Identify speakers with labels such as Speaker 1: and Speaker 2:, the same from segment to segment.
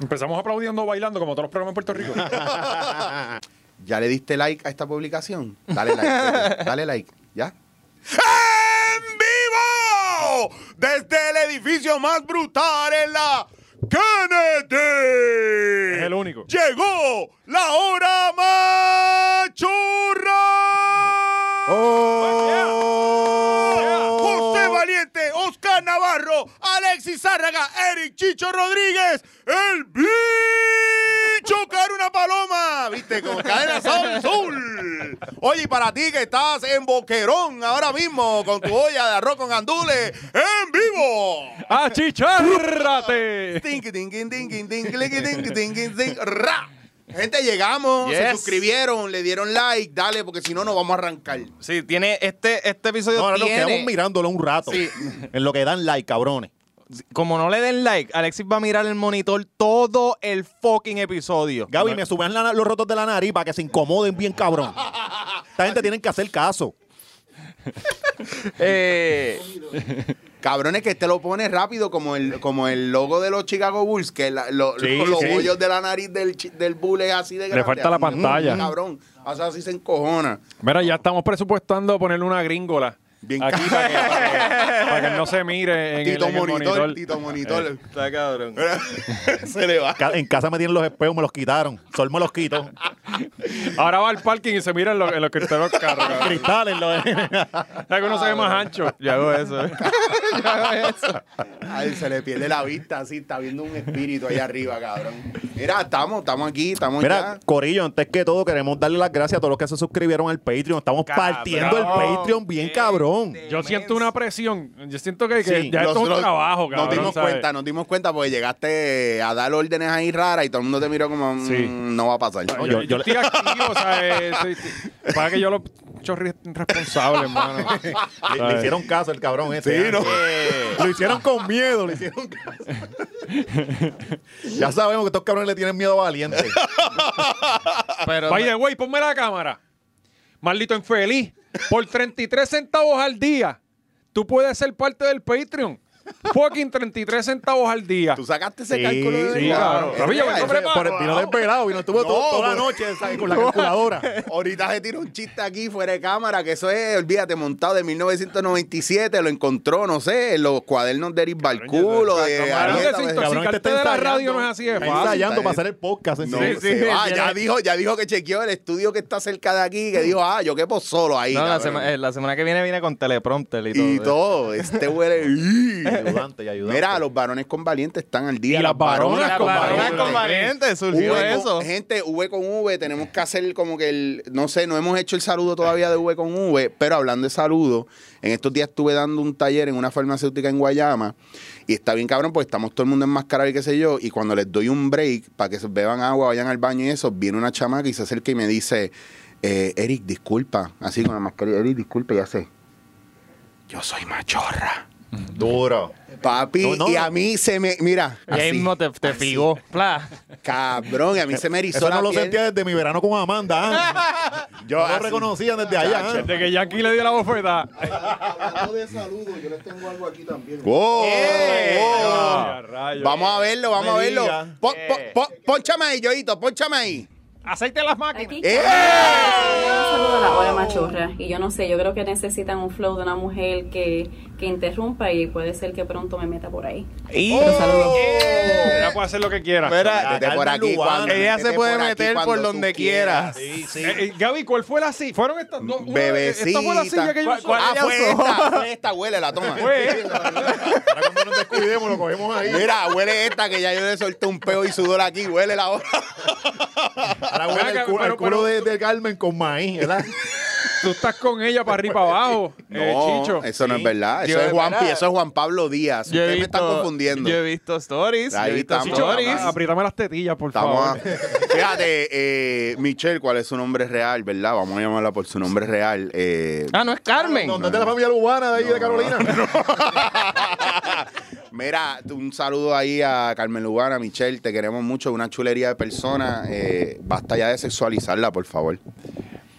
Speaker 1: Empezamos aplaudiendo, bailando, como todos los programas en Puerto Rico.
Speaker 2: ¿Ya le diste like a esta publicación? Dale like. dale like. ¿Ya?
Speaker 3: ¡En vivo! Desde el edificio más brutal en la Kennedy.
Speaker 1: Es el único.
Speaker 3: Llegó la hora machorra. José Valiente, Oscar Navarro, Alexis Zárraga, Eric Chicho Rodríguez, el bicho que era una paloma, viste, con cadena Samsung. Oye, y para ti que estás en Boquerón ahora mismo con tu olla de arroz con gandules, en vivo.
Speaker 1: ¡Ah, ¡Achicharrate!
Speaker 3: Ting, ting, ting, ting, ting, ting, cliqui, ting, ting, ting, ting, ra. Gente, llegamos, se
Speaker 4: Yes.
Speaker 3: suscribieron, le dieron like, dale, porque si no, nos vamos a arrancar.
Speaker 4: Sí, tiene este, este episodio.
Speaker 5: No, ahora nos
Speaker 4: tiene-
Speaker 5: quedamos mirándolo un rato.
Speaker 4: Sí.
Speaker 5: En lo que dan like, cabrones.
Speaker 4: Como no le den like, Alexis va a mirar el monitor todo el fucking episodio.
Speaker 5: Gaby, me suben la- los rotos de la nariz para que se incomoden bien, cabrón. Esta gente tienen que hacer caso.
Speaker 4: Eh,
Speaker 2: Cabrones, que este lo pone rápido como el, como el logo de los Chicago Bulls, que la- lo-
Speaker 5: Sí,
Speaker 2: los
Speaker 5: sí.
Speaker 2: hoyos de la nariz del, chi- del bull es así de grande.
Speaker 1: falta la
Speaker 2: así,
Speaker 1: pantalla.
Speaker 2: Cabrón, o sea, así se encojona.
Speaker 1: Mira, ya estamos presupuestando ponerle una gringola.
Speaker 2: Bien
Speaker 1: aquí para que, para que- para que no se mire en el-
Speaker 2: Tito
Speaker 1: en el,
Speaker 2: monitor,
Speaker 1: monitor. Eh.
Speaker 2: Tito monitor.
Speaker 4: está cabrón.
Speaker 2: se le va.
Speaker 5: Ca- En casa me tienen los espejos, me los quitaron. Sol me los quitó.
Speaker 1: Ahora va al parking y se mira en, los- en los cristales de los carros. cabrón.
Speaker 5: Cristales. Los...
Speaker 1: Ya que uno se ve más ancho.
Speaker 4: Yo hago eso.
Speaker 1: eh.
Speaker 4: Yo hago eso.
Speaker 2: Ay, se le pierde la vista, así está viendo un espíritu ahí arriba, cabrón. Mira, estamos, estamos aquí, estamos
Speaker 5: Mira,
Speaker 2: ya.
Speaker 5: Corillo, antes que todo, queremos darle las gracias a todos los que se suscribieron al Patreon. Estamos
Speaker 4: Cabrón,
Speaker 5: partiendo el Patreon bien, cabrón.
Speaker 4: gente.
Speaker 1: Yo siento una presión. Yo siento que, que
Speaker 5: Sí,
Speaker 1: ya esto es un
Speaker 2: Nosotros
Speaker 1: trabajo, cabrón.
Speaker 2: Nos dimos
Speaker 1: ¿sabes?
Speaker 2: cuenta, nos dimos cuenta porque llegaste a dar órdenes ahí raras y todo el mundo te miró como, mm,
Speaker 1: Sí.
Speaker 2: no va a pasar.
Speaker 1: Yo, yo
Speaker 5: yo- yo le-
Speaker 1: estoy activo, o sea, eh, estoy- estoy- para que yo lo chorri responsable, hermano.
Speaker 5: Le- Le,
Speaker 1: ¿Sabes?
Speaker 5: hicieron caso el cabrón ese.
Speaker 2: Sí, ¿no?
Speaker 5: Eh, Lo hicieron con miedo, le hicieron caso. ya sabemos que estos cabrones le tienen miedo a Valiente.
Speaker 4: Pero
Speaker 1: By the way, ponme la cámara. Maldito infeliz. Por 33 centavos al día, tú puedes ser parte del Patreon. Fucking 33 centavos al día.
Speaker 2: Tú sacaste ese
Speaker 5: Sí,
Speaker 2: cálculo de Eh,
Speaker 1: sí, claro.
Speaker 2: Es
Speaker 1: Rafi, yo
Speaker 2: real.
Speaker 1: vengo preparado.
Speaker 5: Por el vino desvelado y no estuvo
Speaker 2: No,
Speaker 5: todo- toda la
Speaker 2: pues.
Speaker 5: noche ¿sabes? con la calculadora.
Speaker 2: Ahorita se tira un chiste aquí fuera de cámara, que eso es, olvídate, montado de 1997, lo encontró, no sé, en los cuadernos de Eric Barculo, de
Speaker 1: Cabrón,
Speaker 2: Arieta,
Speaker 1: que se
Speaker 2: pues,
Speaker 1: intoxica.
Speaker 5: Cabrón, este
Speaker 1: Intoxicarte
Speaker 5: está
Speaker 1: de la
Speaker 5: ensayando.
Speaker 1: radio no es así de
Speaker 5: Está
Speaker 1: fácil.
Speaker 5: ensayando
Speaker 2: Está-
Speaker 5: para hacer el podcast.
Speaker 2: No,
Speaker 5: ¿sí?
Speaker 2: se va. ya dijo, ya dijo que chequeó el estudio que está cerca de aquí, que dijo, ah, yo quepo solo ahí.
Speaker 4: No, la,
Speaker 2: cabrón.
Speaker 4: sema- eh, la semana que viene viene con teleprompter y todo.
Speaker 2: y todo, este huele. ¡ih!
Speaker 5: Ayudante y ayudante.
Speaker 2: Mira, los varones con valiente están al día.
Speaker 1: Y las varonas
Speaker 4: Las varonas
Speaker 1: Con
Speaker 4: con valiente, surgió
Speaker 2: V con-
Speaker 4: eso.
Speaker 2: Gente, V con V, tenemos que hacer como que el. No sé, no hemos hecho el saludo todavía de V con V, pero hablando de saludo, en estos días estuve dando un taller en una farmacéutica en Guayama y está bien cabrón porque estamos todo el mundo enmascarado y qué sé yo. Y cuando les doy un break para que se beban agua, vayan al baño y eso, viene una chamaca y se acerca y me dice: eh, Eric, disculpa, así con la mascarilla, Eric, disculpa, ya sé. Yo soy machorra.
Speaker 5: Duro.
Speaker 2: Papi,
Speaker 5: No, no,
Speaker 2: y
Speaker 5: no.
Speaker 2: a mí se me. Mira.
Speaker 4: Y ahí
Speaker 2: así,
Speaker 4: mismo te, te figó. Pla.
Speaker 2: Cabrón, y a mí se me erizó
Speaker 5: Eso
Speaker 2: la
Speaker 5: no lo
Speaker 2: piel.
Speaker 5: sentía desde mi verano con Amanda. ¿eh? Yo no lo
Speaker 2: así.
Speaker 5: reconocía desde allá. ¿eh?
Speaker 1: Desde que Yankee le dio la bofeta.
Speaker 6: Hablando de saludos, yo les tengo algo aquí también.
Speaker 2: ¡Wow!
Speaker 4: ¡Eh!
Speaker 2: ¡Wow!
Speaker 1: Ay, a rayos.
Speaker 2: Vamos a verlo, vamos
Speaker 5: Me
Speaker 2: a verlo.
Speaker 5: diga.
Speaker 2: Pon- pon- pon- ponchame ahí, Yoito, ponchame ahí.
Speaker 1: Aceite las máquinas.
Speaker 7: Aquí.
Speaker 2: ¡Eh!
Speaker 7: Un saludo a la hora machorra. Y yo no sé, yo creo que necesitan un flow de una mujer que, que interrumpa y puede ser que pronto me meta por ahí.
Speaker 4: Y
Speaker 3: ¡Oh!
Speaker 7: Pero saludos.
Speaker 1: Ella Eh. puede hacer lo que quiera.
Speaker 4: Mira,
Speaker 2: Métete por
Speaker 5: Carmen
Speaker 2: aquí,
Speaker 5: Lubano.
Speaker 2: cuando-
Speaker 4: ella
Speaker 2: métete
Speaker 4: se puede
Speaker 2: aquí
Speaker 4: meter
Speaker 2: cuando
Speaker 4: por
Speaker 2: tú
Speaker 4: donde quiera.
Speaker 1: Eh, eh, Gaby, ¿cuál fue la silla? Fueron estas dos. una-
Speaker 2: Bebecita.
Speaker 1: Esta fue la silla que yo usé.
Speaker 2: ah,
Speaker 4: ella
Speaker 2: fue
Speaker 4: usó?
Speaker 2: esta, fue esta, huele la toma.
Speaker 1: Fue.
Speaker 5: Ahora cuando nos descuidemos lo cogemos ahí.
Speaker 2: Mira, huele esta que ya yo le solté un peo y sudor aquí, huele la otra.
Speaker 5: Ahora huele
Speaker 1: Mira,
Speaker 5: el, cu-
Speaker 1: pero-
Speaker 5: el culo
Speaker 1: pero-
Speaker 5: de, de Carmen con maíz, ¿verdad?
Speaker 1: Tú estás con ella para arriba y para abajo. eh, Chicho.
Speaker 2: eso no es
Speaker 4: Sí.
Speaker 2: verdad. Eso
Speaker 4: Yo,
Speaker 2: es Juan
Speaker 4: ¿verdad?
Speaker 2: Pi, eso es Juan Pablo Díaz.
Speaker 4: Yo he
Speaker 2: Ustedes me están
Speaker 4: visto-
Speaker 2: confundiendo.
Speaker 4: Yo he visto stories.
Speaker 2: Ahí
Speaker 4: yo he visto
Speaker 2: estamos.
Speaker 1: Chicho,
Speaker 2: Choris.
Speaker 4: stories.
Speaker 1: apri- apriétame las tetillas, por
Speaker 2: Estamos
Speaker 1: favor.
Speaker 2: a- Fíjate, eh, Michelle, ¿cuál es su nombre real, verdad? Vamos a llamarla por su nombre real. Eh,
Speaker 4: Ah, no es Carmen.
Speaker 5: ¿Dónde es de la familia cubana de ahí de Carolina?
Speaker 2: Mira, un saludo ahí a Carmen Lugana, Michelle, te queremos mucho, una chulería de persona. eh, basta ya de sexualizarla, por favor.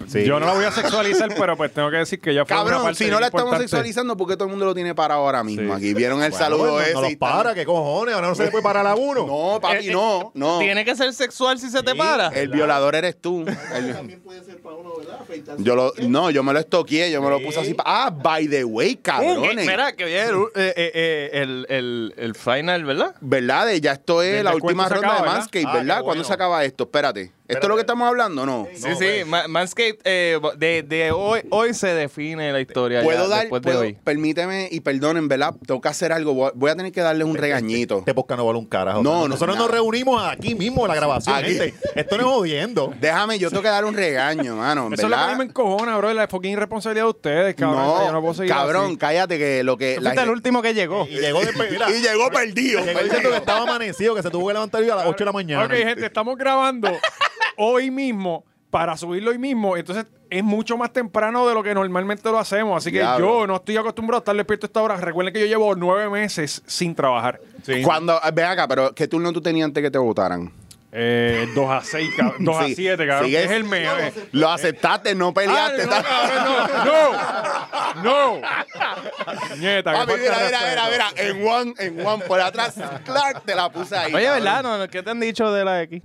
Speaker 5: Sí.
Speaker 1: Yo no la voy a sexualizar, pero pues tengo que decir que ya fue una
Speaker 2: Cabrón,
Speaker 1: parte
Speaker 2: si no la estamos
Speaker 1: importante.
Speaker 2: sexualizando, ¿por qué todo el mundo lo tiene para ahora mismo?
Speaker 1: Sí.
Speaker 2: Aquí vieron el saludo
Speaker 5: Bueno,
Speaker 2: ese.
Speaker 5: No,
Speaker 2: y
Speaker 5: los
Speaker 2: están-
Speaker 5: para, ¿qué cojones? Ahora no se le puede parar a uno.
Speaker 2: No, papi, no, no.
Speaker 4: Tiene que ser sexual si se te para.
Speaker 2: El violador eres tú. El-
Speaker 6: También puede ser para uno, ¿verdad? Afeitarse.
Speaker 2: Yo lo, no, yo me lo estoqué, yo me lo puse así. pa- Ah, by the way,
Speaker 4: Eh,
Speaker 2: cabrones.
Speaker 4: Mira, que viene el, eh, eh, eh, el, el, el final, ¿verdad?
Speaker 2: ¿Verdad? Eh, Ya esto es
Speaker 1: Desde
Speaker 2: la
Speaker 1: el
Speaker 2: última
Speaker 1: cuento se
Speaker 2: ronda de
Speaker 1: acaba, ¿verdad?
Speaker 2: Manscaped,
Speaker 5: Ah,
Speaker 2: ¿verdad?
Speaker 5: qué
Speaker 2: ¿Cuándo
Speaker 5: bueno.
Speaker 2: se acaba esto? Espérate. ¿Esto es lo que estamos hablando o no?
Speaker 4: Sí, sí, Ma- Manscaped, eh, de, de hoy, hoy se define la historia. ya,
Speaker 2: Puedo dar,
Speaker 4: después
Speaker 2: puedo-
Speaker 4: de hoy.
Speaker 2: permíteme y perdonen, ¿verdad? Tengo que hacer algo. Voy a- Voy a tener que darle un regañito.
Speaker 5: Este podcast no vale un carajo.
Speaker 2: No, no,
Speaker 5: Nosotros
Speaker 2: nada.
Speaker 5: nos reunimos aquí mismo en la grabación,
Speaker 2: Aquí.
Speaker 5: gente. Esto no es jodiendo.
Speaker 2: Déjame, yo tengo que dar un regaño, mano.
Speaker 1: Eso es lo que a mí
Speaker 2: ¿verdad?
Speaker 1: me encojona, bro. La fucking irresponsabilidad de ustedes, cabrón.
Speaker 2: no,
Speaker 1: yo no puedo seguir
Speaker 2: cabrón,
Speaker 1: así.
Speaker 2: cállate que lo que...
Speaker 4: Tú
Speaker 2: la
Speaker 4: fuiste el
Speaker 2: gente-
Speaker 4: último que llegó.
Speaker 5: Y llegó después, mira,
Speaker 2: y llegó perdido.
Speaker 5: llegó diciendo que estaba amanecido, que se tuvo que levantar hoy a las 8 de la mañana.
Speaker 1: Ok, gente, estamos grabando hoy mismo para subirlo hoy mismo. Entonces es mucho más temprano de lo que normalmente lo hacemos. Así que
Speaker 2: Diablo.
Speaker 1: yo no estoy acostumbrado a estar despierto a esta hora. Recuerden que yo llevo nueve meses sin trabajar.
Speaker 2: Cuando, ven acá, pero ¿qué turno tú tenías antes que te votaran?
Speaker 1: Eh, 2 a 6, 2
Speaker 2: Sí,
Speaker 1: a 7, cabrón.
Speaker 2: sigues-
Speaker 1: Es el mes. a ver.
Speaker 2: Lo aceptaste, no
Speaker 1: Ah,
Speaker 2: peleaste.
Speaker 1: no,
Speaker 2: tal-
Speaker 1: cabrón, no, no, no. Nieta, que
Speaker 2: Papi,
Speaker 1: falta de
Speaker 2: mira, mira,
Speaker 1: respeto.
Speaker 2: mira, mira, en one, en one, por atrás, clac, te la puse ahí.
Speaker 4: Oye,
Speaker 2: cabrón.
Speaker 4: ¿verdad? No, no, ¿Qué te han dicho de la X?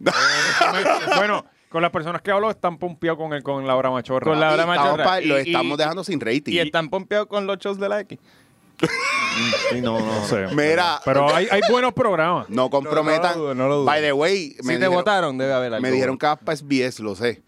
Speaker 1: Bueno, con las personas que hablo están pompeados con, el, con Laura Machorra.
Speaker 4: Con Laura
Speaker 2: Estamos
Speaker 4: Machorra.
Speaker 2: pa- lo
Speaker 4: Y- y-
Speaker 2: estamos dejando sin rating.
Speaker 4: Y están pompeados con los shows de la X.
Speaker 5: Sí, no, no.
Speaker 1: No sé.
Speaker 2: Mira.
Speaker 1: Pero hay, hay buenos programas.
Speaker 2: No comprometan.
Speaker 4: No, no lo dudo, no lo dudo.
Speaker 2: By the way,
Speaker 4: Si te votaron, debe haber algo.
Speaker 2: me dijeron que vas para SBS, lo sé.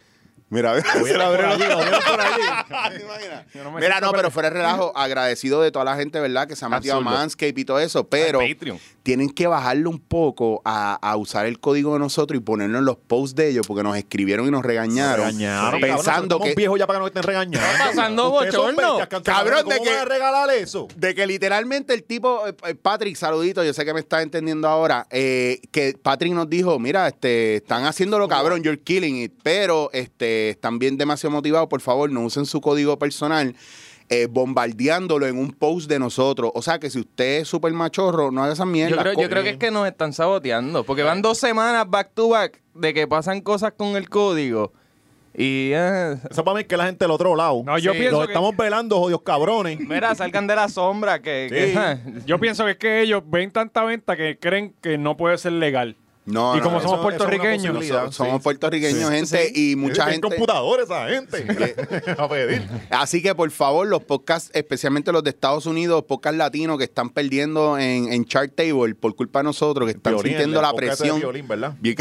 Speaker 2: Mira, se la abrió la- ¿Te imaginas?
Speaker 1: Yo no me
Speaker 2: Mira,
Speaker 1: siento
Speaker 2: no, pero
Speaker 1: pre-
Speaker 2: fuera de relajo, agagradecido de toda la gente, ¿verdad? Que se ha metido
Speaker 4: Absurdo.
Speaker 2: a Manscape y todo eso, pero
Speaker 4: Al Patreon.
Speaker 2: tienen que bajarle un poco a, a usar el código de nosotros y ponerlo en los posts de ellos, porque nos escribieron y nos regañaron.
Speaker 5: Regañaron,
Speaker 2: pensando
Speaker 5: cabrón, nosotros somos
Speaker 2: que.
Speaker 5: viejos ya para que no estén regañando.
Speaker 4: Está pasando
Speaker 5: Ustedes son
Speaker 4: bochorno.
Speaker 5: bestias, canceladoras.
Speaker 2: Cabrón, de
Speaker 5: ¿Cómo
Speaker 2: que-
Speaker 5: van a regalar eso?
Speaker 2: De que literalmente el tipo, eh, eh, Patrick, saludito, yo sé que me estás entendiendo ahora, eh, que Patrick nos dijo, mira, este, están haciéndolo cabrón, you're killing it, pero este, están bien demasiado motivados, por favor, no usen su código personal. eh, bombardeándolo en un post de nosotros. O sea que si usted es súper machorro, no haga esa mierda.
Speaker 4: Yo creo, yo
Speaker 5: eh.
Speaker 4: creo que es que nos están saboteando. Porque van dos semanas back to back de que pasan cosas con el código. Y. eh,
Speaker 5: Eso para mí es que la gente del otro lado.
Speaker 1: No, yo
Speaker 4: Sí,
Speaker 1: pienso
Speaker 5: Los
Speaker 1: que...
Speaker 5: estamos velando, jodidos cabrones.
Speaker 4: mira, salgan de la sombra. Que, que-
Speaker 5: Sí.
Speaker 1: Yo pienso que es que ellos ven tanta venta que creen que no puede ser legal.
Speaker 2: No,
Speaker 1: y
Speaker 2: no,
Speaker 1: como
Speaker 2: no,
Speaker 1: somos
Speaker 5: eso- eso es una
Speaker 1: puertorriqueños,
Speaker 5: posibilidad.
Speaker 2: so- somos
Speaker 5: Sí.
Speaker 2: puertorriqueños, gente, y mucha
Speaker 5: Tienen
Speaker 2: gente.
Speaker 5: computadores esa gente. a pedir.
Speaker 2: Así que por favor, los podcasts, especialmente los de Estados Unidos, podcasts latinos que están perdiendo en, en Chart Table por culpa de nosotros, que están
Speaker 5: Violín,
Speaker 2: sintiendo
Speaker 5: el
Speaker 2: la
Speaker 5: podcast de
Speaker 2: presión.
Speaker 5: violín, ¿verdad?
Speaker 2: Bien-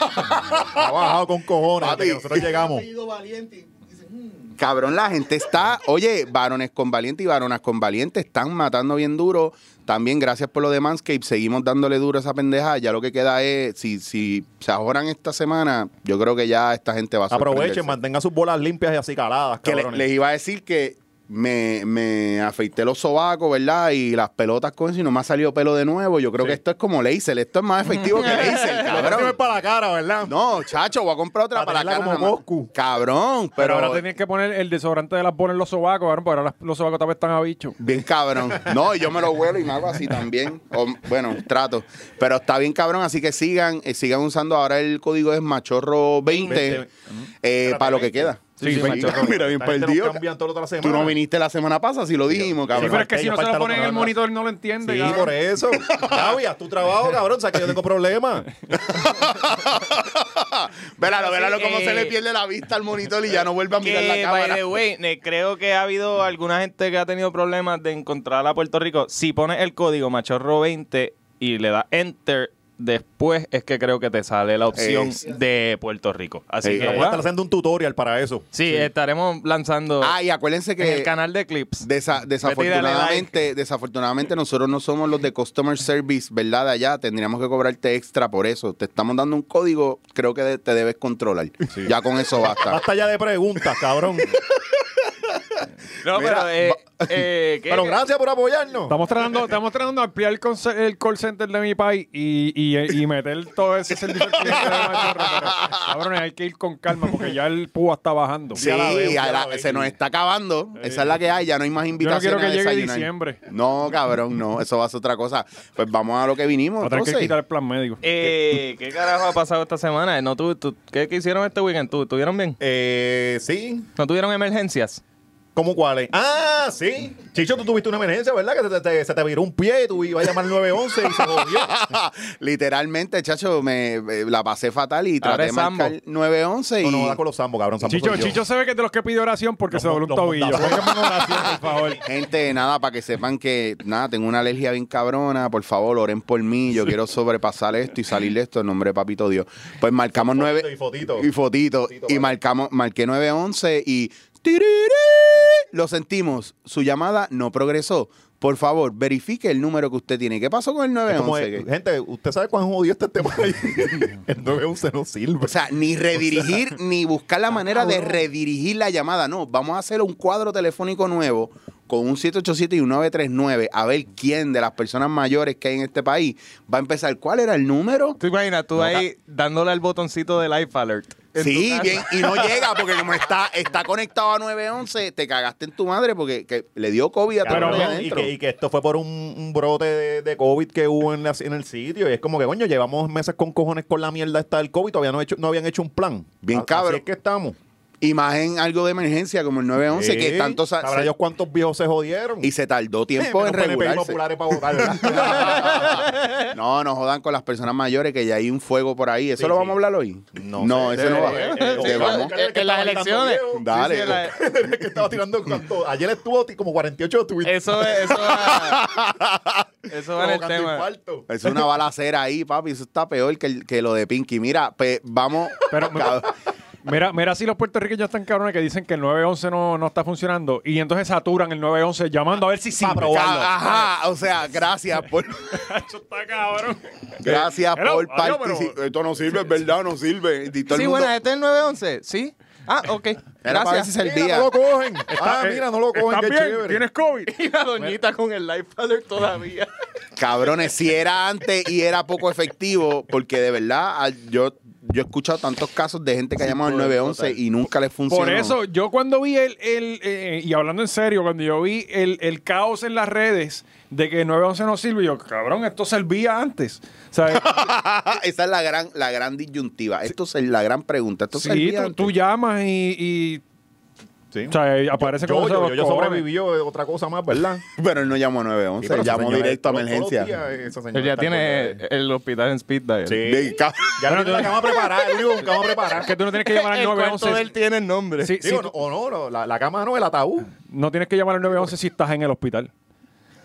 Speaker 5: Ha bajado con cojones
Speaker 2: Papi.
Speaker 5: desde que nosotros llegamos.
Speaker 6: Apellido valiente. y Dicen, "Mm,
Speaker 2: Cabrón, la gente está, oye, varones con valiente y varonas con valiente están matando bien duro. También gracias por lo de Manscape, seguimos dándole duro a esa pendeja. Ya lo que queda es, si, si se ahorran esta semana, yo creo que ya esta gente va a sorprenderse.
Speaker 5: Aprovechen, mantengan sus bolas limpias y acicaladas,
Speaker 2: que le-
Speaker 5: cabrones.
Speaker 2: les iba a decir que me, me afeité los sobacos, ¿verdad? Y las pelotas con eso y no me ha salido pelo de nuevo. Yo creo que esto es como laser. Esto es más efectivo que laser,
Speaker 5: Lo próximo es
Speaker 2: cabrón.
Speaker 5: para la cara, ¿verdad?
Speaker 2: No, chacho, voy a comprar otra
Speaker 5: Para
Speaker 2: para,
Speaker 5: tenerla
Speaker 2: acá.
Speaker 5: como
Speaker 2: nada más.
Speaker 5: Goku.
Speaker 2: Cabrón,
Speaker 1: pero
Speaker 2: pero...
Speaker 1: ahora tenían que poner el desodorante de las bolas en los sobacos, cabrón, porque ahora las- los sobacos también están a bicho.
Speaker 2: Bien cabrón. No, y yo me lo vuelo y me hago así también. O, bueno, trato. Pero está bien cabrón, así que sigan, eh, sigan usando. Ahora el código es machorro20 eh, para lo que queda.
Speaker 4: Sí, sí, machorro.
Speaker 2: Mira, bien
Speaker 5: Esta gente
Speaker 2: perdido.
Speaker 5: nos cambian todo lo de la
Speaker 2: Tú
Speaker 5: semana.
Speaker 2: no viniste la semana pasada, si lo dijimos,
Speaker 1: Sí,
Speaker 2: cabrón.
Speaker 1: pero es que
Speaker 5: falta-
Speaker 1: si no se
Speaker 5: falta
Speaker 1: lo
Speaker 5: lo
Speaker 1: ponen en
Speaker 5: que
Speaker 1: el
Speaker 5: no-
Speaker 1: monitor no lo entiende.
Speaker 5: Sí,
Speaker 1: cabrón.
Speaker 5: por eso. Javi, haz tu trabajo, cabrón. O sea, que yo tengo problemas.
Speaker 2: Véralo, véralo
Speaker 4: Sí,
Speaker 2: cómo
Speaker 4: eh,
Speaker 2: se le pierde la vista al monitor y ya no vuelve a mirar la
Speaker 4: Que, by
Speaker 2: cámara.
Speaker 4: the way, eh, creo que ha habido alguna gente que ha tenido problemas de encontrar a Puerto Rico. Si pones el código machorro20 y le das enter, después es que creo que te sale la opción
Speaker 2: Es-
Speaker 4: de Puerto Rico. Así
Speaker 2: Ey,
Speaker 4: que
Speaker 5: Vamos a estar
Speaker 4: sí,
Speaker 5: haciendo un tutorial para eso.
Speaker 4: estaremos lanzando
Speaker 2: Ah, y acuérdense
Speaker 4: en el
Speaker 2: que
Speaker 4: canal de clips.
Speaker 2: desa- desafortunadamente, desafortunadamente nosotros no somos los de customer service, ¿verdad? De allá tendríamos que cobrarte extra por eso. Te estamos dando un código, creo que de- te debes controlar. Ya con eso basta.
Speaker 5: Basta ya de preguntas, cabrón.
Speaker 4: no,
Speaker 2: Mira,
Speaker 4: pero eh, Eh, ¿qué-
Speaker 5: Pero gracias por apoyarnos.
Speaker 1: Estamos tratando, estamos tratando de ampliar el, conce- el call center de mi país y, y- y meter todo ese servicio al cliente de Machorra, pero, cabrones, hay que ir con calma porque ya el púa está bajando.
Speaker 2: Sí,
Speaker 1: Yo
Speaker 2: a la- se nos está acabando. Esa es la que hay, ya no hay más
Speaker 1: no
Speaker 2: invitaciones
Speaker 1: quiero que
Speaker 2: a
Speaker 1: llegue
Speaker 2: desayunar.
Speaker 1: diciembre.
Speaker 2: No, cabrón, no, eso va a ser otra cosa. Pues vamos a lo que vinimos.
Speaker 1: Va a tener que
Speaker 2: entonces.
Speaker 1: quitar el plan médico.
Speaker 4: eh, ¿Qué carajo ha pasado esta semana? No, tú, tú- ¿Qué qué hicieron este weekend? ¿Tú, ¿Tuvieron bien?
Speaker 5: Eh, sí.
Speaker 4: ¿No tuvieron emergencias?
Speaker 5: ¿Cómo cuáles? Ah, sí. Chicho, tú tuviste una emergencia, ¿verdad? Que se te, te- se te viró un pie y tú ibas a llamar al 911 y se jodió.
Speaker 2: Literalmente, chacho, me, eh, la pasé fatal y
Speaker 4: Ahora
Speaker 2: traté de
Speaker 4: es
Speaker 2: marcar
Speaker 4: Sambo.
Speaker 2: 911
Speaker 5: No,
Speaker 2: y...
Speaker 5: no, da con los zambos, cabrón. Sambo
Speaker 1: Chicho,
Speaker 5: soy yo.
Speaker 1: Chicho se ve que es de los que pide oración porque
Speaker 5: Los
Speaker 1: se dobló un
Speaker 5: mon-
Speaker 1: tobillo.
Speaker 5: los mondazos.
Speaker 1: Póngame una oración, por favor.
Speaker 2: Gente, nada, para que sepan que, nada, tengo una alergia bien cabrona, por favor, oren por mí, yo quiero sobrepasar esto y salir de esto en nombre de papito Dios. Pues marcamos nueve...
Speaker 5: Y fotito.
Speaker 2: Y fotito.
Speaker 5: Fotito,
Speaker 2: y
Speaker 5: vale.
Speaker 2: marcamos, marqué 911 y... ¡Tiriri! Lo sentimos, su llamada no progresó. Por favor, verifique el número que usted tiene. ¿Qué pasó con el
Speaker 5: Es como
Speaker 2: 911?
Speaker 5: de-
Speaker 2: ¿Qué?
Speaker 5: gente, ¿usted sabe cuán jodido está este tema? ahí? el 911 no sirve.
Speaker 2: O sea, ni redirigir, ni buscar la manera de redirigir la llamada. No, vamos a hacer un cuadro telefónico nuevo con un 787 y un 939 a ver quién de las personas mayores que hay en este país va a empezar. ¿Cuál era el número?
Speaker 4: ¿Tú imaginas tú ahí dándole al botoncito de Life Alert? en tu
Speaker 2: Sí,
Speaker 4: casa?
Speaker 2: bien, y no llega porque como está, está conectado a 911, te cagaste en tu madre porque que le dio COVID a todo el
Speaker 5: Cabrón,
Speaker 2: mundo
Speaker 1: Pero,
Speaker 5: y,
Speaker 2: adentro.
Speaker 5: que, y que esto fue por un, un brote de, de COVID que hubo en, la- en el sitio. Y es como que, coño, llevamos meses con cojones con la mierda esta del COVID. Todavía no, he hecho, no habían hecho un plan.
Speaker 2: Bien
Speaker 5: A-
Speaker 2: cabrón.
Speaker 5: Así es que estamos.
Speaker 2: Y más en algo de emergencia como el 911 que
Speaker 5: Sí.
Speaker 2: tanto sa-
Speaker 5: Sabrá
Speaker 2: se-
Speaker 5: Dios cuántos viejos se jodieron.
Speaker 2: y se tardó tiempo en regularse.
Speaker 5: populares para votar, ¿verdad?
Speaker 2: No, no jodan con las personas mayores que ya hay un fuego por ahí. ¿Eso
Speaker 5: Sí,
Speaker 2: lo
Speaker 5: sí.
Speaker 2: vamos a hablar hoy? No,
Speaker 5: sé.
Speaker 2: eso no va.
Speaker 5: Eh, eh,
Speaker 2: Te
Speaker 5: eh,
Speaker 2: vamos.
Speaker 5: eh,
Speaker 4: En las elecciones.
Speaker 2: Dale.
Speaker 4: Sí, sí, en la-
Speaker 5: El que estaba tirando cuánto. Ayer estuvo ti- como 48 tweets.
Speaker 4: Eso es, eso va, eso va en el
Speaker 5: provocando
Speaker 4: tema.
Speaker 5: infarto.
Speaker 2: Es una balacera ahí, papi. Eso está peor que, el- que lo de Pinky. Mira, pe- vamos.
Speaker 1: Pero-
Speaker 2: Cab-
Speaker 1: Mira, mira si los puertorriqueños están cabrones que dicen que el 911 no, no está funcionando y entonces saturan el 911 llamando a ver si sí.
Speaker 5: Pa' probar. probarlo. Ah.
Speaker 2: Ajá, o sea, gracias por,
Speaker 1: Eso está cabrón.
Speaker 2: gracias
Speaker 1: Hello,
Speaker 2: por
Speaker 1: adiós, pero-
Speaker 2: participar. Esto no sirve, es verdad, no sirve. Y todo el
Speaker 4: Sí,
Speaker 2: mundo-
Speaker 4: bueno, este es el 911, ¿sí? Ah, ok.
Speaker 2: Era para ver si
Speaker 4: Gracias.
Speaker 5: Mira,
Speaker 2: servía.
Speaker 5: no lo cogen. ah,
Speaker 1: Eh,
Speaker 5: mira, no lo cogen.
Speaker 1: ¿estás
Speaker 5: Qué
Speaker 1: bien?
Speaker 5: chévere.
Speaker 1: ¿Tienes COVID?
Speaker 4: Y la doñita con el Life Alert todavía.
Speaker 2: Cabrones, si era antes y era poco efectivo, porque de verdad al- yo, yo he escuchado tantos casos de gente que ha llamado al 911 y nunca les funcionó.
Speaker 1: Por eso, yo cuando vi el, el, eh, y hablando en serio, cuando yo vi el, el caos en las redes de que 911 no sirve, yo, cabrón, esto servía antes. O sea, eh,
Speaker 2: Ajá, Esa es la gran, la gran disyuntiva. Esto es la gran pregunta. Esto
Speaker 1: sí, tú,
Speaker 2: servía antes.
Speaker 1: tú llamas y, y-
Speaker 5: Sí.
Speaker 1: o sea, eh, aparece
Speaker 5: Yo,
Speaker 1: como
Speaker 5: yo, yo, yo sobreviví yo, eh, otra cosa más, ¿verdad?
Speaker 2: Pero él no llamó a 911, él llamó directo a emergencia.
Speaker 4: Él ya tiene
Speaker 5: eh,
Speaker 4: el hospital en Speed Dial.
Speaker 5: Sí.
Speaker 2: De- ca-
Speaker 5: Ya tiene la cama preparada, el único con cama preparada.
Speaker 1: Que tú no tienes que llamar al
Speaker 4: El cuarto de
Speaker 1: 911.
Speaker 4: él tiene el nombre.
Speaker 1: Sí, sí,
Speaker 5: Digo,
Speaker 1: tú-
Speaker 5: no- o no, no, la, la cama no, el ataúd.
Speaker 1: no tienes que llamar al 911 si estás en el hospital.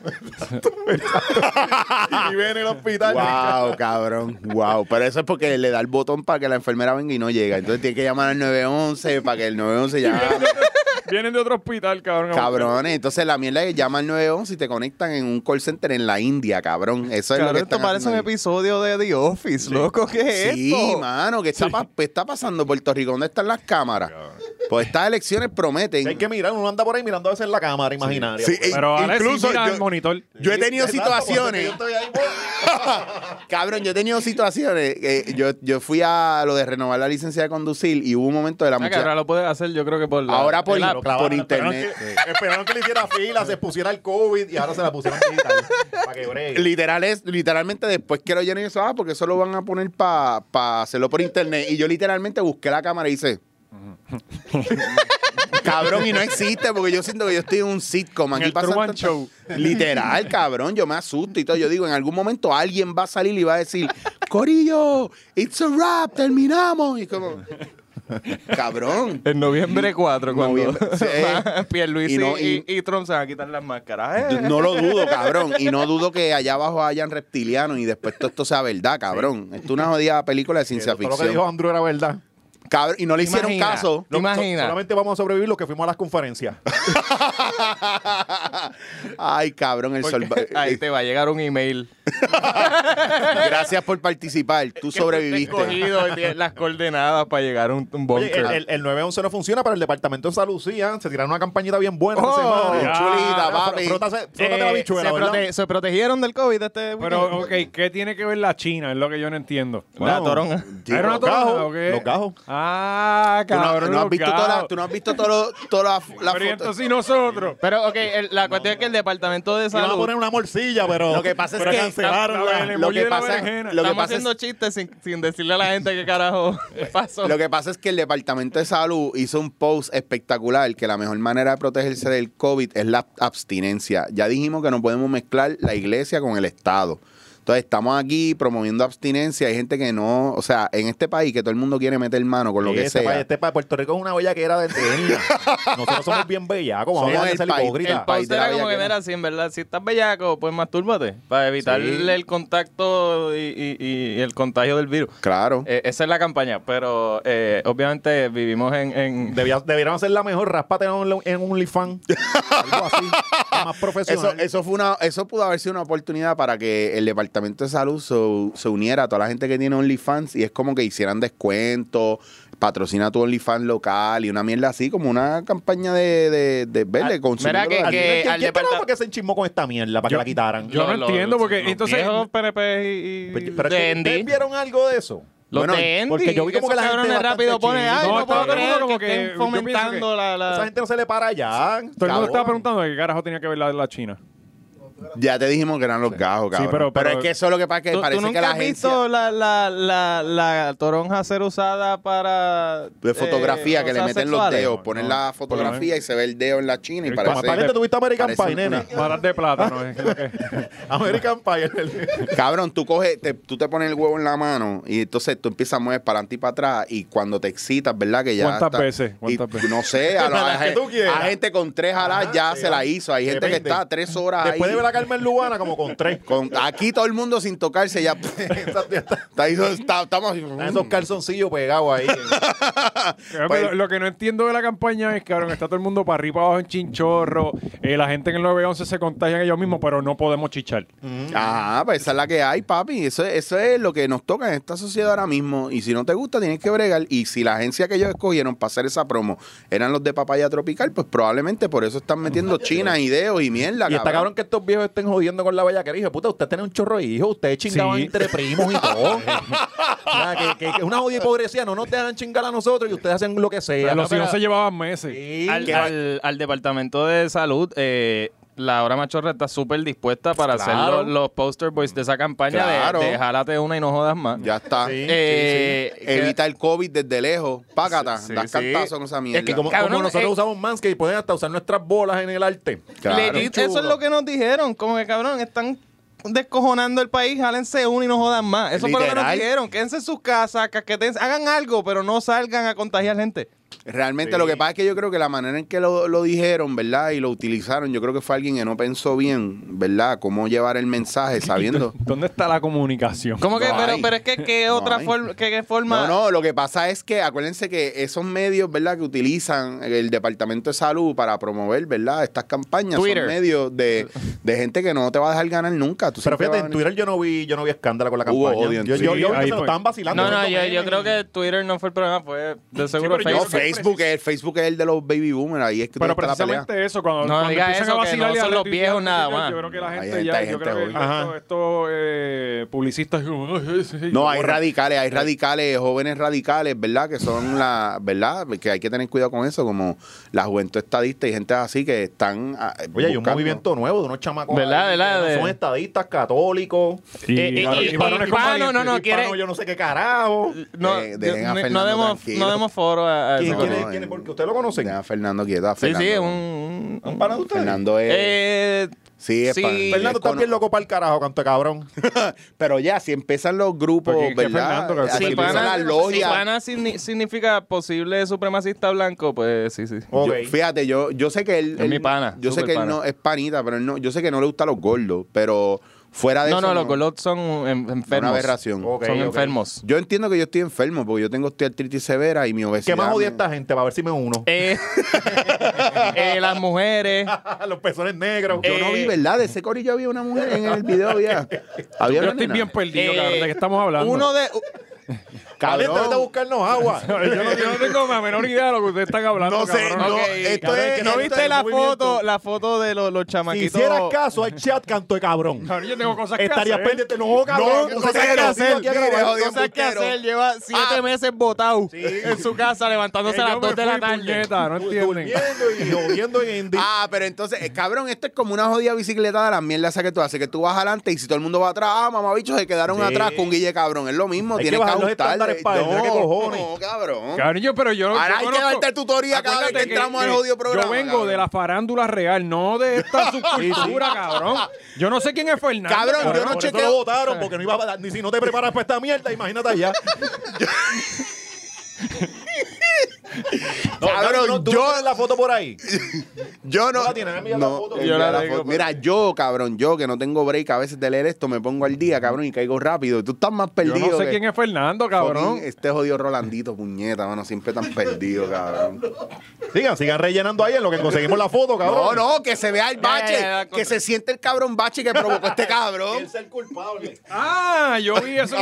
Speaker 5: Y vive en el hospital.
Speaker 2: Wow, cabrón. Wow. Pero eso es porque le da el botón para que la enfermera venga y no llega. Entonces tiene que llamar al 911 para que el 911 llame.
Speaker 1: Vienen de otro hospital, cabrón.
Speaker 2: Cabrones, entonces la mierda es que llama al 911 y te conectan en un call center en la India, cabrón. Eso es
Speaker 4: Claro,
Speaker 2: lo que
Speaker 4: esto
Speaker 2: están
Speaker 4: parece un
Speaker 2: haciendo ahí.
Speaker 4: episodio de The Office, loco. ¿Qué es
Speaker 2: Sí,
Speaker 4: esto? Ah,
Speaker 2: mano, ¿qué está, pa- está pasando en Puerto Rico? ¿Dónde están las cámaras? Pues estas elecciones prometen.
Speaker 5: Si hay que mirar, uno anda por ahí mirando a veces la cámara imaginaria.
Speaker 2: Sí,
Speaker 5: Pues.
Speaker 1: Pero Alex,
Speaker 2: Eh, Incluso
Speaker 1: incluso mira
Speaker 2: yo-
Speaker 1: el monitor.
Speaker 2: Yo he tenido
Speaker 5: Exacto, cuando
Speaker 2: situaciones.
Speaker 5: Yo estoy ahí, pues.
Speaker 2: Cabrón, yo he tenido situaciones. eh, yo, yo fui a lo de renovar la licencia de conducir y hubo un momento de la
Speaker 4: Ah, que ahora
Speaker 2: muchacha.
Speaker 4: lo puedes hacer, yo creo que por la-
Speaker 2: Ahora por,
Speaker 4: el app.
Speaker 5: Lo clavaron,
Speaker 2: por
Speaker 5: esperaron
Speaker 2: internet.
Speaker 5: que- Esperaron que le hiciera fila, se pusiera el COVID y ahora se la pusieron digital. para que bregue.
Speaker 2: Literal es, literalmente después que lo llenen eso, ah, porque eso lo van a poner para hacerlo por internet. Y yo literalmente busqué la cámara y hice. cabrón, y no existe, porque yo siento que yo estoy en un sitcom. Aquí
Speaker 1: el
Speaker 2: pasan
Speaker 1: Truman
Speaker 2: tantas-
Speaker 1: Show.
Speaker 2: Literal, cabrón, yo me asusto y todo. Yo digo, en algún momento alguien va a salir y va a decir, Corillo, it's a wrap, terminamos. Y como, cabrón.
Speaker 4: En noviembre 4, cuando
Speaker 2: Noviembre, sí.
Speaker 4: Pierluisi
Speaker 2: Y
Speaker 4: y,
Speaker 2: no- y-
Speaker 4: y Trump se van a quitar las máscaras. ¿eh?
Speaker 2: No lo dudo, cabrón. Y no dudo que allá abajo hayan reptilianos y después todo esto sea verdad, cabrón. Esto es una jodida película de ciencia
Speaker 5: Todo lo que
Speaker 2: ficción.
Speaker 5: dijo Andrew era verdad.
Speaker 2: Cabrón, y no le hicieron
Speaker 4: Imagina,
Speaker 2: caso.
Speaker 4: ¿Te imaginas?
Speaker 5: So- solamente vamos a sobrevivir los que fuimos a las conferencias.
Speaker 2: Ay, cabrón, el sol. eh,
Speaker 4: Porque ahí te va a llegar un email.
Speaker 2: Gracias por participar. Tú sobreviviste.
Speaker 4: Cogido y tiene las coordenadas para llegar a un, un
Speaker 5: Oye, el,
Speaker 4: búnker.
Speaker 5: el- el 911 no funciona, pero el departamento de San Lucía se tiraron una campañita bien buena.
Speaker 4: Oh,
Speaker 5: esta semana.
Speaker 2: ya. Chulita, papi.
Speaker 5: Frótase-
Speaker 4: Eh,
Speaker 5: frótate la bichuela,
Speaker 4: se,
Speaker 5: ¿verdad?
Speaker 4: prote- se protegieron del COVID este
Speaker 1: Pero,
Speaker 4: weekend.
Speaker 1: ok, ¿qué tiene que ver la China? Es lo que yo no entiendo.
Speaker 4: la
Speaker 5: Bueno,
Speaker 4: toronja.
Speaker 1: ¿Era una
Speaker 5: los gajos,
Speaker 1: toronja o qué?
Speaker 5: los gajos.
Speaker 1: Ah,
Speaker 2: Tú no,
Speaker 1: cabrón.
Speaker 2: no has
Speaker 1: los
Speaker 2: visto todas
Speaker 1: gajos.
Speaker 2: las- tú no has visto todas las las
Speaker 1: Pero ¿y
Speaker 2: fotos.
Speaker 1: entonces ¿y nosotros?
Speaker 4: Pero, ok, el- la cuestión es que el departamento de
Speaker 5: Iban a
Speaker 4: salud.
Speaker 5: poner una morcilla, pero.
Speaker 2: Lo que pasa es
Speaker 5: pero
Speaker 2: que-
Speaker 5: cancelaron
Speaker 1: La-
Speaker 5: la-
Speaker 1: la- el
Speaker 2: lo
Speaker 1: emoji
Speaker 2: que
Speaker 1: de la
Speaker 2: pasa-
Speaker 1: berenjena.
Speaker 2: lo que
Speaker 4: Estamos
Speaker 2: pasa es-
Speaker 4: haciendo chistes sin, sin decirle a la gente qué carajo pasó.
Speaker 2: Lo que pasa es que el Departamento de Salud hizo un post espectacular que la mejor manera de protegerse del COVID es la abstinencia. Ya dijimos que no podemos mezclar la iglesia con el Estado. Entonces estamos aquí promoviendo abstinencia. Hay gente que no, o sea, en este país que todo el mundo quiere meter mano con lo que
Speaker 5: Este país-
Speaker 2: sea.
Speaker 5: este país, Puerto Rico es una olla que era de Nosotros somos bien bellacos, vamos
Speaker 2: Somos
Speaker 5: a
Speaker 2: el
Speaker 5: ser
Speaker 2: país-
Speaker 5: hipócritas.
Speaker 2: el
Speaker 4: el
Speaker 2: país
Speaker 4: post
Speaker 2: de la
Speaker 4: era
Speaker 2: vida
Speaker 4: como que,
Speaker 2: que
Speaker 4: mira, si en verdad, si estás bellaco, pues mastúrbate. Para evitar
Speaker 2: Sí.
Speaker 4: el contacto y, y- y el contagio del virus.
Speaker 2: Claro.
Speaker 4: Eh, esa es la campaña, pero eh, obviamente vivimos en. en-
Speaker 5: Debía- deberían hacer la mejor, raspate en un, en un OnlyFans. Algo así, más
Speaker 2: Eso, eh,
Speaker 5: profesional.
Speaker 2: eso, fue una, eso pudo haber sido una oportunidad para que el Departamento de Salud se, se uniera a toda la gente que tiene OnlyFans y es como que hicieran descuentos, patrocina tu OnlyFans local y una mierda así, como una campaña de, de, de verle,
Speaker 4: Ah,
Speaker 2: consumir
Speaker 4: mira
Speaker 2: lo
Speaker 4: que-
Speaker 2: de-
Speaker 5: Al final,
Speaker 4: que
Speaker 5: ¿quién-
Speaker 4: al
Speaker 5: ¿Quién
Speaker 4: departa-
Speaker 5: para que se enchismó con esta mierda para que
Speaker 1: Yo-
Speaker 5: la quitaran?
Speaker 1: yo no entiendo, porque entonces-
Speaker 4: viejos PNP y. y-
Speaker 5: Pues, Pero- pero es que
Speaker 4: de
Speaker 5: ¿ustedes
Speaker 4: Andy.
Speaker 5: vieron algo de eso?
Speaker 4: Los
Speaker 2: Bueno,
Speaker 4: de Andy,
Speaker 5: porque yo vi como
Speaker 4: esos
Speaker 5: que la gente
Speaker 4: cabrones
Speaker 5: bastante
Speaker 4: rápido pone,
Speaker 5: chida.
Speaker 4: ay,
Speaker 1: No,
Speaker 4: no,
Speaker 1: está
Speaker 4: puedo
Speaker 1: bien,
Speaker 4: creer
Speaker 1: como
Speaker 4: que,
Speaker 1: que-
Speaker 4: estén
Speaker 1: yo pienso
Speaker 4: fomentando la... la-
Speaker 5: Esa gente no se le para allá.
Speaker 1: Todo el mundo estaba
Speaker 5: cabrón.
Speaker 1: preguntando qué carajo tenía que ver la de la China.
Speaker 2: Ya te dijimos que eran los gajos, cabrón. pero,
Speaker 1: pero- pero-
Speaker 2: es que eso es lo que pasa, que
Speaker 4: ¿Tú, tú
Speaker 2: parece
Speaker 4: nunca
Speaker 2: que la
Speaker 4: has
Speaker 2: agencia...
Speaker 4: visto la, la, la, la toronja ser usada para...
Speaker 2: De fotografía,
Speaker 4: eh,
Speaker 2: que le
Speaker 4: cosas
Speaker 2: meten los
Speaker 4: sexuales?
Speaker 2: dedos, ponen la fotografía y se ve el dedo en la China y
Speaker 1: Y
Speaker 2: parece...
Speaker 5: Papá, que te tuviste American
Speaker 2: parece
Speaker 5: Pie, nena.
Speaker 1: Matas de plátano. es lo que-
Speaker 5: American Pie. el-
Speaker 2: Cabrón, tú coges, te- tú te pones el huevo en la mano y entonces tú empiezas a mover para adelante y para atrás y cuando te excitas, ¿verdad? Que ya
Speaker 1: ¿Cuántas
Speaker 2: está-
Speaker 1: veces?
Speaker 2: y
Speaker 1: ¿Cuántas veces?
Speaker 2: No sé, a, la-
Speaker 5: Las que tú quieras.
Speaker 2: a gente con tres alas ya se la hizo. Hay gente que
Speaker 5: Depende.
Speaker 2: está tres horas ahí.
Speaker 5: Después de ver a Carmen Lubana, como con tres.
Speaker 2: con- aquí todo el mundo sin tocarse ya.
Speaker 5: Esa- esa-
Speaker 2: está ahí, está- estamos...
Speaker 5: Esos calzoncillos pegados ahí.
Speaker 2: Pues-
Speaker 1: lo, lo que no entiendo de la campaña es que cabrón, está todo el mundo para arriba para abajo en chinchorro. eh, la gente en el 911 se contagian ellos mismos, pero no podemos chichar.
Speaker 2: Ajá, pues esa es la que hay, papi. Eso, es- eso es lo que nos toca en esta sociedad ahora mismo. Y si no te gusta, tienes que bregar. Y si la agencia que ellos escogieron para hacer esa promo eran los de Papaya Tropical, pues probablemente por eso están metiendo chinas, ideos y mierda.
Speaker 5: Y está cabrón que estos viejos estén jodiendo con la bellaquería. Hijo de puta, usted tiene un chorro de hijos, ustedes chingaban
Speaker 1: Sí.
Speaker 5: entre primos y todo. O sea, que, que- que es una jodida hipocresía. No nos dejan chingar a nosotros y ustedes hacen lo que sea.
Speaker 1: Pero los
Speaker 5: Pero-
Speaker 1: hijos se llevaban meses.
Speaker 5: Sí.
Speaker 4: al, al- al departamento de salud, eh, la hora machorra está súper dispuesta para hacer
Speaker 5: Claro.
Speaker 4: los, los poster boys de esa campaña de-
Speaker 2: Claro.
Speaker 4: de, jálate una y no jodas más.
Speaker 2: Ya está.
Speaker 5: Sí,
Speaker 4: Eh, que-
Speaker 2: Evita el COVID desde lejos. Págata,
Speaker 4: Sí,
Speaker 2: das
Speaker 4: sí.
Speaker 2: cartazo con esa mierda.
Speaker 5: Es que como,
Speaker 4: Cabrón,
Speaker 5: como nosotros
Speaker 4: eh.
Speaker 5: usamos mans que pueden hasta usar nuestras bolas en el arte.
Speaker 2: Claro.
Speaker 4: Legit, eso es lo que nos dijeron, como que cabrón, están descojonando el país, jálense uno y no jodan más. Eso fue lo que
Speaker 2: Literal.
Speaker 4: nos dijeron, quédense en sus casas, casquetense, hagan algo, pero no salgan a contagiar gente.
Speaker 2: Realmente lo que pasa es que yo creo que la manera en que lo, lo dijeron, ¿verdad? Y lo utilizaron, yo creo que fue alguien que no pensó bien, ¿verdad? Cómo llevar el mensaje sabiendo.
Speaker 1: ¿Dónde está la comunicación?
Speaker 4: Como que,
Speaker 2: No
Speaker 4: pero,
Speaker 2: hay.
Speaker 4: pero es que qué
Speaker 2: No
Speaker 4: otra
Speaker 2: hay.
Speaker 4: forma, qué, qué forma.
Speaker 2: No, no, lo que pasa es que acuérdense que esos medios, ¿verdad? Que utilizan el Departamento de Salud para promover, ¿verdad? Estas campañas
Speaker 4: Twitter.
Speaker 2: son medios de, de gente que no te va a dejar ganar nunca. Tú
Speaker 5: Pero
Speaker 2: siempre
Speaker 5: fíjate,
Speaker 2: vas a
Speaker 5: en
Speaker 2: venir-
Speaker 5: Twitter yo no vi, yo no vi escándalo con la
Speaker 2: Hubo
Speaker 5: campaña.
Speaker 2: odio en
Speaker 5: yo, yo,
Speaker 1: Twitter.
Speaker 5: yo vi
Speaker 1: Ahí
Speaker 5: que se lo
Speaker 1: fue.
Speaker 5: estaban vacilando.
Speaker 4: No, no,
Speaker 5: haciendo
Speaker 4: yo, yo
Speaker 5: memes.
Speaker 4: creo que Twitter no fue el problema, fue de seguro
Speaker 1: pero yo-
Speaker 2: No,
Speaker 4: Facebook.
Speaker 2: Facebook es, Facebook es el de los baby boomers, ahí es que
Speaker 1: Pero
Speaker 2: donde está la pelea.
Speaker 1: precisamente eso, cuando,
Speaker 4: No
Speaker 1: cuando
Speaker 4: diga
Speaker 1: empiezan
Speaker 4: eso,
Speaker 1: a
Speaker 4: que
Speaker 1: vacilar
Speaker 4: no
Speaker 1: y a
Speaker 4: son los
Speaker 1: retuitear,
Speaker 4: viejos nada
Speaker 1: yo-
Speaker 4: más.
Speaker 1: Yo creo que la
Speaker 2: Hay
Speaker 1: gente
Speaker 2: gente-
Speaker 1: ya,
Speaker 2: hay
Speaker 1: yo
Speaker 2: gente
Speaker 1: creo que
Speaker 2: jodida.
Speaker 1: estos estos, eh, publicistas como, "Ay, ay, sí,
Speaker 2: No,
Speaker 1: yo
Speaker 2: hay
Speaker 1: borro".
Speaker 2: radicales, hay radicales, jóvenes radicales, ¿verdad? Que son la, ¿verdad? Que hay que tener cuidado con eso, como la juventud estadista y gente así que están. ah,
Speaker 5: Oye, hay un
Speaker 2: buscando.
Speaker 5: movimiento nuevo de unos chamacos.
Speaker 4: ¿Verdad,
Speaker 5: ahí que
Speaker 4: verdad?
Speaker 5: no
Speaker 4: De-
Speaker 5: Son estadistas católicos.
Speaker 1: Y-
Speaker 4: Eh, eh,
Speaker 1: y-
Speaker 4: y-
Speaker 1: y varones
Speaker 4: y-
Speaker 1: con
Speaker 4: hispano,
Speaker 1: valientes.
Speaker 4: no, no, quiere-
Speaker 5: Hispano, yo no sé qué carajo.
Speaker 4: No,
Speaker 2: Eh, dejen a
Speaker 4: yo-
Speaker 2: Fernando
Speaker 4: no, demos,
Speaker 2: tranquilo.
Speaker 4: no demos foro a, a
Speaker 5: ¿Quién,
Speaker 4: eso.
Speaker 5: quién es,
Speaker 2: no,
Speaker 5: quién es?
Speaker 2: eh.
Speaker 5: Porque ustedes lo conocen.
Speaker 2: Deja a Fernando quieto. a
Speaker 4: Sí,
Speaker 2: Fernando.
Speaker 4: sí, es un... un-
Speaker 5: ¿Un pana de ustedes?
Speaker 2: Fernando es.
Speaker 4: Eh,
Speaker 2: sí, es
Speaker 4: sí.
Speaker 2: pan-
Speaker 5: Fernando
Speaker 2: es cono-
Speaker 5: está bien loco para el carajo, canto de cabrón.
Speaker 2: Pero ya, si empiezan los grupos,
Speaker 1: Porque es que
Speaker 2: ¿verdad?
Speaker 1: Fernando, que
Speaker 2: Así
Speaker 1: se
Speaker 4: si
Speaker 1: Felipe
Speaker 2: empiezan
Speaker 4: pana,
Speaker 2: las logias.
Speaker 4: si pana signi- significa posible supremacista blanco, pues sí, sí.
Speaker 5: Ok.
Speaker 2: Yo- fíjate, yo, yo sé que él.
Speaker 4: Es
Speaker 2: él
Speaker 4: mi
Speaker 2: no-
Speaker 4: pana,
Speaker 2: Yo sé
Speaker 4: súper
Speaker 2: que él
Speaker 4: pana.
Speaker 2: no es panita, pero él no, yo sé que no le gustan los gordos, pero Fuera de
Speaker 4: No,
Speaker 2: eso.
Speaker 4: no, los gordos son en- enfermos. Oh.
Speaker 2: Una aberración.
Speaker 5: Ok,
Speaker 4: son
Speaker 5: ok.
Speaker 4: enfermos.
Speaker 2: Yo entiendo que yo estoy enfermo porque yo tengo osteoartritis severa y mi obesidad.
Speaker 5: ¿Qué más odia
Speaker 2: me-
Speaker 5: esta gente? Para ver si me uno.
Speaker 4: Eh, eh, las mujeres.
Speaker 5: Los pezones negros. Eh,
Speaker 2: Yo no vi, ¿verdad? De ese corillo había una mujer en el video. Había, había
Speaker 1: Yo
Speaker 2: una
Speaker 1: estoy
Speaker 2: nena.
Speaker 1: bien perdido,
Speaker 4: Eh,
Speaker 1: cabrón, de qué estamos hablando.
Speaker 4: Uno de.
Speaker 5: Caliente,
Speaker 2: Cabrón.
Speaker 5: vete a buscarnos agua.
Speaker 1: yo, no, yo no tengo la menor idea de lo que ustedes están hablando.
Speaker 5: No sé,
Speaker 1: cabrón.
Speaker 5: no,
Speaker 1: Ok,
Speaker 5: esto
Speaker 1: cabrón,
Speaker 5: es-
Speaker 1: que
Speaker 4: ¿No
Speaker 5: esto
Speaker 4: viste
Speaker 5: es
Speaker 4: la
Speaker 5: movimiento.
Speaker 4: foto, la foto de los, los
Speaker 5: Si
Speaker 4: chamaquitos?
Speaker 5: hicieras caso al chat, canto de cabrón.
Speaker 1: Cabrón, yo tengo cosas que
Speaker 5: Estarías
Speaker 1: hacer.
Speaker 5: pendiente. No, cabrón.
Speaker 2: No,
Speaker 5: No, sabes
Speaker 2: cero,
Speaker 5: qué hacer.
Speaker 2: tío, mire, jodido
Speaker 4: No sabes qué
Speaker 2: embustero.
Speaker 4: hacer, lleva siete meses botado en su casa levantándose
Speaker 1: Que
Speaker 4: a
Speaker 1: yo
Speaker 4: las
Speaker 1: me
Speaker 4: dos de la
Speaker 1: fui,
Speaker 4: tarde.
Speaker 1: puñeta, no entienden.
Speaker 5: Durmiendo y jodiendo en Indy.
Speaker 2: Ah, pero entonces, eh, cabrón, esto es como una jodida bicicleta de las mierdas esas que tú haces, que tú vas adelante y si todo el mundo va atrás, ah, mamabichos se quedaron
Speaker 5: Sí.
Speaker 2: atrás con Guille, cabrón. Es lo mismo,
Speaker 5: Hay que
Speaker 2: tienes que,
Speaker 5: bajar los
Speaker 2: ajustarle.
Speaker 5: estándares para adentro, ¿qué cojones?
Speaker 2: no, cabrón.
Speaker 1: Cabrón, yo, pero yo. yo
Speaker 2: Ahora hay que
Speaker 1: conozco-
Speaker 2: darte tutoría cada vez
Speaker 1: Acuérdate
Speaker 2: que entramos al jodido programa.
Speaker 1: Yo vengo
Speaker 2: cabrón.
Speaker 1: de la farándula real, no de esta subcultura, cabrón. Yo no sé quién es Fernando.
Speaker 2: Cabrón,
Speaker 5: Por
Speaker 2: yo no
Speaker 5: eso
Speaker 2: chequeo-
Speaker 5: lo votaron porque no iba a dar- ni si no te preparas para esta mierda, imagínate allá. No,
Speaker 2: Cabrón,
Speaker 5: no, tú
Speaker 2: yo-
Speaker 5: no tienes la foto por ahí.
Speaker 2: Yo no.
Speaker 5: No la tienes, envía la foto.
Speaker 2: envía
Speaker 4: Yo la
Speaker 2: la
Speaker 4: tengo,
Speaker 2: foto.
Speaker 4: pero-
Speaker 2: Mira, yo, cabrón, yo que no tengo break a veces de leer esto, me pongo al día, cabrón, y caigo rápido. Tú estás más
Speaker 1: Yo
Speaker 2: perdido.
Speaker 1: no sé
Speaker 2: que-
Speaker 1: quién es Fernando,
Speaker 2: Fucking
Speaker 1: cabrón.
Speaker 2: Este jodido Rolandito, puñeta, mano, siempre tan perdido, cabrón.
Speaker 5: Sigan, sigan rellenando ahí en lo que conseguimos la foto,
Speaker 2: No,
Speaker 5: cabrón.
Speaker 2: no, que se vea el bache,
Speaker 4: Ya, ya, ya,
Speaker 2: que se siente el cabrón bache que provocó este cabrón.
Speaker 5: es el culpable.
Speaker 1: Ah, yo vi eso. en el chat.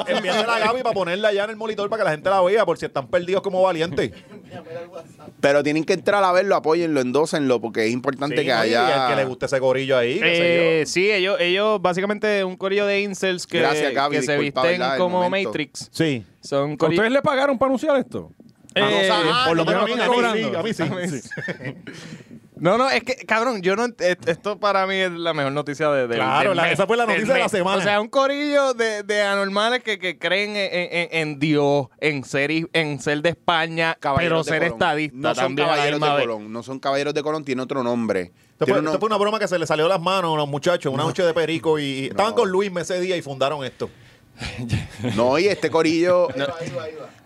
Speaker 2: Ah.
Speaker 5: Envíasela a Gaby para ponerla allá en el monitor para que la gente la vea por si están perdidos como valientes.
Speaker 2: Pero tienen que entrar a verlo, apóyenlo, endósenlo, porque es importante
Speaker 5: Sí,
Speaker 2: que
Speaker 5: no, y
Speaker 2: haya.
Speaker 5: al que le guste ese gorillo ahí, qué sé yo.
Speaker 4: Eh, sí, ellos, ellos básicamente un corillo de incels que,
Speaker 2: Gracias, Gaby,
Speaker 4: que se
Speaker 2: disculpa,
Speaker 4: visten
Speaker 2: ¿verdad? El
Speaker 4: como
Speaker 2: momento.
Speaker 4: Matrix.
Speaker 5: Sí.
Speaker 4: Son
Speaker 1: ¿A
Speaker 4: corillos.
Speaker 1: ¿Ustedes le pagaron para anunciar esto?
Speaker 4: Eh,
Speaker 5: por lo
Speaker 1: yo
Speaker 5: menos a
Speaker 1: no
Speaker 5: mí,
Speaker 1: estoy
Speaker 5: a mí sí,
Speaker 1: cobrando.
Speaker 5: a mí sí, sí.
Speaker 4: No, no, es que, cabrón, yo no. ent- est- Esto para mí es la mejor noticia de. del-
Speaker 5: Claro,
Speaker 4: del
Speaker 5: la-
Speaker 4: mes,
Speaker 5: esa fue la
Speaker 4: del
Speaker 5: noticia de la
Speaker 4: mes.
Speaker 5: semana.
Speaker 4: O sea, un corillo de, de anormales que, que creen en, en- en Dios, en ser, i- en ser de España,
Speaker 2: Caballeros de
Speaker 4: pero ser
Speaker 2: Colón.
Speaker 4: estadista.
Speaker 2: No son
Speaker 4: también a la
Speaker 2: caballeros de
Speaker 4: misma vez.
Speaker 2: Colón, no son caballeros de Colón, tiene otro nombre.
Speaker 5: Esto
Speaker 2: Tiene
Speaker 5: fue,
Speaker 2: uno-
Speaker 5: esto fue una broma que se le salió de las manos a los muchachos, una noche de perico y estaban con Luis ese día y fundaron esto.
Speaker 2: No, y este corillo.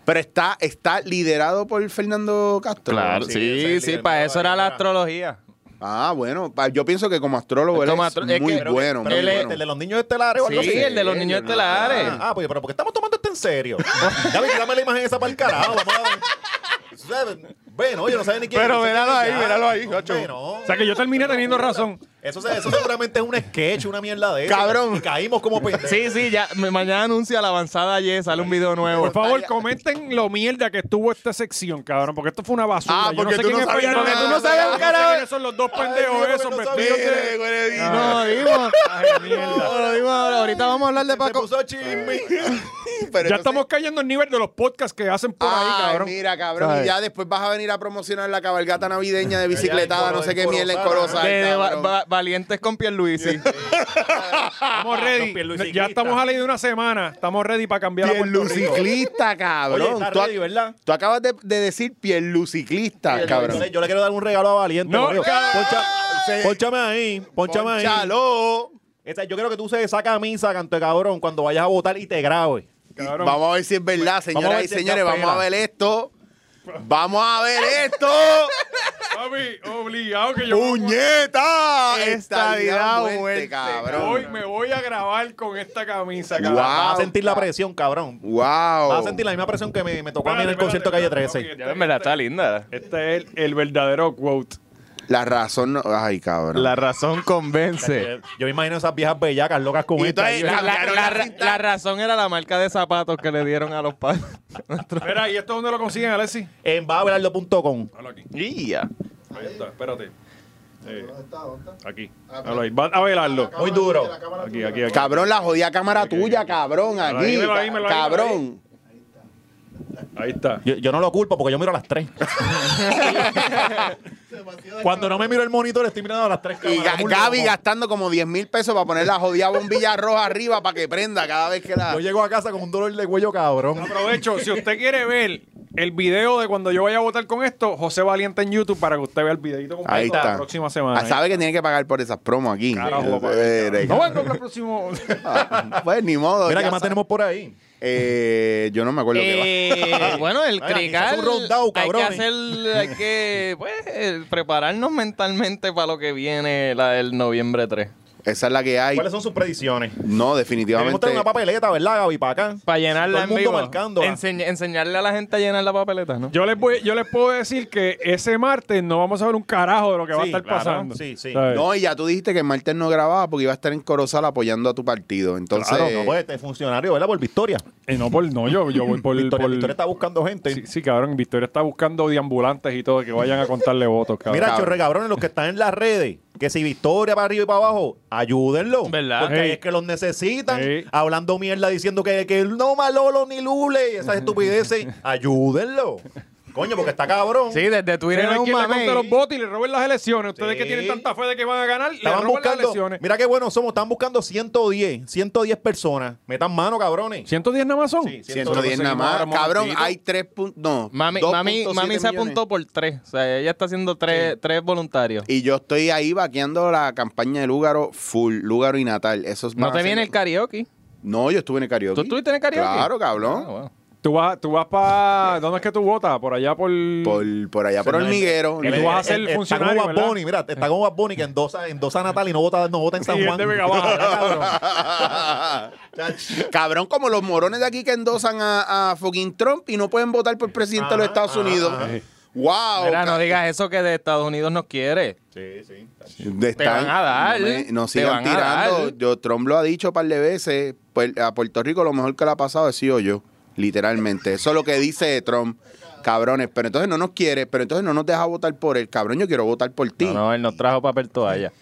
Speaker 2: Pero está, está liderado por Fernando Castro.
Speaker 4: Claro,
Speaker 5: Sí,
Speaker 4: sí,
Speaker 5: ese
Speaker 4: sí,
Speaker 5: es el líder
Speaker 4: para
Speaker 5: de
Speaker 4: eso era la
Speaker 5: Baviera.
Speaker 4: astrología.
Speaker 2: Ah, bueno, pa- yo pienso que como astrólogo él
Speaker 4: Como
Speaker 2: es
Speaker 4: astro- es
Speaker 2: muy
Speaker 4: que- pero-
Speaker 2: bueno. Eh,
Speaker 5: Pero
Speaker 2: muy
Speaker 5: el,
Speaker 2: bueno.
Speaker 5: el de los niños estelares o
Speaker 4: Sí,
Speaker 5: algo así.
Speaker 4: el de los niños
Speaker 2: no,
Speaker 4: estelares.
Speaker 5: Ah, pues, pero porque estamos tomando esto en serio. David, dame la imagen esa para el carajo. Vamos a ver. ¿Sabes? Bueno, yo no sabía ni quién
Speaker 4: Pero
Speaker 5: no sé
Speaker 4: véralo
Speaker 5: quién es
Speaker 4: ahí,
Speaker 5: ya.
Speaker 4: véralo ahí,
Speaker 5: Hombre,
Speaker 4: Nacho.
Speaker 5: no.
Speaker 1: O sea, que yo terminé teniendo razón.
Speaker 5: Eso, se- eso seguramente es un sketch, una mierda de eso.
Speaker 2: Cabrón.
Speaker 5: Y caímos como pendejos.
Speaker 4: Sí, sí, ya me- mañana anuncia la avanzada ayer, sale un video nuevo.
Speaker 1: Por favor, comenten lo mierda que estuvo esta sección, cabrón, porque esto fue una basura.
Speaker 2: Ah,
Speaker 1: Yo no
Speaker 2: porque
Speaker 1: sé
Speaker 2: tú
Speaker 1: quién
Speaker 2: no
Speaker 1: es
Speaker 2: sabías
Speaker 1: Fernando.
Speaker 2: nada.
Speaker 1: Tú no sabías,
Speaker 2: Yo no sé
Speaker 1: carajo.
Speaker 4: quiénes
Speaker 1: son los dos
Speaker 5: pendejos
Speaker 1: pendejos
Speaker 5: Ay, no, esos
Speaker 1: esos
Speaker 5: porque no
Speaker 1: vestidos
Speaker 5: vestidos sabía.
Speaker 1: de...
Speaker 5: de-
Speaker 4: No, dimos. No, dimos ahora. Ahorita vamos a hablar de
Speaker 5: Se
Speaker 4: Paco.
Speaker 5: puso chisme.
Speaker 2: Pero
Speaker 1: Ya
Speaker 2: entonces-
Speaker 1: estamos cayendo al nivel de los podcasts que hacen por ahí,
Speaker 2: Ay,
Speaker 1: cabrón.
Speaker 2: Mira, cabrón, y ya después vas a venir a promocionar la cabalgata navideña de
Speaker 5: Allá
Speaker 2: bicicletada,
Speaker 5: en Coro-
Speaker 2: no sé qué
Speaker 5: en
Speaker 2: mierda en
Speaker 5: Corozal.
Speaker 2: Corozal,
Speaker 4: De- de va-
Speaker 2: cabrón.
Speaker 4: va- valientes con Pierluisi.
Speaker 1: Estamos ready.
Speaker 5: Pierluisi
Speaker 1: Ya
Speaker 5: ciclista.
Speaker 1: estamos a ley de una semana. Estamos ready para cambiar la Puerto Rico.
Speaker 2: Pierluciclista,
Speaker 5: Oye,
Speaker 2: cabrón.
Speaker 5: está
Speaker 2: tú, ac-
Speaker 5: ready, ¿verdad?
Speaker 2: tú acabas de, de decir pierluciclista, cabrón.
Speaker 5: Yo le quiero dar un regalo a Valiente.
Speaker 1: No,
Speaker 5: Mario.
Speaker 1: cabrón.
Speaker 5: Poncha- Ponchame ahí, ponchame ahí.
Speaker 2: Ponchalo.
Speaker 5: Esa- yo creo que tú uses esa camisa, canto de cabrón, cuando vayas a votar y te grabes.
Speaker 1: Cabrón.
Speaker 2: Vamos a ver si es verdad,
Speaker 5: Vamos a
Speaker 2: señoras
Speaker 5: ver
Speaker 2: y
Speaker 5: si es
Speaker 2: señores.
Speaker 5: capela.
Speaker 2: Vamos a ver esto. Vamos a ver esto.
Speaker 1: Papi, obligado que yo.
Speaker 2: ¡Puñeta!
Speaker 4: Estadidad
Speaker 2: Estadidad
Speaker 4: o
Speaker 2: muerte,
Speaker 4: muerte,
Speaker 1: Hoy
Speaker 2: cabrón.
Speaker 1: me voy a grabar con esta camisa,
Speaker 2: Wow.
Speaker 1: cabrón.
Speaker 5: Vas a sentir la presión, cabrón.
Speaker 2: Wow.
Speaker 5: Vas a sentir la misma presión que me, me tocó a mí en el
Speaker 1: Espérate,
Speaker 5: concierto Calle
Speaker 1: espérate,
Speaker 5: 13.
Speaker 1: espérate,
Speaker 4: Ya me la está linda.
Speaker 1: Este es el, el verdadero quote.
Speaker 2: La razón no. Ay, cabrón.
Speaker 4: La razón convence.
Speaker 5: Eh, Yo me imagino esas viejas bellacas locas con
Speaker 2: Y
Speaker 5: esta.
Speaker 2: entonces-
Speaker 5: ahí.
Speaker 4: La, la- la- la- la razón era la marca de zapatos que le dieron a los padres.
Speaker 1: Espera, ¿y esto dónde lo consiguen, Alexi?
Speaker 5: En babelardo.com.
Speaker 1: Habla aquí.
Speaker 4: Ya.
Speaker 1: Ahí está, espérate. Eh,
Speaker 6: ¿Dónde está? ¿Dónde está?
Speaker 1: aquí. Habla ahí. Va a velarlo.
Speaker 5: Muy duro.
Speaker 6: La cámara
Speaker 1: Aquí,
Speaker 6: tuya.
Speaker 1: aquí, aquí.
Speaker 2: Eh, Cabrón, la jodida cámara tuya, cabrón.
Speaker 1: Dímelo
Speaker 2: Aquí.
Speaker 1: ahí, dímelo ahí, dímelo ahí.
Speaker 2: cabrón.
Speaker 1: Ahí está.
Speaker 5: Yo, yo no lo culpo porque yo miro a las 3. Cuando no me miro el monitor, estoy mirando a las 3.
Speaker 2: Y Ga- Gaby gastando como 10 mil pesos para poner la jodida bombilla roja arriba para que prenda cada vez que la.
Speaker 5: Yo llego a casa con un dolor de cuello, cabrón.
Speaker 1: Aprovecho, si usted quiere ver el video de cuando yo vaya a votar con esto, José Valiente en YouTube para que usted vea el videito completo
Speaker 2: Ahí está.
Speaker 1: la próxima semana.
Speaker 2: Ah,
Speaker 5: ¿eh?
Speaker 2: sabe que tiene que pagar por esas promos aquí.
Speaker 1: Carajo, papá.
Speaker 2: Eh,
Speaker 1: No vengo para el próximo.
Speaker 2: ah, Pues ni modo.
Speaker 5: Mira,
Speaker 2: ya
Speaker 5: ¿qué más
Speaker 2: sabe.
Speaker 5: tenemos por ahí?
Speaker 2: Eh, yo no me acuerdo qué
Speaker 4: Eh, bueno, el
Speaker 5: Mira,
Speaker 4: crical.
Speaker 5: hizo un rundown,
Speaker 4: hay que
Speaker 5: cabrones.
Speaker 4: hacer, hay que pues, eh, prepararnos mentalmente para lo que viene la del noviembre 3.
Speaker 2: Esa es la que hay.
Speaker 5: ¿Cuáles son sus predicciones?
Speaker 2: No,
Speaker 5: Debemos
Speaker 2: definitivamente.
Speaker 5: traer una papeleta, ¿verdad, Gaby? Para acá.
Speaker 4: Para llenarla
Speaker 5: Todo el
Speaker 4: en
Speaker 5: mundo
Speaker 4: vivo.
Speaker 5: marcándola.
Speaker 4: Enseñ- enseñarle a la gente a llenar la papeleta, ¿no?
Speaker 1: Yo les, voy, yo les puedo decir que ese martes no vamos a ver un carajo de lo que va a
Speaker 5: Sí,
Speaker 1: estar
Speaker 5: claro.
Speaker 1: pasando.
Speaker 5: Sí, sí.
Speaker 1: ¿Sabes?
Speaker 2: No, y ya tú dijiste que el martes no grababa porque iba a estar en Corozal apoyando a tu partido. Entonces,
Speaker 5: Claro, no puede este funcionario, ¿verdad? Por Victoria.
Speaker 1: Y no, por, no yo, yo voy por...
Speaker 5: Victoria,
Speaker 1: por-
Speaker 5: Victoria está buscando gente.
Speaker 1: Sí, sí, cabrón, Victoria está buscando deambulantes y todo, que vayan a contarle votos, cabrón.
Speaker 5: Mira,
Speaker 2: cabrón.
Speaker 5: chorre cabrones, los que están en las redes, que si Victoria para arriba y para abajo, ayúdenlo.
Speaker 4: ¿Verdad?
Speaker 5: Porque
Speaker 1: Ey.
Speaker 5: es que los necesitan,
Speaker 1: Ey.
Speaker 5: hablando mierda, diciendo que, que no malolo ni lule y esas estupideces. ayúdenlo. Coño, porque está cabrón.
Speaker 4: Sí, desde
Speaker 1: Pero
Speaker 4: Twitter
Speaker 1: hay
Speaker 4: es un
Speaker 1: quien le
Speaker 4: mame.
Speaker 2: eh.
Speaker 1: compte los votos y le roben las elecciones. Ustedes
Speaker 5: Sí.
Speaker 1: que tienen tanta fe de que van a ganar, le
Speaker 5: Estaban
Speaker 1: roban las
Speaker 5: buscando,
Speaker 1: elecciones.
Speaker 5: mira qué bueno somos, están buscando 110, 110 personas. Metan mano, cabrones.
Speaker 1: 110 nada más son.
Speaker 5: Sí,
Speaker 2: 110 nada
Speaker 1: Seguimos
Speaker 2: más.
Speaker 1: ahora,
Speaker 2: Cabrón,
Speaker 1: momentito.
Speaker 2: hay tres puntos. No.
Speaker 4: Mami, mami,
Speaker 2: 2.7
Speaker 4: mami se
Speaker 2: millones.
Speaker 4: apuntó por tres. O sea, ella está haciendo tres, tres voluntarios.
Speaker 2: Y yo estoy ahí vaqueando la campaña de Lúgaro full, Lúgaro y Natal. Eso es
Speaker 4: No te viene el karaoke.
Speaker 2: No, yo estuve en el karaoke.
Speaker 4: ¿Tú estuviste en el karaoke?
Speaker 2: Claro, cabrón.
Speaker 4: Ah, bueno.
Speaker 1: Tú vas, tú vas para... ¿Dónde es que tú votas? Por allá, por...
Speaker 2: por, por allá, por Hormiguero.
Speaker 1: el-
Speaker 5: Eh,
Speaker 1: tú vas a ser
Speaker 5: eh, está
Speaker 1: funcionario,
Speaker 5: con Bad
Speaker 1: ¿verdad?
Speaker 5: Bunny, mira, está con Bad Bunny que endosa, endosa a Natal y no vota, no vota en San
Speaker 1: Y es
Speaker 5: Juan.
Speaker 1: de Vega Baja.
Speaker 5: Ya, cabrón.
Speaker 2: Cabrón, como los morones de aquí que endosan a, a fucking Trump y no pueden votar por presidente de los Estados Unidos. ¡Wow!
Speaker 4: Mira, no digas eso que de Estados Unidos nos quiere.
Speaker 5: Sí, sí. tacho.
Speaker 2: De-
Speaker 4: Te van a dar, eh.
Speaker 2: No, me- nos
Speaker 4: te
Speaker 2: sigan
Speaker 4: van a dar.
Speaker 2: tirando. Yo, Trump lo ha dicho un par de veces. pues, a Puerto Rico lo mejor que le ha pasado ha sido yo. Literalmente. Eso es lo que dice Trump. Cabrones. Pero entonces no nos quiere. Pero entonces no nos deja votar por él. Cabrón, yo quiero votar por ti.
Speaker 4: No, no, él nos trajo papel toalla.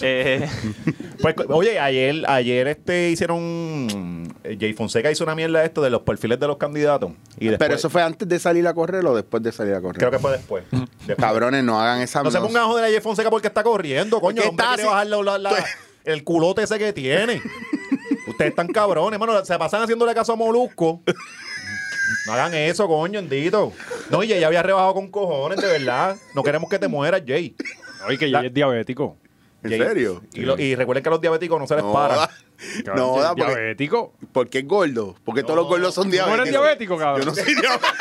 Speaker 4: Eh,
Speaker 5: Pues, co- oye, ayer, ayer este hicieron. eh, Jay Fonseca hizo una mierda de esto de los perfiles de los candidatos. Y después,
Speaker 2: pero eso fue antes de salir a correr o después de salir a correr.
Speaker 5: Creo que fue después. Después.
Speaker 2: Cabrones, no hagan esa
Speaker 5: No se
Speaker 2: nos-
Speaker 5: pongan a joder a Jay Fonseca porque está corriendo, coño.
Speaker 2: ¿Qué
Speaker 5: El hombre
Speaker 2: está Pues.
Speaker 5: quiere bajar
Speaker 2: haciendo?
Speaker 5: la- la- la- el culote ese que tiene. Ustedes están cabrones, mano. Se pasan haciéndole caso a Molusco. No hagan eso, coño, endito. No, Jay ya había rebajado con cojones, de verdad. No queremos que te mueras, Jay.
Speaker 1: Oye, que
Speaker 5: La-
Speaker 1: ya es diabético.
Speaker 2: ¿En
Speaker 5: Jay-
Speaker 2: serio?
Speaker 5: Y, lo- y recuerden que a los diabéticos no se les
Speaker 2: No,
Speaker 5: para.
Speaker 2: da- no,
Speaker 1: Jay es
Speaker 2: da, porque,
Speaker 1: diabético.
Speaker 2: porque es gordo. Porque todos los gordos son
Speaker 1: ¿Tú no
Speaker 2: diabéticos.
Speaker 1: eres diabético,
Speaker 2: Yo
Speaker 1: cabrón?
Speaker 2: no soy diabético.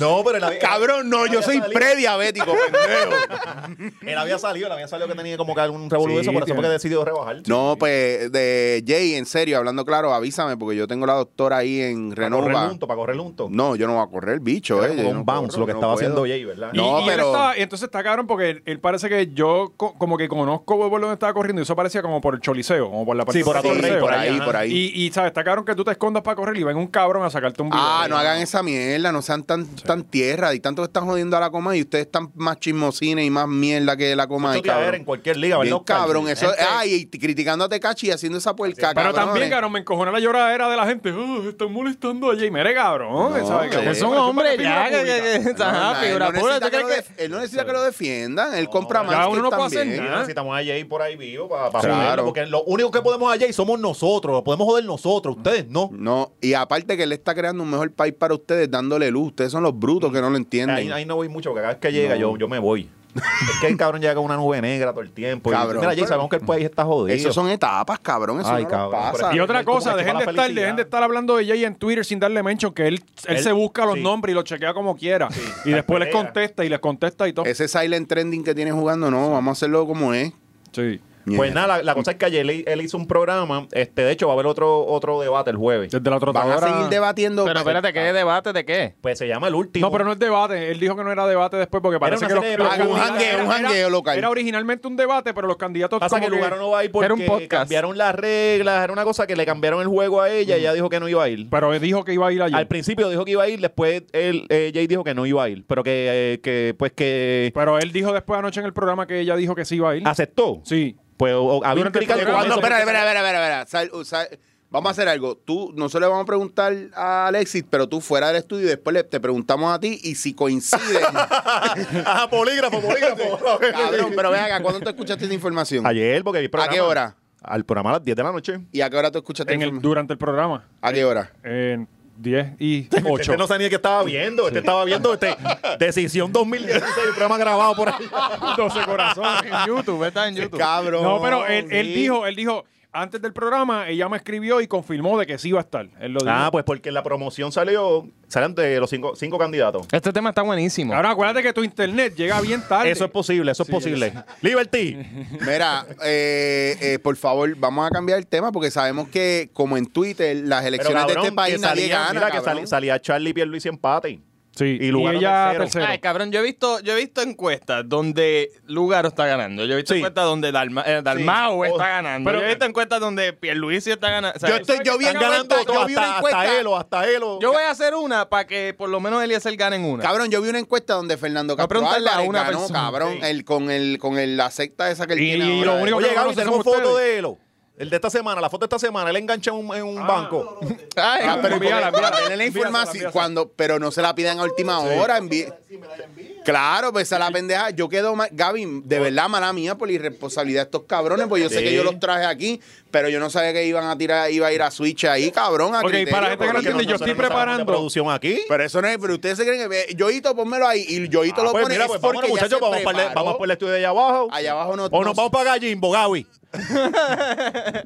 Speaker 5: No, pero la
Speaker 2: Cabrón, no, yo soy prediabético, pendejo.
Speaker 5: Él había salido, él había salido que tenía como que algún revolú
Speaker 1: Sí,
Speaker 5: de eso, por eso
Speaker 1: tiene-
Speaker 5: fue que decidió rebajar.
Speaker 2: No, pues de Jay, en serio, hablando claro, avísame porque yo tengo la doctora ahí en
Speaker 5: para correr
Speaker 2: Renova.
Speaker 5: lunto, para correr lunto.
Speaker 2: No, yo no voy a correr, bicho,
Speaker 5: Era
Speaker 2: eh.
Speaker 5: como
Speaker 2: yo
Speaker 5: un
Speaker 2: no
Speaker 5: bounce
Speaker 2: corro,
Speaker 5: lo que
Speaker 2: no
Speaker 5: estaba
Speaker 2: puedo.
Speaker 5: haciendo Jay, ¿verdad?
Speaker 1: Y-
Speaker 2: No,
Speaker 1: y, él
Speaker 2: pero-
Speaker 1: estaba- y entonces está cabrón porque él, él parece que yo co- como que conozco por donde estaba corriendo y eso parecía como por el choliseo, como por la parte
Speaker 5: Sí, por
Speaker 1: del
Speaker 5: Atorrey,
Speaker 2: Sí,
Speaker 1: Choliseo.
Speaker 2: por
Speaker 5: ahí,
Speaker 2: ahí,
Speaker 5: ajá.
Speaker 2: por ahí.
Speaker 1: Y, y, sabes, está cabrón que tú te escondas para correr y venga un cabrón a sacarte un video.
Speaker 2: Ah, no hagan esa mierda, no sean tan, tan tierra y tanto que están jodiendo a la coma y ustedes están más chismosines y más mierda que la coma.
Speaker 5: Eso
Speaker 2: y
Speaker 5: te iba a ver
Speaker 2: cabrón.
Speaker 5: en cualquier liga, ¿verdad?
Speaker 2: Bien,
Speaker 5: Oscar?
Speaker 2: cabrón, eso
Speaker 5: Gente-
Speaker 2: ay, y t- criticando a Tecachi y haciendo esa puerca, eh.
Speaker 1: Pero también,
Speaker 2: cabrones.
Speaker 1: cabrón, me encojona la lloradera de la gente. Oh, están molestando a Jay. Mire, cabrón.
Speaker 2: No,
Speaker 1: ¿sabes?
Speaker 2: que
Speaker 1: Cabrón,
Speaker 4: es un
Speaker 1: parece
Speaker 4: hombre
Speaker 1: figura
Speaker 4: ya que,
Speaker 1: pública.
Speaker 4: que, que- ajá,
Speaker 2: No,
Speaker 4: figura
Speaker 2: él no
Speaker 4: "Ah, pública.
Speaker 2: necesita
Speaker 4: ¿Tú
Speaker 2: que lo
Speaker 4: crees que-
Speaker 2: def- Él no necesita que lo defiendan, él compra
Speaker 5: ya
Speaker 2: más que
Speaker 1: uno no
Speaker 2: él
Speaker 1: puede hacer
Speaker 2: también.
Speaker 1: nada.
Speaker 5: Sí, necesitamos a Jay por ahí vivo para, para
Speaker 2: Claro.
Speaker 5: joderlo, porque lo único que podemos a Jay somos nosotros, lo podemos joder nosotros, ustedes no.
Speaker 2: No, y aparte que él está creando un mejor país para ustedes, dándole luz. Ustedes son los
Speaker 5: Mm.
Speaker 2: brutos que no lo entienden.
Speaker 5: Ahí, ahí no voy mucho, porque cada vez que llega
Speaker 2: No.
Speaker 5: yo, yo me voy. es que el cabrón llega con una nube negra todo el tiempo. y dice,
Speaker 2: Cabrón.
Speaker 5: mira, Jay, sabemos que el país está jodido.
Speaker 2: Eso son etapas, cabrón. Eso
Speaker 5: Ay,
Speaker 2: no nos
Speaker 5: cabrón, por
Speaker 2: pasa.
Speaker 1: Y
Speaker 5: Él
Speaker 1: otra
Speaker 5: como
Speaker 1: cosa,
Speaker 5: que
Speaker 1: dejen
Speaker 5: chupa
Speaker 1: de
Speaker 5: la
Speaker 1: estar,
Speaker 5: felicidad.
Speaker 1: dejen de estar hablando de Jay en Twitter sin darle mention, que él, él,
Speaker 5: Él-
Speaker 1: se busca los
Speaker 5: sí.
Speaker 1: nombres y los chequea como quiera. y
Speaker 5: la
Speaker 1: después les
Speaker 5: pelea.
Speaker 1: contesta y les contesta y todo.
Speaker 2: Ese silent trending que tiene jugando, no, vamos a hacerlo como es.
Speaker 1: Sí.
Speaker 5: Pues
Speaker 2: Mierda.
Speaker 5: nada, la, la cosa es que ayer él, él hizo un programa, este, de hecho va a haber otro, otro debate el jueves.
Speaker 1: Desde la
Speaker 2: Van
Speaker 1: trotadora.
Speaker 2: a seguir debatiendo.
Speaker 4: Pero espérate,
Speaker 2: Ah.
Speaker 4: ¿qué debate de qué?
Speaker 5: Pues se llama el último.
Speaker 1: No, pero no es debate. Él dijo que no era debate después porque parece
Speaker 5: una
Speaker 1: que los,
Speaker 5: serie de
Speaker 1: los
Speaker 5: programas.
Speaker 1: candidatos-
Speaker 2: Ah, un jangueo, un
Speaker 1: era- era-
Speaker 2: jangueo local.
Speaker 1: Era originalmente un debate, pero los candidatos
Speaker 5: Pasa
Speaker 1: como
Speaker 5: que el lugar no va a ir
Speaker 4: era un
Speaker 5: porque
Speaker 4: podcast.
Speaker 5: cambiaron las reglas, era una cosa que le cambiaron el juego a ella y ella dijo que no iba a ir.
Speaker 1: Pero él dijo que iba a ir allí.
Speaker 5: Al principio dijo que iba a ir, después él, eh, Jay dijo que no iba a ir, pero que, eh, que pues que
Speaker 1: Pero él dijo después anoche en el programa que ella dijo que sí iba
Speaker 5: Ah,
Speaker 1: a ir.
Speaker 5: aceptó.
Speaker 1: Sí.
Speaker 5: Pues o- había un
Speaker 1: Durante el
Speaker 5: clic al
Speaker 1: programa,
Speaker 5: comienzo.
Speaker 2: No, espera, espera, espera, espera, espera. Sal- uh, sal- vamos a hacer algo. Tú, nosotros le vamos a preguntar a Alexis, pero tú fuera del estudio y después le- te preguntamos a ti y si coincide.
Speaker 5: Ah, polígrafo, polígrafo.
Speaker 2: cabrón, pero ve acá, ¿cuándo tú escuchaste esa información?
Speaker 5: Ayer, porque vi programa.
Speaker 2: qué hora?
Speaker 5: Al programa a las 10 de la noche.
Speaker 2: ¿Y a qué hora tú escuchaste
Speaker 1: En el,
Speaker 2: información?
Speaker 1: durante el programa.
Speaker 2: ¿A qué hora?
Speaker 1: En 10 y
Speaker 5: Este
Speaker 1: 8.
Speaker 5: no sabía ni qué estaba viendo. Este estaba viendo este Decisión 2016, el programa grabado por ahí.
Speaker 1: 12 corazones en YouTube.
Speaker 4: YouTube, está en YouTube.
Speaker 2: Cabrón.
Speaker 1: No, pero él, él dijo, él dijo, antes del programa, ella me escribió y confirmó de que sí iba a estar. Él lo dijo.
Speaker 5: Ah, pues porque en la promoción salió, salen de los cinco, cinco candidatos.
Speaker 4: Este tema está buenísimo.
Speaker 1: Ahora acuérdate que tu internet llega bien tarde.
Speaker 5: Eso es posible, eso es posible. Liberty.
Speaker 2: Mira, eh, eh, por favor, vamos a cambiar el tema porque sabemos que, como en Twitter, las
Speaker 5: Pero,
Speaker 2: elecciones
Speaker 5: cabrón,
Speaker 2: de este
Speaker 5: que
Speaker 2: país nadie
Speaker 5: salía,
Speaker 2: gana.
Speaker 5: mira, que
Speaker 2: cabrón.
Speaker 5: sali- salía Charlie Pierluisi empate.
Speaker 1: Sí,
Speaker 5: Y
Speaker 1: y,
Speaker 5: Lugaro
Speaker 1: ella
Speaker 5: tercero.
Speaker 1: tercero.
Speaker 4: Ay, cabrón, yo he visto, yo he visto encuestas donde Lugaro está ganando. Yo he visto
Speaker 5: Sí.
Speaker 4: encuestas donde Dalma- eh, Dalmau
Speaker 5: Oh.
Speaker 4: está ganando.
Speaker 1: Pero-
Speaker 4: yo he visto encuestas donde Pierluisi está ganando. O sea,
Speaker 2: Yo estoy, yo vi
Speaker 5: Están ganando
Speaker 2: encuesta, yo
Speaker 5: todos,
Speaker 2: vi una
Speaker 5: hasta,
Speaker 2: encuesta.
Speaker 5: hasta Elo, hasta Elo.
Speaker 4: yo voy a hacer una para que por lo menos Eliezer gane en una.
Speaker 2: Cabrón, yo vi una encuesta donde Fernando
Speaker 4: Va a
Speaker 2: Castro
Speaker 4: preguntarle a
Speaker 2: Álvarez
Speaker 4: una
Speaker 2: ganó,
Speaker 4: persona.
Speaker 2: cabrón, el, con, el, con el, la secta esa que él
Speaker 1: Y-
Speaker 2: tiene
Speaker 1: y lo
Speaker 2: ahora.
Speaker 1: único
Speaker 5: Oye,
Speaker 1: que
Speaker 5: Gaby,
Speaker 1: conocen
Speaker 5: tenemos
Speaker 1: son
Speaker 5: foto
Speaker 1: ustedes.
Speaker 5: de Elo. El de esta semana, la foto de esta semana, él engancha en un, en un banco.
Speaker 4: Ay,
Speaker 2: Ah, pero
Speaker 1: Envíala,
Speaker 2: porque-
Speaker 1: envíala.
Speaker 2: denle la información
Speaker 1: Envíasela,
Speaker 2: cuando, pero no se la pidan a última hora. envíe-
Speaker 6: Si me la envían.
Speaker 2: Claro, pues esa es la pendeja. Yo quedo mal. Gaby, de verdad, mala mía por la irresponsabilidad de estos cabrones, pues yo sé
Speaker 5: Sí.
Speaker 2: que yo los traje aquí, pero yo no sabía que iban a tirar, iba a ir a Switch ahí, cabrón. A
Speaker 1: Ok,
Speaker 2: criterio,
Speaker 1: para la gente que no
Speaker 2: porque
Speaker 1: entiende, yo
Speaker 5: nosotros
Speaker 1: estoy
Speaker 5: no sabemos de
Speaker 1: preparando.
Speaker 5: producción aquí.
Speaker 2: Pero eso no es, pero ustedes se creen que. Yoito, pónmelo ahí. Y Yoito
Speaker 5: Ah,
Speaker 2: lo
Speaker 5: pues
Speaker 2: pone.
Speaker 5: mira,
Speaker 2: es
Speaker 5: pues
Speaker 2: porque
Speaker 5: vámonos,
Speaker 2: ya
Speaker 5: muchachos,
Speaker 2: se
Speaker 5: vamos para, el,
Speaker 2: preparó.
Speaker 5: vamos para el estudio de allá abajo.
Speaker 2: Allá abajo no-
Speaker 5: O nos
Speaker 2: no-
Speaker 5: vamos para Gallimbo, Gaby.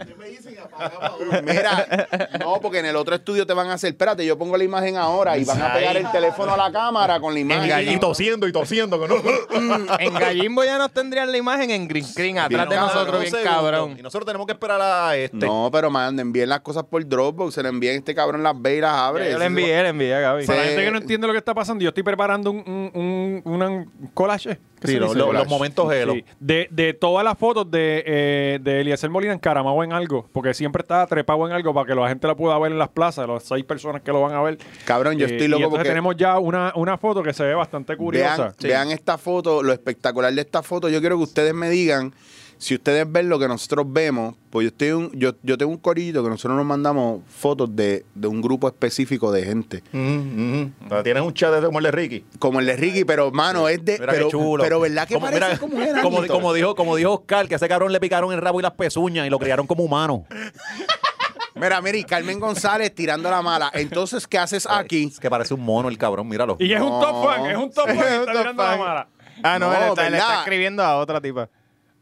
Speaker 6: ¿Qué me dicen? Apagaba ahora.
Speaker 2: Mira, no, porque en el otro estudio te van a hacer. Espérate, yo pongo la imagen ahora y van a pegar el teléfono a la cámara con la
Speaker 5: Y-
Speaker 2: imagen.
Speaker 5: Y, tosiendo y tosiendo. que no-
Speaker 4: En Gallimbo ya nos tendrían la imagen en green screen atrás de
Speaker 5: Cabrón,
Speaker 4: nosotros, bien
Speaker 5: segundo. Y
Speaker 4: cabrón.
Speaker 5: nosotros tenemos que esperar a este.
Speaker 2: No, pero manden, envíen las cosas por Dropbox, se le envían este cabrón las ve y las abre.
Speaker 4: Yo
Speaker 2: Eso
Speaker 4: le
Speaker 2: es-
Speaker 4: envié, le envié a Gaby.
Speaker 2: Sí.
Speaker 1: Para la
Speaker 2: Eh,
Speaker 1: gente que no entiende lo que está pasando, yo estoy preparando un, un, un- un collage. ¿eh? ¿Qué
Speaker 5: Sí,
Speaker 1: se
Speaker 5: lo-
Speaker 1: dice?
Speaker 5: lo-
Speaker 1: Collage.
Speaker 5: los momentos Elo.
Speaker 1: Sí, de, de todas las fotos de, eh, de Eliezer Molina encaramado en algo, porque siempre está trepado en algo para que la gente la pueda ver en las plazas, las seis personas que lo van a ver.
Speaker 2: Cabrón, yo
Speaker 1: Eh,
Speaker 2: estoy
Speaker 1: y
Speaker 2: loco
Speaker 1: entonces
Speaker 2: porque
Speaker 1: tenemos ya una, una foto que se ve bastante curiosa.
Speaker 2: vean, vean esta foto, lo espectacular de esta foto. Yo quiero que ustedes me digan, si ustedes ven lo que nosotros vemos, pues yo, estoy un- yo, yo tengo un corillito que nosotros nos mandamos fotos de, de un grupo específico de gente.
Speaker 5: Mm, mm. Ahora Tienes un chat de como el de Ricky.
Speaker 2: Como el de Ricky, pero mano, es de.
Speaker 5: Mira
Speaker 2: pero,
Speaker 5: qué chulo.
Speaker 2: pero verdad que parece
Speaker 5: mira,
Speaker 2: como un enanito?
Speaker 5: como, como dijo, como dijo Oscar, que a ese cabrón le picaron el rabo y las pezuñas y lo criaron como humano.
Speaker 2: Mira, mira, y Carmen González tirando la mala. Entonces, ¿qué haces aquí?
Speaker 5: Es que parece un mono el cabrón, míralo.
Speaker 1: Y es un top
Speaker 2: No.
Speaker 1: fan, es un top fan.
Speaker 2: Es
Speaker 1: que
Speaker 2: un
Speaker 1: Está
Speaker 2: top
Speaker 1: mirando la
Speaker 2: fan.
Speaker 1: mala.
Speaker 4: Ah, no,
Speaker 2: No,
Speaker 4: él está, él está
Speaker 2: ¿verdad?
Speaker 4: escribiendo a otra tipa.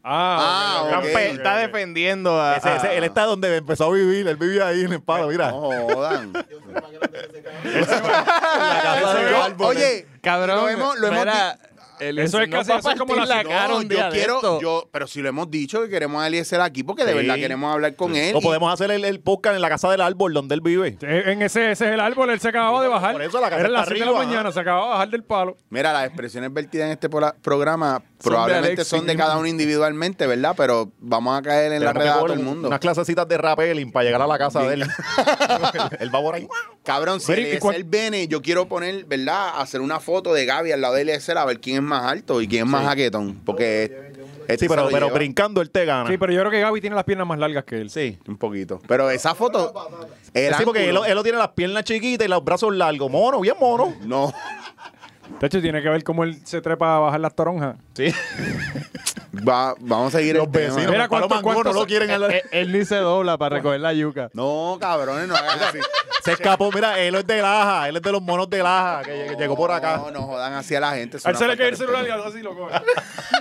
Speaker 1: Ah,
Speaker 2: Ah,
Speaker 1: ok, ok,
Speaker 2: ok.
Speaker 1: ok,
Speaker 4: Está
Speaker 1: ok.
Speaker 4: defendiendo a...
Speaker 5: Ese- ese- él está donde empezó a vivir, él vivía ahí en el palo, mira.
Speaker 2: No jodan.
Speaker 6: Yo soy más grande que ese cabrón.
Speaker 5: En la casa eh. de los árboles.
Speaker 2: Oye,
Speaker 4: Cabrón,
Speaker 2: lo hemos, lo hemos di-
Speaker 4: mira, él
Speaker 1: Eso es
Speaker 4: no
Speaker 1: casi-
Speaker 4: va a
Speaker 1: eso es como
Speaker 4: partir
Speaker 1: la-
Speaker 2: No,
Speaker 4: cara un día
Speaker 2: yo
Speaker 4: de
Speaker 2: quiero,
Speaker 4: esto.
Speaker 2: yo, pero si lo hemos dicho que queremos a Eliezer aquí, porque de
Speaker 5: Sí.
Speaker 2: verdad queremos hablar con él.
Speaker 5: O
Speaker 2: y-
Speaker 5: podemos hacer el, el podcast en la casa del árbol donde él vive.
Speaker 1: Eh, En ese, ese es el árbol, él se acababa de bajar.
Speaker 5: Por eso la casa
Speaker 1: Era las
Speaker 5: está
Speaker 1: 7 de la
Speaker 5: arriba,
Speaker 1: mañana,
Speaker 5: ajá.
Speaker 1: se acababa de bajar del palo.
Speaker 2: Mira, las expresiones vertidas en este pola- programa probablemente
Speaker 4: Alexis
Speaker 2: son de
Speaker 4: mismo.
Speaker 2: cada uno individualmente, ¿verdad? Pero vamos a caer en la
Speaker 5: Tenemos que
Speaker 2: redada a todo
Speaker 5: coger
Speaker 2: el
Speaker 5: un-
Speaker 2: mundo.
Speaker 5: Unas clasecitas de rappelling para llegar a la casa de él. él va por ahí.
Speaker 2: Cabrón, si
Speaker 1: Pero, ¿y
Speaker 2: Eliezer
Speaker 1: cuál-
Speaker 2: viene, yo quiero poner, ¿verdad? Hacer una foto de Gaby al lado de Eliezer a ver quién es más alto y quién es más jaquetón. Porque este
Speaker 5: Sí,
Speaker 2: se
Speaker 5: pero,
Speaker 2: lo
Speaker 5: pero
Speaker 2: lleva
Speaker 5: brincando él te gana.
Speaker 1: Sí, pero yo creo que Gaby tiene las piernas más largas que él.
Speaker 5: Sí.
Speaker 2: un poquito. Pero esa foto. el
Speaker 5: Sí, porque él,
Speaker 2: ángulo-
Speaker 5: lo- él lo tiene las piernas chiquitas y los brazos largos. Mono, bien mono.
Speaker 2: No.
Speaker 1: De hecho, tiene que ver cómo él se trepa a bajar las toronjas.
Speaker 5: Sí.
Speaker 2: Va- vamos a seguir
Speaker 5: Los
Speaker 2: el tema.
Speaker 5: vecinos,
Speaker 1: Mira
Speaker 5: los
Speaker 1: cuánto-
Speaker 5: palomas
Speaker 1: cuánto
Speaker 5: no lo
Speaker 1: se-
Speaker 5: quieren. al-
Speaker 4: Él, Eh, él ni se dobla para recoger la yuca.
Speaker 2: No, cabrones, no hagan así.
Speaker 5: Se escapó, mira, él es de Laja, él es de los monos de Laja, que lle- llegó por acá.
Speaker 2: No, no jodan así a la gente. eso
Speaker 1: A él
Speaker 2: es
Speaker 1: se
Speaker 2: una
Speaker 1: le cae el
Speaker 2: falta de
Speaker 1: celular y
Speaker 2: respeto.
Speaker 1: hace así lo coge.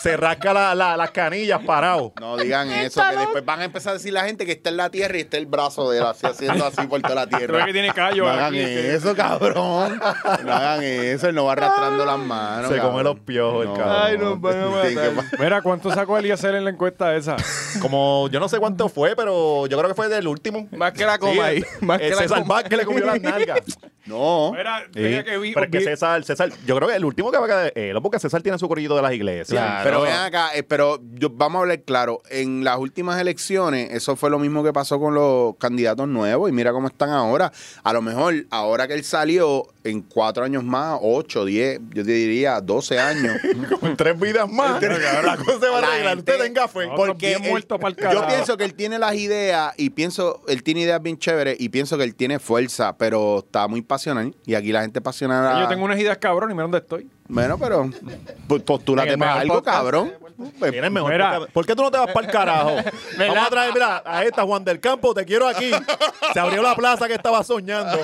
Speaker 5: Se rasca la- la- las canillas parado.
Speaker 2: No digan eso, que después van a empezar a decir la gente que está en la tierra y está el brazo de él así, haciendo así por toda la
Speaker 1: Creo
Speaker 2: tierra.
Speaker 1: que tiene callo
Speaker 2: No
Speaker 1: aquí,
Speaker 2: hagan
Speaker 5: este.
Speaker 1: que-
Speaker 2: eso, cabrón. No hagan eso, él no va arrastrando las manos.
Speaker 5: Se come
Speaker 2: cabrón.
Speaker 5: los piojos, el cabrón.
Speaker 4: Ay, nos van a
Speaker 2: Tiene que
Speaker 4: matar.
Speaker 1: Mira, ¿cuánto sacó Eliezer en la encuesta esa?
Speaker 5: Como, yo no sé cuánto fue, pero yo creo que fue del último.
Speaker 4: Más que la coma ahí. Más que
Speaker 5: el
Speaker 4: la
Speaker 5: César
Speaker 4: coma.
Speaker 5: Vázquez que le comió las nalgas.
Speaker 2: No.
Speaker 1: Mira,
Speaker 5: Sí,
Speaker 1: tenía que vi-
Speaker 5: pero es que
Speaker 1: vi-
Speaker 5: César, César, yo creo que el último que va a quedar es él, porque César tiene su corillito de las iglesias.
Speaker 2: Pero ven acá, eh, pero yo- vamos a hablar claro. En las últimas elecciones, eso fue lo mismo que pasó con los candidatos nuevos y mira cómo están ahora. A lo mejor, ahora que él salió, en cuatro años más, ocho, diez, yo te diría doce años.
Speaker 5: con tres vidas más, la cosa se va a
Speaker 2: La
Speaker 5: arreglar.
Speaker 2: gente-
Speaker 5: Usted tenga fe.
Speaker 1: No,
Speaker 2: Porque
Speaker 1: bien
Speaker 2: él-
Speaker 1: muerto pa'l
Speaker 2: yo
Speaker 1: carajo.
Speaker 2: pienso que él tiene las ideas y pienso, él tiene ideas bien chéveres y pienso que él tiene fuerza, pero está muy pasional y aquí la gente pasionada.
Speaker 1: Yo tengo unas ideas cabrón y mira dónde estoy.
Speaker 2: Bueno, pero pues,
Speaker 4: En
Speaker 2: postúlate
Speaker 4: el
Speaker 2: para
Speaker 4: mejor
Speaker 2: algo,
Speaker 4: podcast.
Speaker 2: cabrón.
Speaker 5: Tienes mejor.
Speaker 1: Mira.
Speaker 5: porque- ¿Por qué tú no te vas para el carajo? Vamos a traer, mira, a esta Juan del Campo, te quiero aquí. Se abrió la plaza que estaba soñando.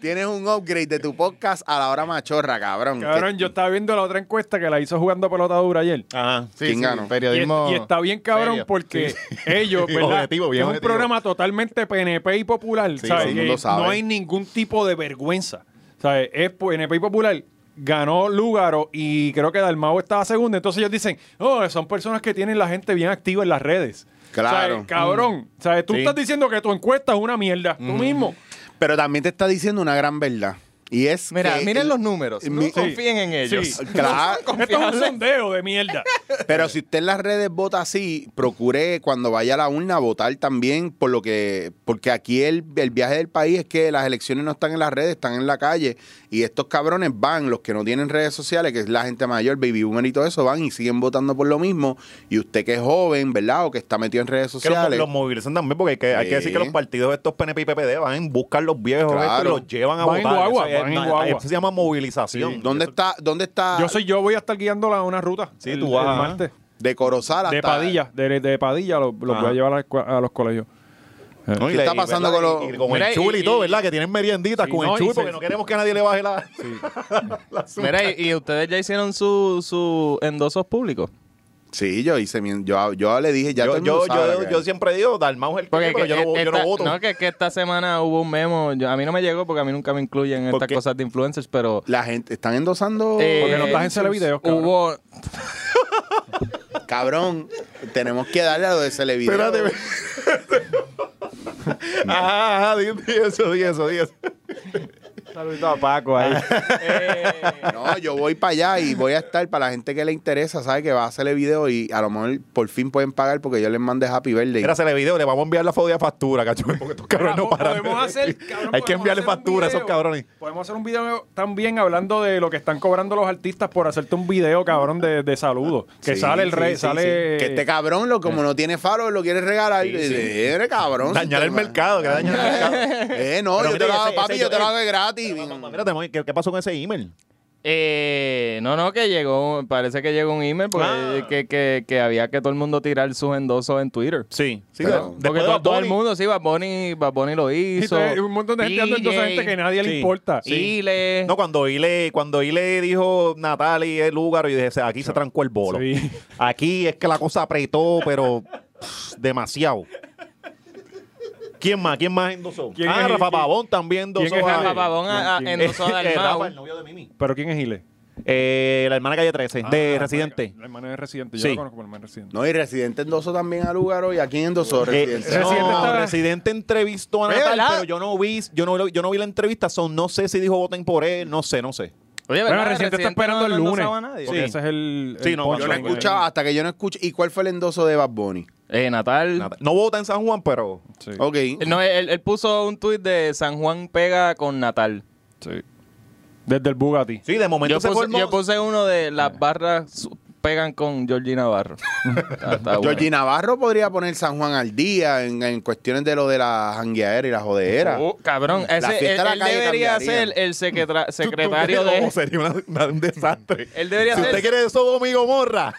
Speaker 2: Tienes un upgrade de tu podcast a la hora machorra, cabrón.
Speaker 1: Cabrón, yo estaba viendo la otra encuesta que la hizo jugando a pelota dura ayer.
Speaker 8: Ajá. Sí,
Speaker 2: ¿Quién
Speaker 8: sí,
Speaker 2: ganó?
Speaker 8: Periodismo.
Speaker 1: Y, y está bien cabrón
Speaker 8: serio.
Speaker 1: porque ellos, ¿verdad?
Speaker 8: Objetivo, bien
Speaker 1: es un
Speaker 8: objetivo.
Speaker 1: programa totalmente PNP y popular.
Speaker 2: Sí,
Speaker 1: ¿sabes?
Speaker 2: todo el mundo
Speaker 1: Que
Speaker 2: sabe.
Speaker 1: No hay ningún tipo de vergüenza. ¿sabes? Es PNP y popular. Ganó Lugaro y creo que Dalmau estaba segundo. Entonces ellos dicen, oh, son personas que tienen la gente bien activa en las redes.
Speaker 2: Claro.
Speaker 1: ¿Sabes? Cabrón. ¿sabes? Tú estás diciendo que tu encuesta es una mierda. Tú mismo.
Speaker 2: Pero también te está diciendo una gran verdad. Y es.
Speaker 4: Mira,
Speaker 2: que-
Speaker 4: miren los números.
Speaker 2: Mi-
Speaker 4: No confíen en ellos.
Speaker 1: Sí.
Speaker 2: Claro,
Speaker 1: Esto es un sondeo de mierda.
Speaker 2: pero si usted en las redes vota así, procure cuando vaya a la urna votar también por lo que, porque aquí el, el viaje del país es que las elecciones no están en las redes, están en la calle y estos cabrones van, los que no tienen redes sociales, que es la gente mayor, baby boomer y todo eso, van y siguen votando por lo mismo y usted que es joven, ¿verdad? O que está metido en redes
Speaker 5: Que los,
Speaker 2: sociales.
Speaker 5: los movilizan también, porque hay que, hay que decir que los partidos estos PNP y PPD van a buscar los viejos
Speaker 2: Claro.
Speaker 5: estos y los llevan a
Speaker 1: Van en
Speaker 5: votar.
Speaker 1: guagua,
Speaker 5: eso, es-
Speaker 1: van en
Speaker 5: na-
Speaker 1: guagua.
Speaker 5: eso se llama movilización. Eh,
Speaker 2: ¿Dónde está? ¿Dónde está?
Speaker 1: Yo soy yo, voy a estar guiándola a una ruta.
Speaker 5: Sí,
Speaker 1: el-
Speaker 5: tú vas,
Speaker 1: el
Speaker 5: ajá.
Speaker 1: martes.
Speaker 2: De Corozal hasta.
Speaker 1: De Padilla, de, de Padilla los, los voy a llevar a, la escue- a los colegios.
Speaker 5: ¿no? Y
Speaker 2: ¿Qué
Speaker 5: le-
Speaker 2: está
Speaker 5: y,
Speaker 2: pasando
Speaker 5: ¿verdad?
Speaker 2: con los-
Speaker 5: Y- y con
Speaker 8: Mira,
Speaker 5: el chuli y,
Speaker 8: y-
Speaker 5: todo, ¿verdad? Que tienen merienditas
Speaker 1: Sí,
Speaker 5: con
Speaker 1: no,
Speaker 5: el
Speaker 1: y
Speaker 5: chuli
Speaker 1: se-
Speaker 5: porque no queremos que nadie le baje la...
Speaker 4: Mira, y, y ustedes ya hicieron su, su endosos públicos.
Speaker 2: Sí, yo hice mi- yo, yo le dije, ya todo
Speaker 5: yo,
Speaker 2: el mundo
Speaker 5: yo,
Speaker 2: sabe la
Speaker 5: yo,
Speaker 2: que
Speaker 5: yo
Speaker 2: hay.
Speaker 5: siempre digo, Dalmau es el que,
Speaker 4: Porque
Speaker 5: pero
Speaker 4: que
Speaker 5: yo, no,
Speaker 4: e-
Speaker 5: yo no
Speaker 4: esta-
Speaker 5: voto.
Speaker 4: no, que, que esta semana hubo un memo. yo- a mí no me llegó porque a mí nunca me incluyen
Speaker 5: ¿Por
Speaker 4: estas
Speaker 5: qué?
Speaker 4: cosas de influencers, pero.
Speaker 2: La gente están endosando.
Speaker 4: Eh.
Speaker 1: Porque no estás en Celevideos, cabrón.
Speaker 4: Hubo.
Speaker 2: Cabrón, tenemos que darle a lo de Celevide.
Speaker 5: Espérate. ajá, ajá, di, di eso, di eso, di eso.
Speaker 4: Saludito a Paco ahí.
Speaker 2: No, yo voy para allá y voy a estar para la gente que le interesa, sabe que va a hacerle video y a lo mejor por fin pueden pagar porque yo les mandé Happy Birthday.
Speaker 5: Mira, el video, le vamos a enviar la foto de factura, cacho, porque estos cabrones no
Speaker 1: Vamos,
Speaker 5: paran.
Speaker 1: podemos hacer, cabrón,
Speaker 5: Hay que
Speaker 1: podemos
Speaker 5: enviarle
Speaker 1: hacer un
Speaker 5: factura a esos
Speaker 1: video.
Speaker 5: cabrones.
Speaker 1: Podemos hacer un video también hablando de lo que están cobrando los artistas por hacerte un video, cabrón, de, de saludos. Que
Speaker 2: Sí,
Speaker 1: sale el
Speaker 2: sí,
Speaker 1: rey,
Speaker 2: sí,
Speaker 1: sale.
Speaker 2: sí. Que este cabrón, lo, como no tiene faro, lo quiere regalar.
Speaker 5: Sí,
Speaker 2: Eh,
Speaker 5: sí.
Speaker 2: eh, cabrón.
Speaker 5: Dañar el
Speaker 2: sistema.
Speaker 5: mercado, que dañar el mercado.
Speaker 2: Eh, no,
Speaker 5: Pero
Speaker 2: yo te lo
Speaker 5: mira,
Speaker 2: hago,
Speaker 5: ese-
Speaker 2: papi,
Speaker 5: ese
Speaker 2: yo te lo
Speaker 5: yo-
Speaker 2: hago de gratis.
Speaker 5: Mira, Dalmau, ¿qué, ¿qué pasó con ese email?
Speaker 4: Eh, no, no, que llegó. Parece que llegó un email porque eh, que, que, que había que todo el mundo tirar sus endosos en Twitter.
Speaker 5: Sí, sí.
Speaker 2: Pero-
Speaker 5: de- después
Speaker 4: Porque
Speaker 5: de
Speaker 4: todo,
Speaker 5: Bad
Speaker 4: todo el
Speaker 5: Bunny-
Speaker 4: mundo, sí, Bad Bunny, Bad Bunny lo
Speaker 1: Sí,
Speaker 4: hizo.
Speaker 1: hay un montón de gente dando entonces a gente que nadie le
Speaker 5: sí,
Speaker 1: importa.
Speaker 4: Sí. Ile.
Speaker 5: No, cuando Ile, cuando Ile dijo Natalie el lugar, yo dije, "Se- aquí se trancó el bolo.
Speaker 1: Sí.
Speaker 5: Aquí es que la cosa apretó, pero pff, demasiado. ¿Quién más? ¿Quién más endosó?
Speaker 1: ¿Quién
Speaker 5: ah,
Speaker 1: es-
Speaker 5: Rafa
Speaker 1: quién-
Speaker 5: Pavón también endosó.
Speaker 1: quién es
Speaker 5: a-
Speaker 1: Rafa
Speaker 4: Pavón a- a-
Speaker 1: ¿Quién?
Speaker 4: endosó a
Speaker 5: Eh,
Speaker 4: Dalmau.
Speaker 5: Rafa, el novio de Mimi.
Speaker 1: Pero ¿quién es Ile?
Speaker 5: Eh, la hermana calle 13, de
Speaker 1: Ah,
Speaker 5: Residente.
Speaker 1: La hermana de Residente. Yo
Speaker 5: Sí.
Speaker 1: la conozco por la hermana de Residente.
Speaker 2: No, y Residente endosó también a Lugaro y aquí endosó
Speaker 5: Eh,
Speaker 2: Residente.
Speaker 1: Residente
Speaker 5: no,
Speaker 1: estaba-
Speaker 5: Residente entrevistó a
Speaker 4: Oye,
Speaker 5: Natal,
Speaker 4: ¿verdad?
Speaker 5: pero yo no vi, yo no, lo- yo no vi la entrevista, son, no sé si dijo voten por él, no sé, no sé.
Speaker 4: Oye,
Speaker 1: Bueno,
Speaker 4: ¿verdad?
Speaker 1: Residente está
Speaker 4: Residente
Speaker 1: esperando
Speaker 4: no-
Speaker 1: el
Speaker 4: no
Speaker 1: lunes.
Speaker 4: endosaba a nadie.
Speaker 1: Porque
Speaker 5: Sí.
Speaker 1: ese es el.
Speaker 5: Sí,
Speaker 1: el
Speaker 5: no,
Speaker 1: punchline.
Speaker 2: Yo no he escuchado hasta que yo no escuché. ¿Y cuál fue el endoso de Bad Bunny?
Speaker 4: Eh, Natal.
Speaker 5: Natal- No vota en San Juan, pero
Speaker 1: Sí,
Speaker 2: Ok. Ah,
Speaker 4: No, él, él puso un tuit de San Juan pega con Natal.
Speaker 1: sí. Desde el Bugatti.
Speaker 5: sí, de momento
Speaker 4: Yo
Speaker 5: se
Speaker 4: puse,
Speaker 5: formó.
Speaker 4: yo puse uno de las barras su- pegan con Georgie Navarro. Está- está bueno.
Speaker 2: Georgie Navarro podría poner San Juan al día en, en cuestiones de lo de la jangueadera y la jodeera.
Speaker 4: Oh, cabrón, ese,
Speaker 2: fiesta de
Speaker 4: él,
Speaker 2: la
Speaker 4: él
Speaker 2: calle
Speaker 4: debería
Speaker 2: cambiaría.
Speaker 4: ser el secretra-
Speaker 5: Tú- tú
Speaker 4: secretario
Speaker 5: crees, oh,
Speaker 4: de...
Speaker 5: sería una- una- un desastre.
Speaker 4: Él debería
Speaker 5: si
Speaker 4: ser-
Speaker 5: usted quiere eso, amigo morra.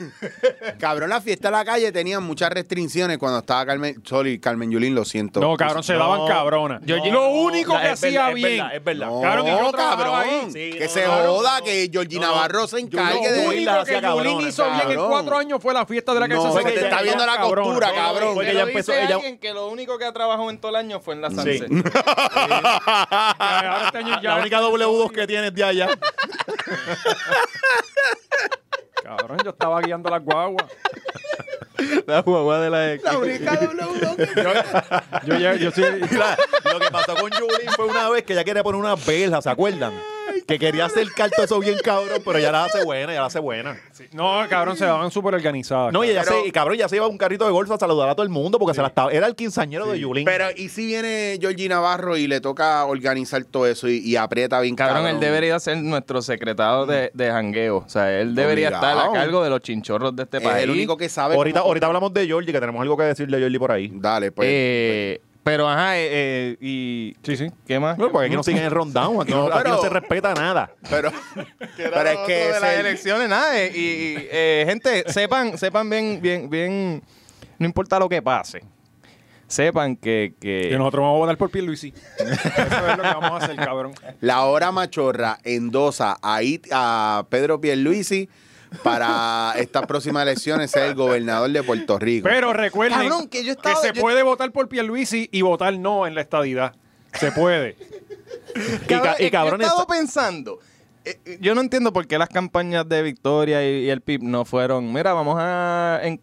Speaker 2: Cabrón, la fiesta de la calle tenía muchas restricciones cuando estaba Carmen Soli, Carmen Yulín, lo siento.
Speaker 1: No, cabrón, se daban cabronas. lo único
Speaker 5: No,
Speaker 1: que
Speaker 5: es
Speaker 1: hacía
Speaker 5: verdad, es
Speaker 1: bien.
Speaker 5: verdad, es verdad.
Speaker 2: No,
Speaker 1: cabrón, que yo no trabajaba
Speaker 2: cabrón.
Speaker 1: ahí.
Speaker 5: Sí,
Speaker 2: que
Speaker 5: no,
Speaker 2: se
Speaker 5: no, no,
Speaker 2: joda
Speaker 5: no.
Speaker 2: que Georgie
Speaker 5: No, no.
Speaker 2: Navarro se encargue
Speaker 5: Yo
Speaker 2: de
Speaker 5: no,
Speaker 1: Lo
Speaker 5: Uy, la
Speaker 1: único que
Speaker 5: hacía
Speaker 1: Yulín
Speaker 5: cabrona,
Speaker 1: hizo bien en
Speaker 2: cabrón.
Speaker 1: cuatro años fue la fiesta de la casa
Speaker 2: No,
Speaker 1: de
Speaker 2: se te está viendo la
Speaker 1: cabrón.
Speaker 2: costura, cabrón.
Speaker 5: Porque
Speaker 4: Porque
Speaker 5: ya
Speaker 4: ya
Speaker 5: empezó-
Speaker 4: dice
Speaker 5: ella-
Speaker 4: alguien que lo único que ha trabajado en todo el año fue en la
Speaker 5: Sí.
Speaker 4: Sunset.
Speaker 1: Ya, ahora este año ya-
Speaker 5: La única W2 que tienes de allá.
Speaker 1: Cabrón, yo estaba guiando las guaguas.
Speaker 4: La guagua de la ex.
Speaker 2: La única doble
Speaker 1: Yo, ya- yo sí-
Speaker 5: Mira, lo que pasó con Yulín fue una vez que ella quería poner una vela, ¿se acuerdan? Que quería hacer carto eso bien cabrón, pero ya la hace buena, ya la hace buena.
Speaker 1: No, cabrón, se daban súper organizadas.
Speaker 5: No, y
Speaker 1: cabrón.
Speaker 5: ella se, y cabrón, ya se iba a un carrito de golf a saludar a todo el mundo porque se la estaba, era el quinceañero de Yulín.
Speaker 2: Pero, ¿y si viene Georgie Navarro y le toca organizar todo eso y, y aprieta bien cabrón?
Speaker 4: Cabrón, él debería ser nuestro secretario de, de jangueo. O sea, él debería
Speaker 2: Obligado.
Speaker 4: estar a cargo de los chinchorros de este
Speaker 2: Es
Speaker 4: país.
Speaker 2: el único que sabe.
Speaker 5: ahorita,
Speaker 2: cómo-
Speaker 5: ahorita hablamos de Georgie, que tenemos algo que decirle a Georgie por ahí.
Speaker 2: Dale, pues.
Speaker 4: Eh, pues. Pero ajá, eh, eh, y.
Speaker 1: Sí, sí.
Speaker 4: ¿Qué más?
Speaker 5: Bueno, porque aquí no siguen el rundown, aquí no,
Speaker 2: No,
Speaker 5: aquí no
Speaker 2: pero-
Speaker 5: se respeta nada.
Speaker 2: Pero, pero es que
Speaker 4: Lo de
Speaker 2: es
Speaker 4: las
Speaker 2: el-
Speaker 4: elecciones, nada. eh, Y, y, eh, gente, sepan, sepan bien, bien, bien. No importa lo que pase. Sepan que. que-
Speaker 1: Que nosotros vamos a votar por Pierluisi. Eso es lo que vamos a hacer, cabrón.
Speaker 2: la hora machorra endosa a, It- a Pedro Pierluisi para estas próximas elecciones ser el gobernador de Puerto Rico.
Speaker 1: Pero recuerden
Speaker 4: Cabrón, que yo estaba-
Speaker 1: que se
Speaker 4: yo-
Speaker 1: puede votar por Pierluisi y votar no en la estadidad. Se puede.
Speaker 5: Y, ca- y
Speaker 4: es que
Speaker 5: cabrones,
Speaker 4: eh, Yo he estado pensando. eh, eh, Yo no entiendo por qué las campañas de Victoria y, y el PIB no fueron. Mira, vamos a. en-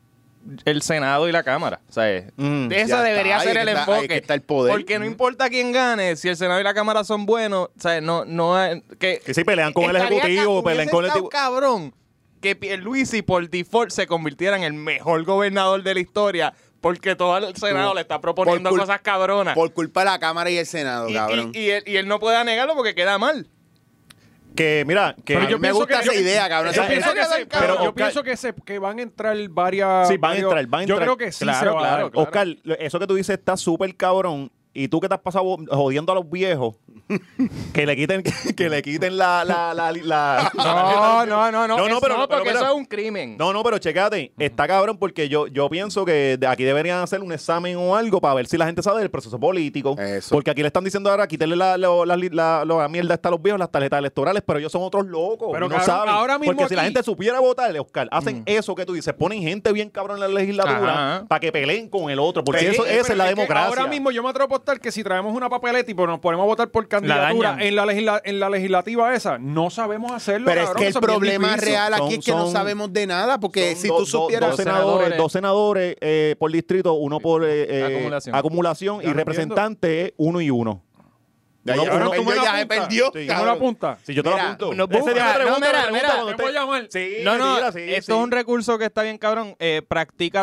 Speaker 4: el Senado y la Cámara. O sea, eh,
Speaker 5: Mm,
Speaker 4: de esa
Speaker 2: ya
Speaker 4: debería
Speaker 2: está, ahí
Speaker 4: ser
Speaker 2: es
Speaker 4: el
Speaker 2: que está- ahí es
Speaker 4: enfoque.
Speaker 2: que está el poder. Mm.
Speaker 4: Porque no importa quién gane, si el Senado y la Cámara son buenos, o sea, no, no hay- que,
Speaker 5: Que sí, pelean con el
Speaker 4: estaría
Speaker 5: ejecutivo,
Speaker 4: ca-
Speaker 5: pelean
Speaker 4: hubiese
Speaker 5: con el
Speaker 4: estado
Speaker 5: tibu-
Speaker 4: cabrón que Pierluisi por default se convirtiera en el mejor gobernador de la historia porque todo el Senado le está proponiendo
Speaker 2: cul-
Speaker 4: cosas cabronas.
Speaker 2: Por culpa de la Cámara y el Senado,
Speaker 4: Y- y-
Speaker 2: cabrón.
Speaker 4: y él- y él no pueda negarlo porque queda mal.
Speaker 5: que mira, que
Speaker 1: Pero yo
Speaker 2: me
Speaker 1: pienso
Speaker 2: gusta
Speaker 1: que-
Speaker 2: esa
Speaker 1: yo-
Speaker 2: idea, cabrón.
Speaker 1: Yo
Speaker 2: Esa-
Speaker 1: pienso
Speaker 2: esa-
Speaker 1: que, se-
Speaker 4: Pero,
Speaker 1: pero yo
Speaker 5: Oscar-
Speaker 1: pienso que, se- que van a entrar varias.
Speaker 5: Sí, van a
Speaker 1: varios-
Speaker 5: entrar, van a entrar.
Speaker 1: Yo creo que sí
Speaker 4: Claro,
Speaker 1: se va a
Speaker 4: claro,
Speaker 1: dar.
Speaker 4: claro.
Speaker 5: Oscar, lo- eso que tú dices está súper cabrón. Y tú que te has pasado jodiendo a los viejos, que le quiten, que le quiten la, la, la, la-
Speaker 4: No, no, no, no.
Speaker 5: No, no,
Speaker 4: es-
Speaker 5: pero-
Speaker 4: no, porque
Speaker 5: pero- pero-
Speaker 4: eso es un crimen.
Speaker 5: No, no, pero checate, está cabrón porque yo, yo pienso que de- aquí deberían hacer un examen o algo para ver si la gente sabe del proceso político.
Speaker 2: Eso.
Speaker 5: Porque aquí le están diciendo ahora quitarle la, lo- la, la- lo- la mierda hasta los viejos, las tarjetas electorales, pero ellos son otros locos.
Speaker 1: Pero,
Speaker 5: no
Speaker 1: cabrón,
Speaker 5: saben.
Speaker 1: ahora mismo
Speaker 5: porque si la
Speaker 1: aquí-
Speaker 5: gente supiera votar, Oscar, hacen eso que tú dices, ponen gente bien cabrón en la legislatura
Speaker 4: Ajá.
Speaker 5: para que peleen con el otro. Porque
Speaker 1: Sí,
Speaker 5: eso,
Speaker 1: Eh, pero
Speaker 5: esa es la
Speaker 1: que
Speaker 5: democracia.
Speaker 1: Ahora mismo yo me atrevo a apostar que si traemos una papeleta y pues nos ponemos a votar por candidatura
Speaker 4: dañan.
Speaker 1: en la, legisla- en la legislativa esa, no sabemos hacerlo.
Speaker 2: Pero es
Speaker 1: cabrón,
Speaker 2: que el
Speaker 1: eso bien
Speaker 2: problema
Speaker 1: difícil.
Speaker 2: real aquí
Speaker 5: Son-
Speaker 2: es que no
Speaker 5: son-
Speaker 2: sabemos de nada, porque
Speaker 5: Son
Speaker 2: si
Speaker 5: do-
Speaker 2: tú
Speaker 5: do-
Speaker 2: supieras...
Speaker 5: dos senadores,
Speaker 4: senadores.
Speaker 5: dos senadores eh, por distrito, uno por eh, eh, acumulación,
Speaker 4: Acumulación.
Speaker 5: y representante es uno y uno.
Speaker 2: Ya, ya,
Speaker 1: Cabrón,
Speaker 2: ya,
Speaker 1: tú me
Speaker 2: ya
Speaker 1: la
Speaker 2: se
Speaker 1: apuntas.
Speaker 2: perdió,
Speaker 1: Sí, tú me
Speaker 2: cabrón.
Speaker 1: la apuntas.
Speaker 5: Si yo te lo
Speaker 2: Mira,
Speaker 5: apunto.
Speaker 4: nos
Speaker 5: Ese
Speaker 4: busca.
Speaker 5: día me pregunta,
Speaker 4: Ah, No, mira,
Speaker 5: me pregunta
Speaker 4: mira,
Speaker 5: cuando
Speaker 1: te voy a llamar.
Speaker 5: Sí,
Speaker 4: No, no,
Speaker 5: mira, sí,
Speaker 4: esto
Speaker 5: sí.
Speaker 4: es un recurso que está bien cabrón. Eh,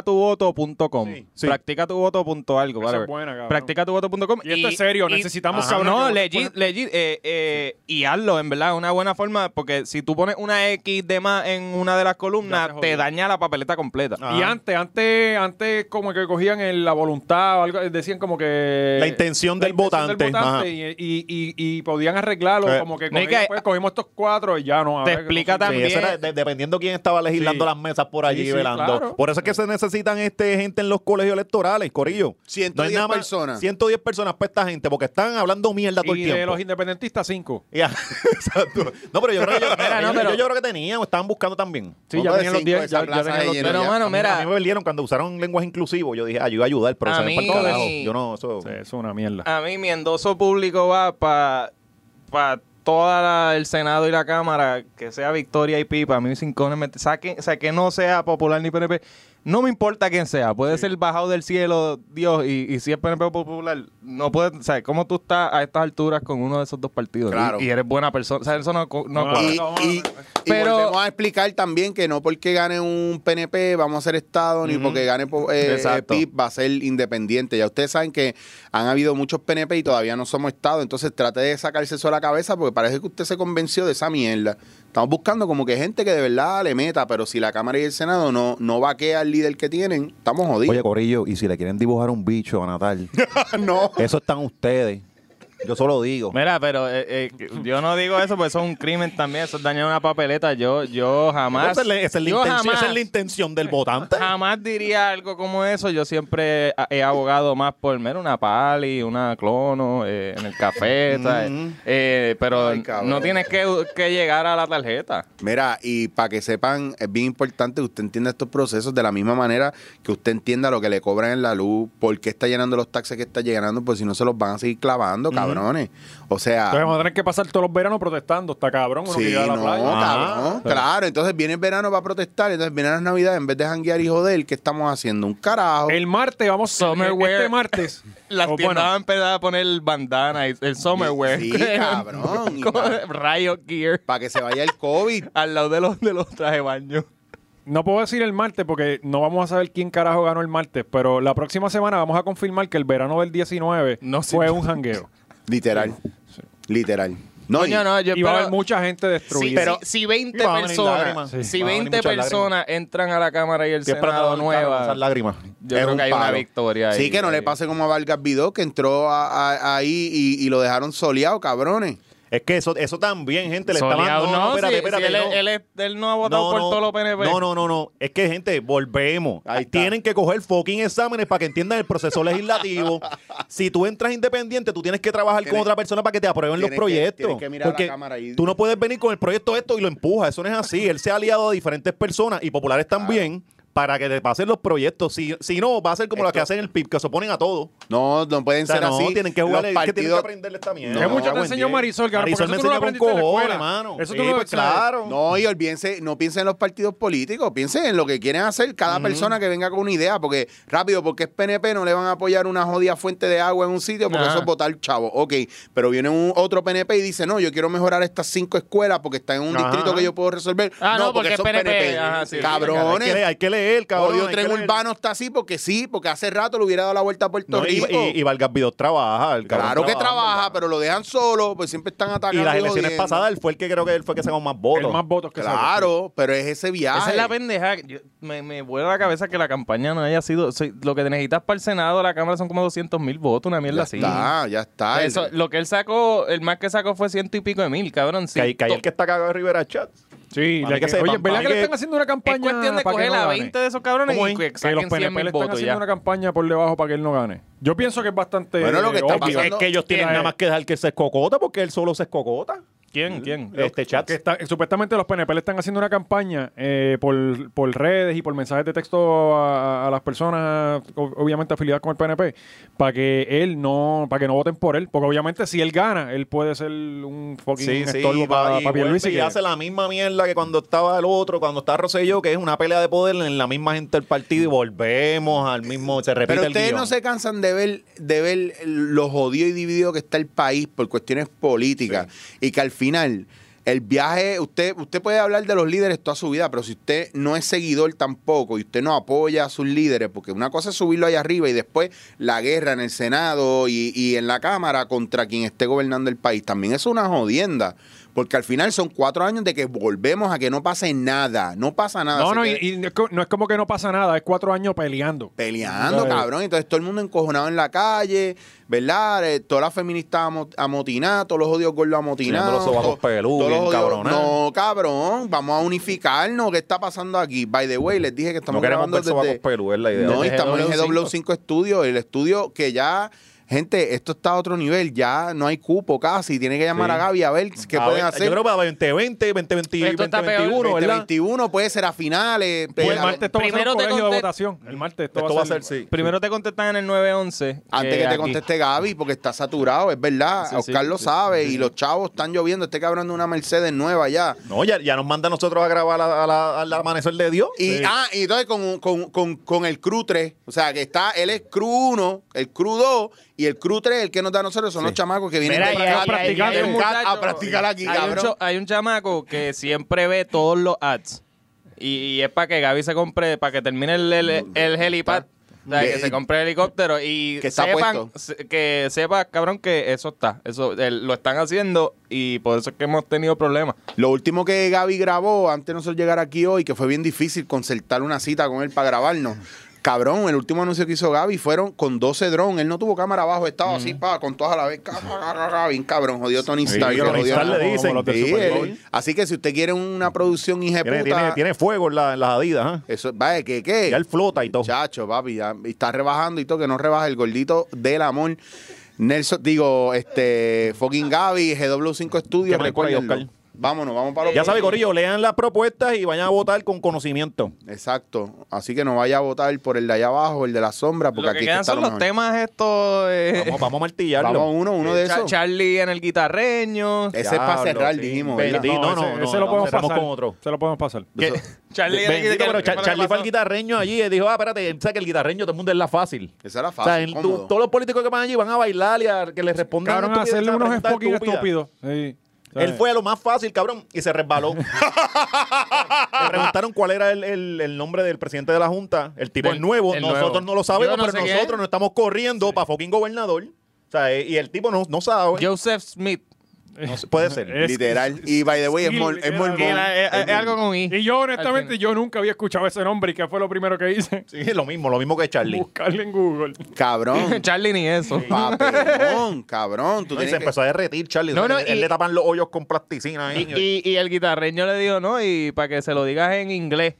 Speaker 4: practicatuvoto.com.
Speaker 5: Sí, sí.
Speaker 4: Practicatuvoto.algo.
Speaker 1: Esa
Speaker 4: whatever.
Speaker 1: es buena, cabrón.
Speaker 4: Practicatuvoto.com.
Speaker 1: Y esto es serio, necesitamos,
Speaker 4: Ajá.
Speaker 1: cabrón, que
Speaker 4: No,
Speaker 1: nos
Speaker 4: legit, legit. eh, eh, Y hazlo, en verdad, una buena forma. Porque si tú pones una X de más en una de las
Speaker 1: Ya
Speaker 4: columnas,
Speaker 1: se
Speaker 4: te
Speaker 1: jodió.
Speaker 4: daña la papeleta completa.
Speaker 5: Ah.
Speaker 1: Y antes, antes, antes como que cogían el- la voluntad o algo, eh, decían como que...
Speaker 5: La intención del votante, ajá.
Speaker 1: y, y, y- y podían arreglarlo,
Speaker 5: Eh.
Speaker 1: como que,
Speaker 4: No, y
Speaker 1: con ellos,
Speaker 4: que-
Speaker 1: pues, cogimos estos cuatro y ya no. ahora
Speaker 4: Te
Speaker 1: que no sé.
Speaker 4: explica
Speaker 5: Sí,
Speaker 4: también.
Speaker 5: eso era de- dependiendo quién estaba legislando
Speaker 1: Sí.
Speaker 5: las mesas por allí
Speaker 1: Sí, sí,
Speaker 5: velando.
Speaker 1: claro.
Speaker 5: Por eso es que se necesitan este gente en los colegios electorales, Corillo.
Speaker 2: 110
Speaker 5: más-
Speaker 2: personas.
Speaker 5: 110 personas para esta gente porque están hablando mierda todo el
Speaker 1: Y de
Speaker 5: tiempo.
Speaker 1: los independentistas, cinco.
Speaker 5: Ya, Exacto. No, pero yo creo que,
Speaker 4: Mira, no,
Speaker 5: yo-
Speaker 4: pero-
Speaker 5: yo- yo creo que tenían o estaban buscando también.
Speaker 1: Sí,
Speaker 2: Vamos
Speaker 1: ya
Speaker 2: de
Speaker 1: tenían los
Speaker 2: cinco,
Speaker 1: diez.
Speaker 2: esa
Speaker 1: Ya, ya
Speaker 2: plaza
Speaker 1: tenían
Speaker 2: ahí
Speaker 1: los
Speaker 2: llena.
Speaker 1: diez.
Speaker 4: Pero,
Speaker 2: ya.
Speaker 4: mano,
Speaker 5: a
Speaker 4: mira.
Speaker 5: mí me perdieron cuando usaron lenguaje inclusivo. Yo dije, ah, yo iba a ayudar, pero
Speaker 4: A
Speaker 5: se me fue
Speaker 4: mí-
Speaker 5: el carajo.
Speaker 4: Sí.
Speaker 5: Yo no, eso.
Speaker 1: Sí, eso es una mierda.
Speaker 4: A mí mi endoso público va para toda la- el Senado y la Cámara, que sea Victoria y Pipa, a mí sin cojones me- saquen- o sea, que no sea popular ni PNP, no me importa quién sea, puede ser bajado del cielo Dios y, y si es PNP o popular, no puede, o sea, cómo tú estás a estas alturas con uno de esos dos partidos
Speaker 2: Claro.
Speaker 4: y, y eres buena persona, o sea, eso no, co- no
Speaker 1: No,
Speaker 4: cuadra.
Speaker 2: Y,
Speaker 1: Vamos a-
Speaker 2: y- y
Speaker 4: Pero-
Speaker 2: volvemos a explicar también que no porque gane un PNP vamos a ser Estado, ni porque gane po- eh,
Speaker 4: Exacto.
Speaker 2: PIB va a ser independiente. Ya ustedes saben que han habido muchos PNP y todavía no somos Estado, entonces trate de sacarse eso a la cabeza porque parece que usted se convenció de esa mierda. Estamos buscando como que gente que de verdad le meta, pero si la Cámara y el Senado no, no vaquea al líder que tienen, estamos jodidos.
Speaker 5: Oye, Corillo, y si le quieren dibujar un bicho a Natal,
Speaker 2: no.
Speaker 5: eso están ustedes. Yo solo digo.
Speaker 4: Mira, pero eh, eh, yo no digo eso porque eso es un crimen también, eso es dañar una papeleta, yo yo jamás,
Speaker 5: Esa es, la, esa es la
Speaker 4: yo
Speaker 5: intención, esa
Speaker 4: jamás-
Speaker 5: es la intención del votante.
Speaker 4: Jamás diría algo como eso. Yo siempre a- he abogado más por mira, una pali, una clono, eh, en el café, ¿sabes? Eh, pero
Speaker 2: Mm-hmm. Ay, cabrón.
Speaker 4: no tienes que, que llegar a la tarjeta.
Speaker 2: Mira, y para que sepan, es bien importante que usted entienda estos procesos de la misma manera que usted entienda lo que le cobran en la luz, por qué está llenando los taxes que está llenando, pues si no se los van a seguir clavando, cabrones. O sea,
Speaker 1: Entonces vamos a tener que pasar todos los veranos protestando. Está cabrón uno que
Speaker 2: Ah. sí,
Speaker 1: llega a la
Speaker 2: no,
Speaker 1: playa. Ah.
Speaker 2: cabrón, claro. Entonces viene el verano para protestar, entonces viene la Navidad, en vez de janguear y joder, ¿qué estamos haciendo? Un carajo.
Speaker 1: El martes vamos...
Speaker 4: Summerwear.
Speaker 1: Este martes.
Speaker 4: Las
Speaker 1: o
Speaker 4: tiendas
Speaker 1: bueno,
Speaker 4: van a empezar a poner bandana y el summerwear.
Speaker 2: Sí, cabrón. Y
Speaker 4: Como
Speaker 2: pa-
Speaker 4: Riot Gear
Speaker 2: Para que se vaya el COVID.
Speaker 4: al lado de los, de los trajes de baño.
Speaker 1: No puedo decir el martes porque no vamos a saber quién carajo ganó el martes, pero la próxima semana vamos a confirmar que el verano del 19
Speaker 4: No, sí.
Speaker 1: fue un jangueo.
Speaker 2: Literal. Literal. No, y-
Speaker 8: Coño, no, yo
Speaker 1: y va a
Speaker 8: espero-
Speaker 1: haber mucha gente
Speaker 8: Sí,
Speaker 1: destruida.
Speaker 8: sí, si 20
Speaker 5: Y van a venir
Speaker 8: personas,
Speaker 5: lágrimas. Sí.
Speaker 8: si
Speaker 5: Van a venir
Speaker 8: 20
Speaker 5: muchas
Speaker 8: personas entran a la Cámara y el
Speaker 5: ¿Qué
Speaker 8: Senado
Speaker 5: Esas
Speaker 8: nueva,
Speaker 5: lágrimas.
Speaker 8: yo
Speaker 2: Es
Speaker 8: creo
Speaker 2: un
Speaker 8: que hay una
Speaker 2: palo.
Speaker 8: victoria ahí.
Speaker 2: Sí, que no le pase como a Vargas Vidó, que entró a- a- ahí y, y lo dejaron soleado, cabrones.
Speaker 5: Es que eso, eso también, gente, le está
Speaker 8: Soleado,
Speaker 5: mandando.
Speaker 8: no,
Speaker 5: espérate,
Speaker 8: si-
Speaker 5: espérate.
Speaker 8: si él,
Speaker 5: no.
Speaker 8: él es- él no ha votado por todos los PNP.
Speaker 5: No, no, no, no. Es que, gente, volvemos.
Speaker 2: Ahí está.
Speaker 5: Tienen que coger fucking exámenes para que entiendan el proceso legislativo. si tú entras independiente, tú tienes que trabajar con
Speaker 2: Tienes-
Speaker 5: otra persona para que te aprueben los
Speaker 2: tienes que-
Speaker 5: proyectos.
Speaker 2: tienes que mirar a la
Speaker 5: Porque
Speaker 2: cámara y-
Speaker 5: tú no puedes venir con el proyecto esto y lo empuja. Eso no es así. Él se ha aliado a diferentes personas y populares también para que te pasen los proyectos. Si, si no, va a ser como las que hacen el PIB, que se oponen a todo.
Speaker 2: No, no pueden
Speaker 5: O sea,
Speaker 2: ser
Speaker 5: no,
Speaker 2: así.
Speaker 5: tienen que jugar,
Speaker 2: Los
Speaker 5: es que tienen que
Speaker 2: partidos-
Speaker 5: aprenderle esta mierda.
Speaker 1: que
Speaker 2: No,
Speaker 1: mucho te
Speaker 5: Ah, buen
Speaker 1: enseñó
Speaker 5: día.
Speaker 1: Marisol, cabrón,
Speaker 5: Marisol
Speaker 1: porque
Speaker 5: me
Speaker 1: eso tú no lo aprendiste
Speaker 5: enseñó con
Speaker 1: en la
Speaker 5: cojones,
Speaker 1: escuela.
Speaker 5: mano.
Speaker 1: Eso tú
Speaker 5: Sí,
Speaker 1: no lo
Speaker 5: pues,
Speaker 1: sabes.
Speaker 5: claro.
Speaker 2: No, y olvídense, no piensen en los partidos políticos, piensen en lo que quieren hacer cada persona que venga con una idea, porque rápido, porque es PNP, no le van a apoyar una jodida fuente de agua en un sitio porque
Speaker 8: Ajá.
Speaker 2: eso es votar chavo. Ok, pero viene un otro PNP y dice, no, yo quiero mejorar estas cinco escuelas porque están en un
Speaker 5: Ajá.
Speaker 2: distrito que yo puedo resolver.
Speaker 8: Ah, no, porque
Speaker 2: son
Speaker 8: es PNP. Ajá, sí.
Speaker 5: Hay que leer,
Speaker 2: Cabrones.
Speaker 5: hay que leer, cabrón.
Speaker 2: Odio
Speaker 5: hay
Speaker 2: tren
Speaker 5: que leer.
Speaker 2: urbano está así porque sí, porque hace rato le hubiera dado la vuelta a Puerto
Speaker 5: No, y,
Speaker 2: Rico.
Speaker 5: y, y Vargas Vidal trabaja. el cabrón
Speaker 2: claro que
Speaker 5: trabajando,
Speaker 2: trabaja, pero lo dejan solo, pues siempre están
Speaker 5: hermano.
Speaker 2: atacando.
Speaker 5: Y las elecciones
Speaker 2: jodiendo.
Speaker 5: pasadas, él fue el que creo que él fue el que sacó más votos.
Speaker 1: El más votos que sacó.
Speaker 2: Claro, pero es ese viaje.
Speaker 8: Esa es la pendeja. Yo- me, me vuela la cabeza que la campaña no haya sido. soy- lo que necesitas para el Senado, la Cámara son como 200 mil votos, una mierda
Speaker 2: Ya
Speaker 8: así.
Speaker 2: está, ya está.
Speaker 8: Eso, lo que él sacó, el más que sacó fue ciento y pico de mil, cabrón. sí.
Speaker 5: Que hay, que hay el
Speaker 8: To-
Speaker 5: que está cagado de Rivera Chat.
Speaker 1: Sí, la
Speaker 5: Para mí que
Speaker 1: que-
Speaker 5: sepan,
Speaker 1: oye,
Speaker 5: para
Speaker 1: ¿verdad
Speaker 5: mí
Speaker 1: que le
Speaker 5: que-
Speaker 1: están haciendo una
Speaker 8: es
Speaker 1: campaña
Speaker 8: cuestión de
Speaker 1: para que
Speaker 8: coger
Speaker 1: no
Speaker 8: a
Speaker 1: gane?
Speaker 8: 20 de esos cabrones
Speaker 1: ¿Cómo
Speaker 8: y
Speaker 1: es?
Speaker 8: que
Speaker 1: Que los
Speaker 8: saquen 100
Speaker 1: PNP le
Speaker 8: mil
Speaker 1: están
Speaker 8: votos
Speaker 1: haciendo
Speaker 8: ya.
Speaker 1: una campaña por debajo para que él no gane. Yo pienso que es bastante
Speaker 2: Bueno, lo que
Speaker 1: eh,
Speaker 2: está
Speaker 1: obvio.
Speaker 2: pasando-
Speaker 5: Es que ellos tienen
Speaker 1: Mira,
Speaker 5: nada más que dejar que se escocota porque él solo se escocota.
Speaker 8: ¿Quién? ¿Quién?
Speaker 5: Este chat.
Speaker 1: que está- eh, supuestamente los PNP le están haciendo una campaña eh, por, por redes y por mensajes de texto a, a- a las personas o- obviamente afiliadas con el PNP para que él no para que no voten por él porque obviamente si él gana él puede ser un fucking estorbo
Speaker 5: y
Speaker 1: para,
Speaker 5: va-
Speaker 1: para
Speaker 5: y
Speaker 1: Pierluisi
Speaker 5: vuelve y
Speaker 1: que-
Speaker 5: hace la misma mierda que cuando estaba el otro, cuando estaba Rosselló, que es una pelea de poder en la misma gente del partido y volvemos al mismo, se repite
Speaker 2: Pero
Speaker 5: el
Speaker 2: ustedes
Speaker 5: guión.
Speaker 2: no se cansan de ver, de ver lo jodido y dividido que está el país por cuestiones políticas y que al final el viaje, usted, usted puede hablar de los líderes toda su vida, pero si usted no es seguidor tampoco y usted no apoya a sus líderes, porque una cosa es subirlo ahí arriba y después la guerra en el Senado y, y en la Cámara contra quien esté gobernando el país, también es una jodienda. Porque al final son cuatro años de que volvemos a que no pase nada, no pasa nada.
Speaker 1: no
Speaker 2: se
Speaker 1: no
Speaker 2: queda-
Speaker 1: y, y no es co- no es como que no pasa nada es cuatro años peleando
Speaker 2: peleando,
Speaker 1: Right.
Speaker 2: cabrón. Entonces todo el mundo encojonado en la calle, ¿verdad? Eh, todas las feministas amo- amotinadas, todos los odios gordos amotinados.
Speaker 5: Teniendo los sobacos
Speaker 2: to-
Speaker 5: peludos,
Speaker 2: todos los
Speaker 5: bien
Speaker 2: jodidos-
Speaker 5: cabronados.
Speaker 2: No, cabrón, vamos a unificarnos. ¿Qué está pasando aquí? By the way, les dije que
Speaker 5: No
Speaker 2: estamos
Speaker 5: queremos
Speaker 2: grabando
Speaker 5: ver sobacos
Speaker 2: desde...
Speaker 5: pelú, es la idea.
Speaker 2: No, y
Speaker 5: Desde
Speaker 2: estamos en
Speaker 5: GW5.
Speaker 2: GW5 Studio, el estudio que ya... Gente, esto está a otro nivel, ya no hay cupo casi, tiene que llamar
Speaker 5: Sí.
Speaker 2: a Gaby a ver qué
Speaker 5: A
Speaker 2: pueden
Speaker 5: ver,
Speaker 2: hacer.
Speaker 5: Yo creo que para 2020, 2021,
Speaker 8: Pues Esto está peor.
Speaker 5: 2021, ¿verdad? Pues,
Speaker 2: 2021 puede ser a finales.
Speaker 1: el
Speaker 2: pero-
Speaker 1: martes esto va a ser
Speaker 8: Primero
Speaker 1: un
Speaker 8: te
Speaker 1: colegio de
Speaker 8: conté-
Speaker 1: votación el martes esto,
Speaker 5: Esto va a ser, sí.
Speaker 8: Primero te contestan en el 911.
Speaker 2: Antes que te
Speaker 8: Eh, aquí.
Speaker 2: conteste Gaby, porque está saturado, es verdad.
Speaker 8: Sí, sí,
Speaker 2: Oscar lo
Speaker 8: sí,
Speaker 2: sabe y los chavos están lloviendo. Este cabrón de una Mercedes nueva ya.
Speaker 5: No, ya, ya nos manda a nosotros a grabar a- a la- al amanecer de Dios.
Speaker 2: Y, ah, y entonces con, con, con, con el Crew 3, o sea, que está, él es Crew 1, el Crew 2 y el Crew 3, el que nos da a nosotros, son los chamacos que vienen
Speaker 8: Mira,
Speaker 2: de
Speaker 8: y
Speaker 2: acá
Speaker 8: hay- y hay-
Speaker 1: practicando.
Speaker 8: y hay un
Speaker 2: de acá
Speaker 8: muchacho-
Speaker 2: a practicar aquí,
Speaker 8: hay Un
Speaker 2: cabrón.
Speaker 8: cho- hay un chamaco que siempre ve todos los ads. Y, y es para que Gaby se compre, para que termine el, el, el helipad. O sea,
Speaker 2: De-
Speaker 8: que se compre el helicóptero y
Speaker 2: Que está
Speaker 8: sepan,
Speaker 2: puesto.
Speaker 8: se- que sepa, cabrón, que eso está. eso el- Lo están haciendo y por eso es que hemos tenido problemas.
Speaker 2: Lo último que Gaby grabó antes de nosotros llegar aquí hoy, que fue bien difícil concertar una cita con él para grabarnos. Cabrón, el último anuncio que hizo Gaby fueron con 12 drones. Él no tuvo cámara abajo, estaba
Speaker 5: Mm.
Speaker 2: así, pa, con todas a la vez. ca, ca, ca, ca, Bien cabrón, jodió Tony Stark.
Speaker 5: Tony
Speaker 2: jodió
Speaker 5: Stark
Speaker 2: a-
Speaker 5: le dicen.
Speaker 2: como los del Sí, Super Bowl. él- Así que si usted quiere una producción hija de
Speaker 5: tiene,
Speaker 2: puta,
Speaker 5: tiene- tiene fuego en, la- en las adidas, ¿ah?
Speaker 2: eso, vaya, ¿qué, qué?
Speaker 5: Ya él flota y todo.
Speaker 2: Chacho, papi, ya y está rebajando y todo, que no rebaja el gordito del amor. Nelson, digo, este, fucking Gaby, GW5
Speaker 5: ¿Qué
Speaker 2: Studios,
Speaker 5: más hay por ahí,
Speaker 2: recuérdenlo.
Speaker 5: Oscar?
Speaker 2: Vámonos, vamos para los
Speaker 5: Ya sabe, Corillo, lean las propuestas y vayan a votar con conocimiento.
Speaker 2: Exacto. Así que no vaya a votar por el de allá abajo, el de la sombra, porque
Speaker 8: lo
Speaker 2: aquí
Speaker 8: que
Speaker 2: es que
Speaker 8: quedan
Speaker 2: está
Speaker 8: son
Speaker 2: lo
Speaker 8: los
Speaker 2: mejor.
Speaker 8: temas estos. eh,
Speaker 5: Vamos, vamos a martillarlo.
Speaker 2: Vamos uno, uno de Eh,
Speaker 8: Cha-
Speaker 2: esos.
Speaker 8: Charlie en el guitarreño.
Speaker 2: Ese es para
Speaker 5: Diablo,
Speaker 2: cerrar,
Speaker 5: sí.
Speaker 2: dijimos.
Speaker 5: Bendito.
Speaker 2: ¿verdad?
Speaker 1: no,
Speaker 5: No, no,
Speaker 1: ese,
Speaker 5: no,
Speaker 1: ese lo
Speaker 5: no,
Speaker 1: podemos
Speaker 5: cerramos
Speaker 1: pasar
Speaker 5: con otro.
Speaker 1: se lo podemos pasar
Speaker 8: Que- Charlie en el
Speaker 5: Bendito, pero
Speaker 8: guitarreño.
Speaker 5: Cha- Charlie fue el guitarreño allí y dijo, ah, espérate, él sabe que el guitarreño todo el mundo es la fácil.
Speaker 2: Esa era
Speaker 5: o sea,
Speaker 2: fácil.
Speaker 5: en tu-
Speaker 2: cómodo.
Speaker 5: todos los políticos que van allí van a bailar y a que les respondan.
Speaker 1: cabrón
Speaker 5: estupideces,
Speaker 1: hacerle
Speaker 5: a
Speaker 1: unos
Speaker 5: preguntas
Speaker 1: spookings
Speaker 5: estúpidas.
Speaker 1: estúpidos sí.
Speaker 5: Él fue a lo más fácil, cabrón, y se resbaló. Le preguntaron cuál era el, el- el nombre del presidente de la Junta. El tipo
Speaker 8: Del-
Speaker 5: es nuevo.
Speaker 8: el nuevo.
Speaker 5: nosotros no lo
Speaker 8: Yo
Speaker 5: sabemos,
Speaker 8: no
Speaker 5: pero
Speaker 8: sé
Speaker 5: nosotros
Speaker 8: quién.
Speaker 5: no estamos corriendo para fucking gobernador. O sea, eh, y el tipo no, no sabe.
Speaker 8: Joseph Smith.
Speaker 5: No sé, puede ser.
Speaker 2: Eh.
Speaker 1: Es-
Speaker 2: literal. Y by the way, es,
Speaker 1: Sí,
Speaker 2: mol- es
Speaker 1: literal.
Speaker 2: mormón.
Speaker 4: Que era- eh, eh, algo con I.
Speaker 1: Y yo, honestamente, yo nunca había escuchado ese nombre y que fue lo primero que hice.
Speaker 5: Sí, lo mismo, lo mismo que Charlie.
Speaker 1: Buscarle en Google.
Speaker 2: Cabrón.
Speaker 4: Charlie ni eso.
Speaker 2: Papelón, cabrón. Tú
Speaker 5: No, y
Speaker 2: tienes
Speaker 5: se
Speaker 2: que-
Speaker 5: empezó a derretir Charlie.
Speaker 4: No,
Speaker 5: O sea,
Speaker 4: no,
Speaker 5: él, él
Speaker 4: y-
Speaker 5: le tapan los hoyos con plasticina. ahí.
Speaker 4: Y, y- y el guitarreño le dijo, no, y para que se lo digas en inglés.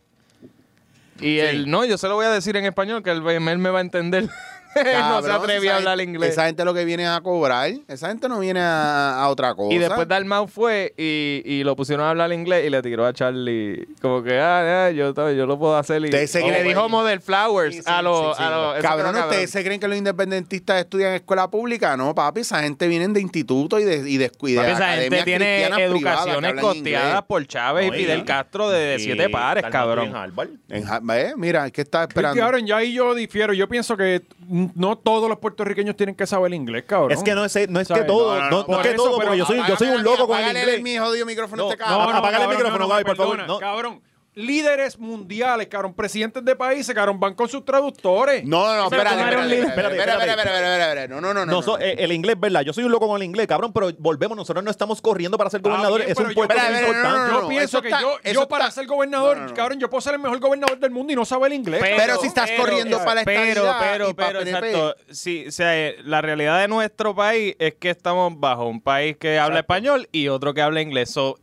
Speaker 4: Y él, no, yo se lo voy a decir en español, que él, él me va a entender. Él no se
Speaker 2: Cabrón,
Speaker 4: atrevía
Speaker 2: esa
Speaker 4: a hablar
Speaker 2: gente-
Speaker 4: inglés.
Speaker 2: Esa gente lo que viene es a cobrar. Esa gente no viene a, a otra cosa.
Speaker 4: Y después Dalmau fue y, y lo pusieron a hablar inglés y le tiró a Charlie como que, ah, ah, yo, yo lo puedo hacer. Y,
Speaker 2: Ustedes se
Speaker 4: y le
Speaker 2: creen-
Speaker 4: dijo Model Flowers a los... a los- eso
Speaker 2: Cabrón,
Speaker 4: creo,
Speaker 2: ¿ustedes se creen que los independentistas estudian en escuela pública? No, papi, esa gente vienen de instituto y de, y de, y de
Speaker 4: Papi, esa gente
Speaker 2: academias
Speaker 4: tiene
Speaker 2: cristianas privadas que
Speaker 4: educaciones
Speaker 2: hablan inglés.
Speaker 4: costeadas por Chávez
Speaker 5: No,
Speaker 4: y
Speaker 5: y-
Speaker 4: Fidel Castro de, de
Speaker 5: Y
Speaker 4: siete pares,
Speaker 5: Dalmau en
Speaker 4: cabrón.
Speaker 5: Harvard.
Speaker 2: En ja- ¿ves? Mira, hay que estar
Speaker 1: Pero,
Speaker 2: esperando.
Speaker 1: cabrón, ya ahí yo difiero. Yo pienso que no todos los puertorriqueños tienen que saber inglés, cabrón.
Speaker 5: Es que no es, no es que
Speaker 1: ¿Sabes?
Speaker 5: todo,
Speaker 1: No, no,
Speaker 5: no,
Speaker 1: no,
Speaker 5: no
Speaker 1: por
Speaker 5: es que
Speaker 1: eso,
Speaker 5: todo,
Speaker 1: pero
Speaker 5: porque yo soy, yo soy un loco con el
Speaker 2: Apágale
Speaker 5: inglés.
Speaker 2: mi jodido micrófono
Speaker 5: No,
Speaker 2: a este
Speaker 5: no,
Speaker 2: cabrón.
Speaker 5: no. Apágale el
Speaker 1: cabrón,
Speaker 5: micrófono, Gaby, por favor,
Speaker 1: perdona,
Speaker 5: no.
Speaker 1: Cabrón, líderes mundiales, cabrón, presidentes de países, cabrón, van con sus traductores.
Speaker 2: No, no, espérate,
Speaker 1: tomaron
Speaker 2: espérate,
Speaker 1: libre.
Speaker 2: espérate, espérate,
Speaker 5: Espérate,
Speaker 2: espérate, espérate, espérate. No, no, no, no.
Speaker 5: No, so-
Speaker 2: no.
Speaker 5: eh, el inglés, ¿verdad? Yo soy un loco con el inglés, cabrón, pero volvemos, nosotros no estamos corriendo para ser
Speaker 1: Está
Speaker 5: gobernadores,
Speaker 1: bien,
Speaker 5: es
Speaker 1: pero yo-
Speaker 5: un puesto
Speaker 1: espera,
Speaker 5: muy
Speaker 1: espera,
Speaker 2: espera,
Speaker 5: importante.
Speaker 2: no,
Speaker 1: yo
Speaker 2: no,
Speaker 1: pienso
Speaker 2: eso
Speaker 1: que
Speaker 2: está-
Speaker 1: yo,
Speaker 2: eso
Speaker 1: yo para
Speaker 2: está-
Speaker 1: ser gobernador,
Speaker 2: No, no, no.
Speaker 1: cabrón, yo puedo ser el mejor gobernador del mundo y no saber el inglés.
Speaker 2: Eh, Pero si estás corriendo para la estadidad y
Speaker 4: Pero,
Speaker 2: para
Speaker 4: pero,
Speaker 2: PNP.
Speaker 4: exacto. Sí, o sea, eh, la realidad de nuestro país es que estamos bajo un país que habla español y otro que habla inglés. So,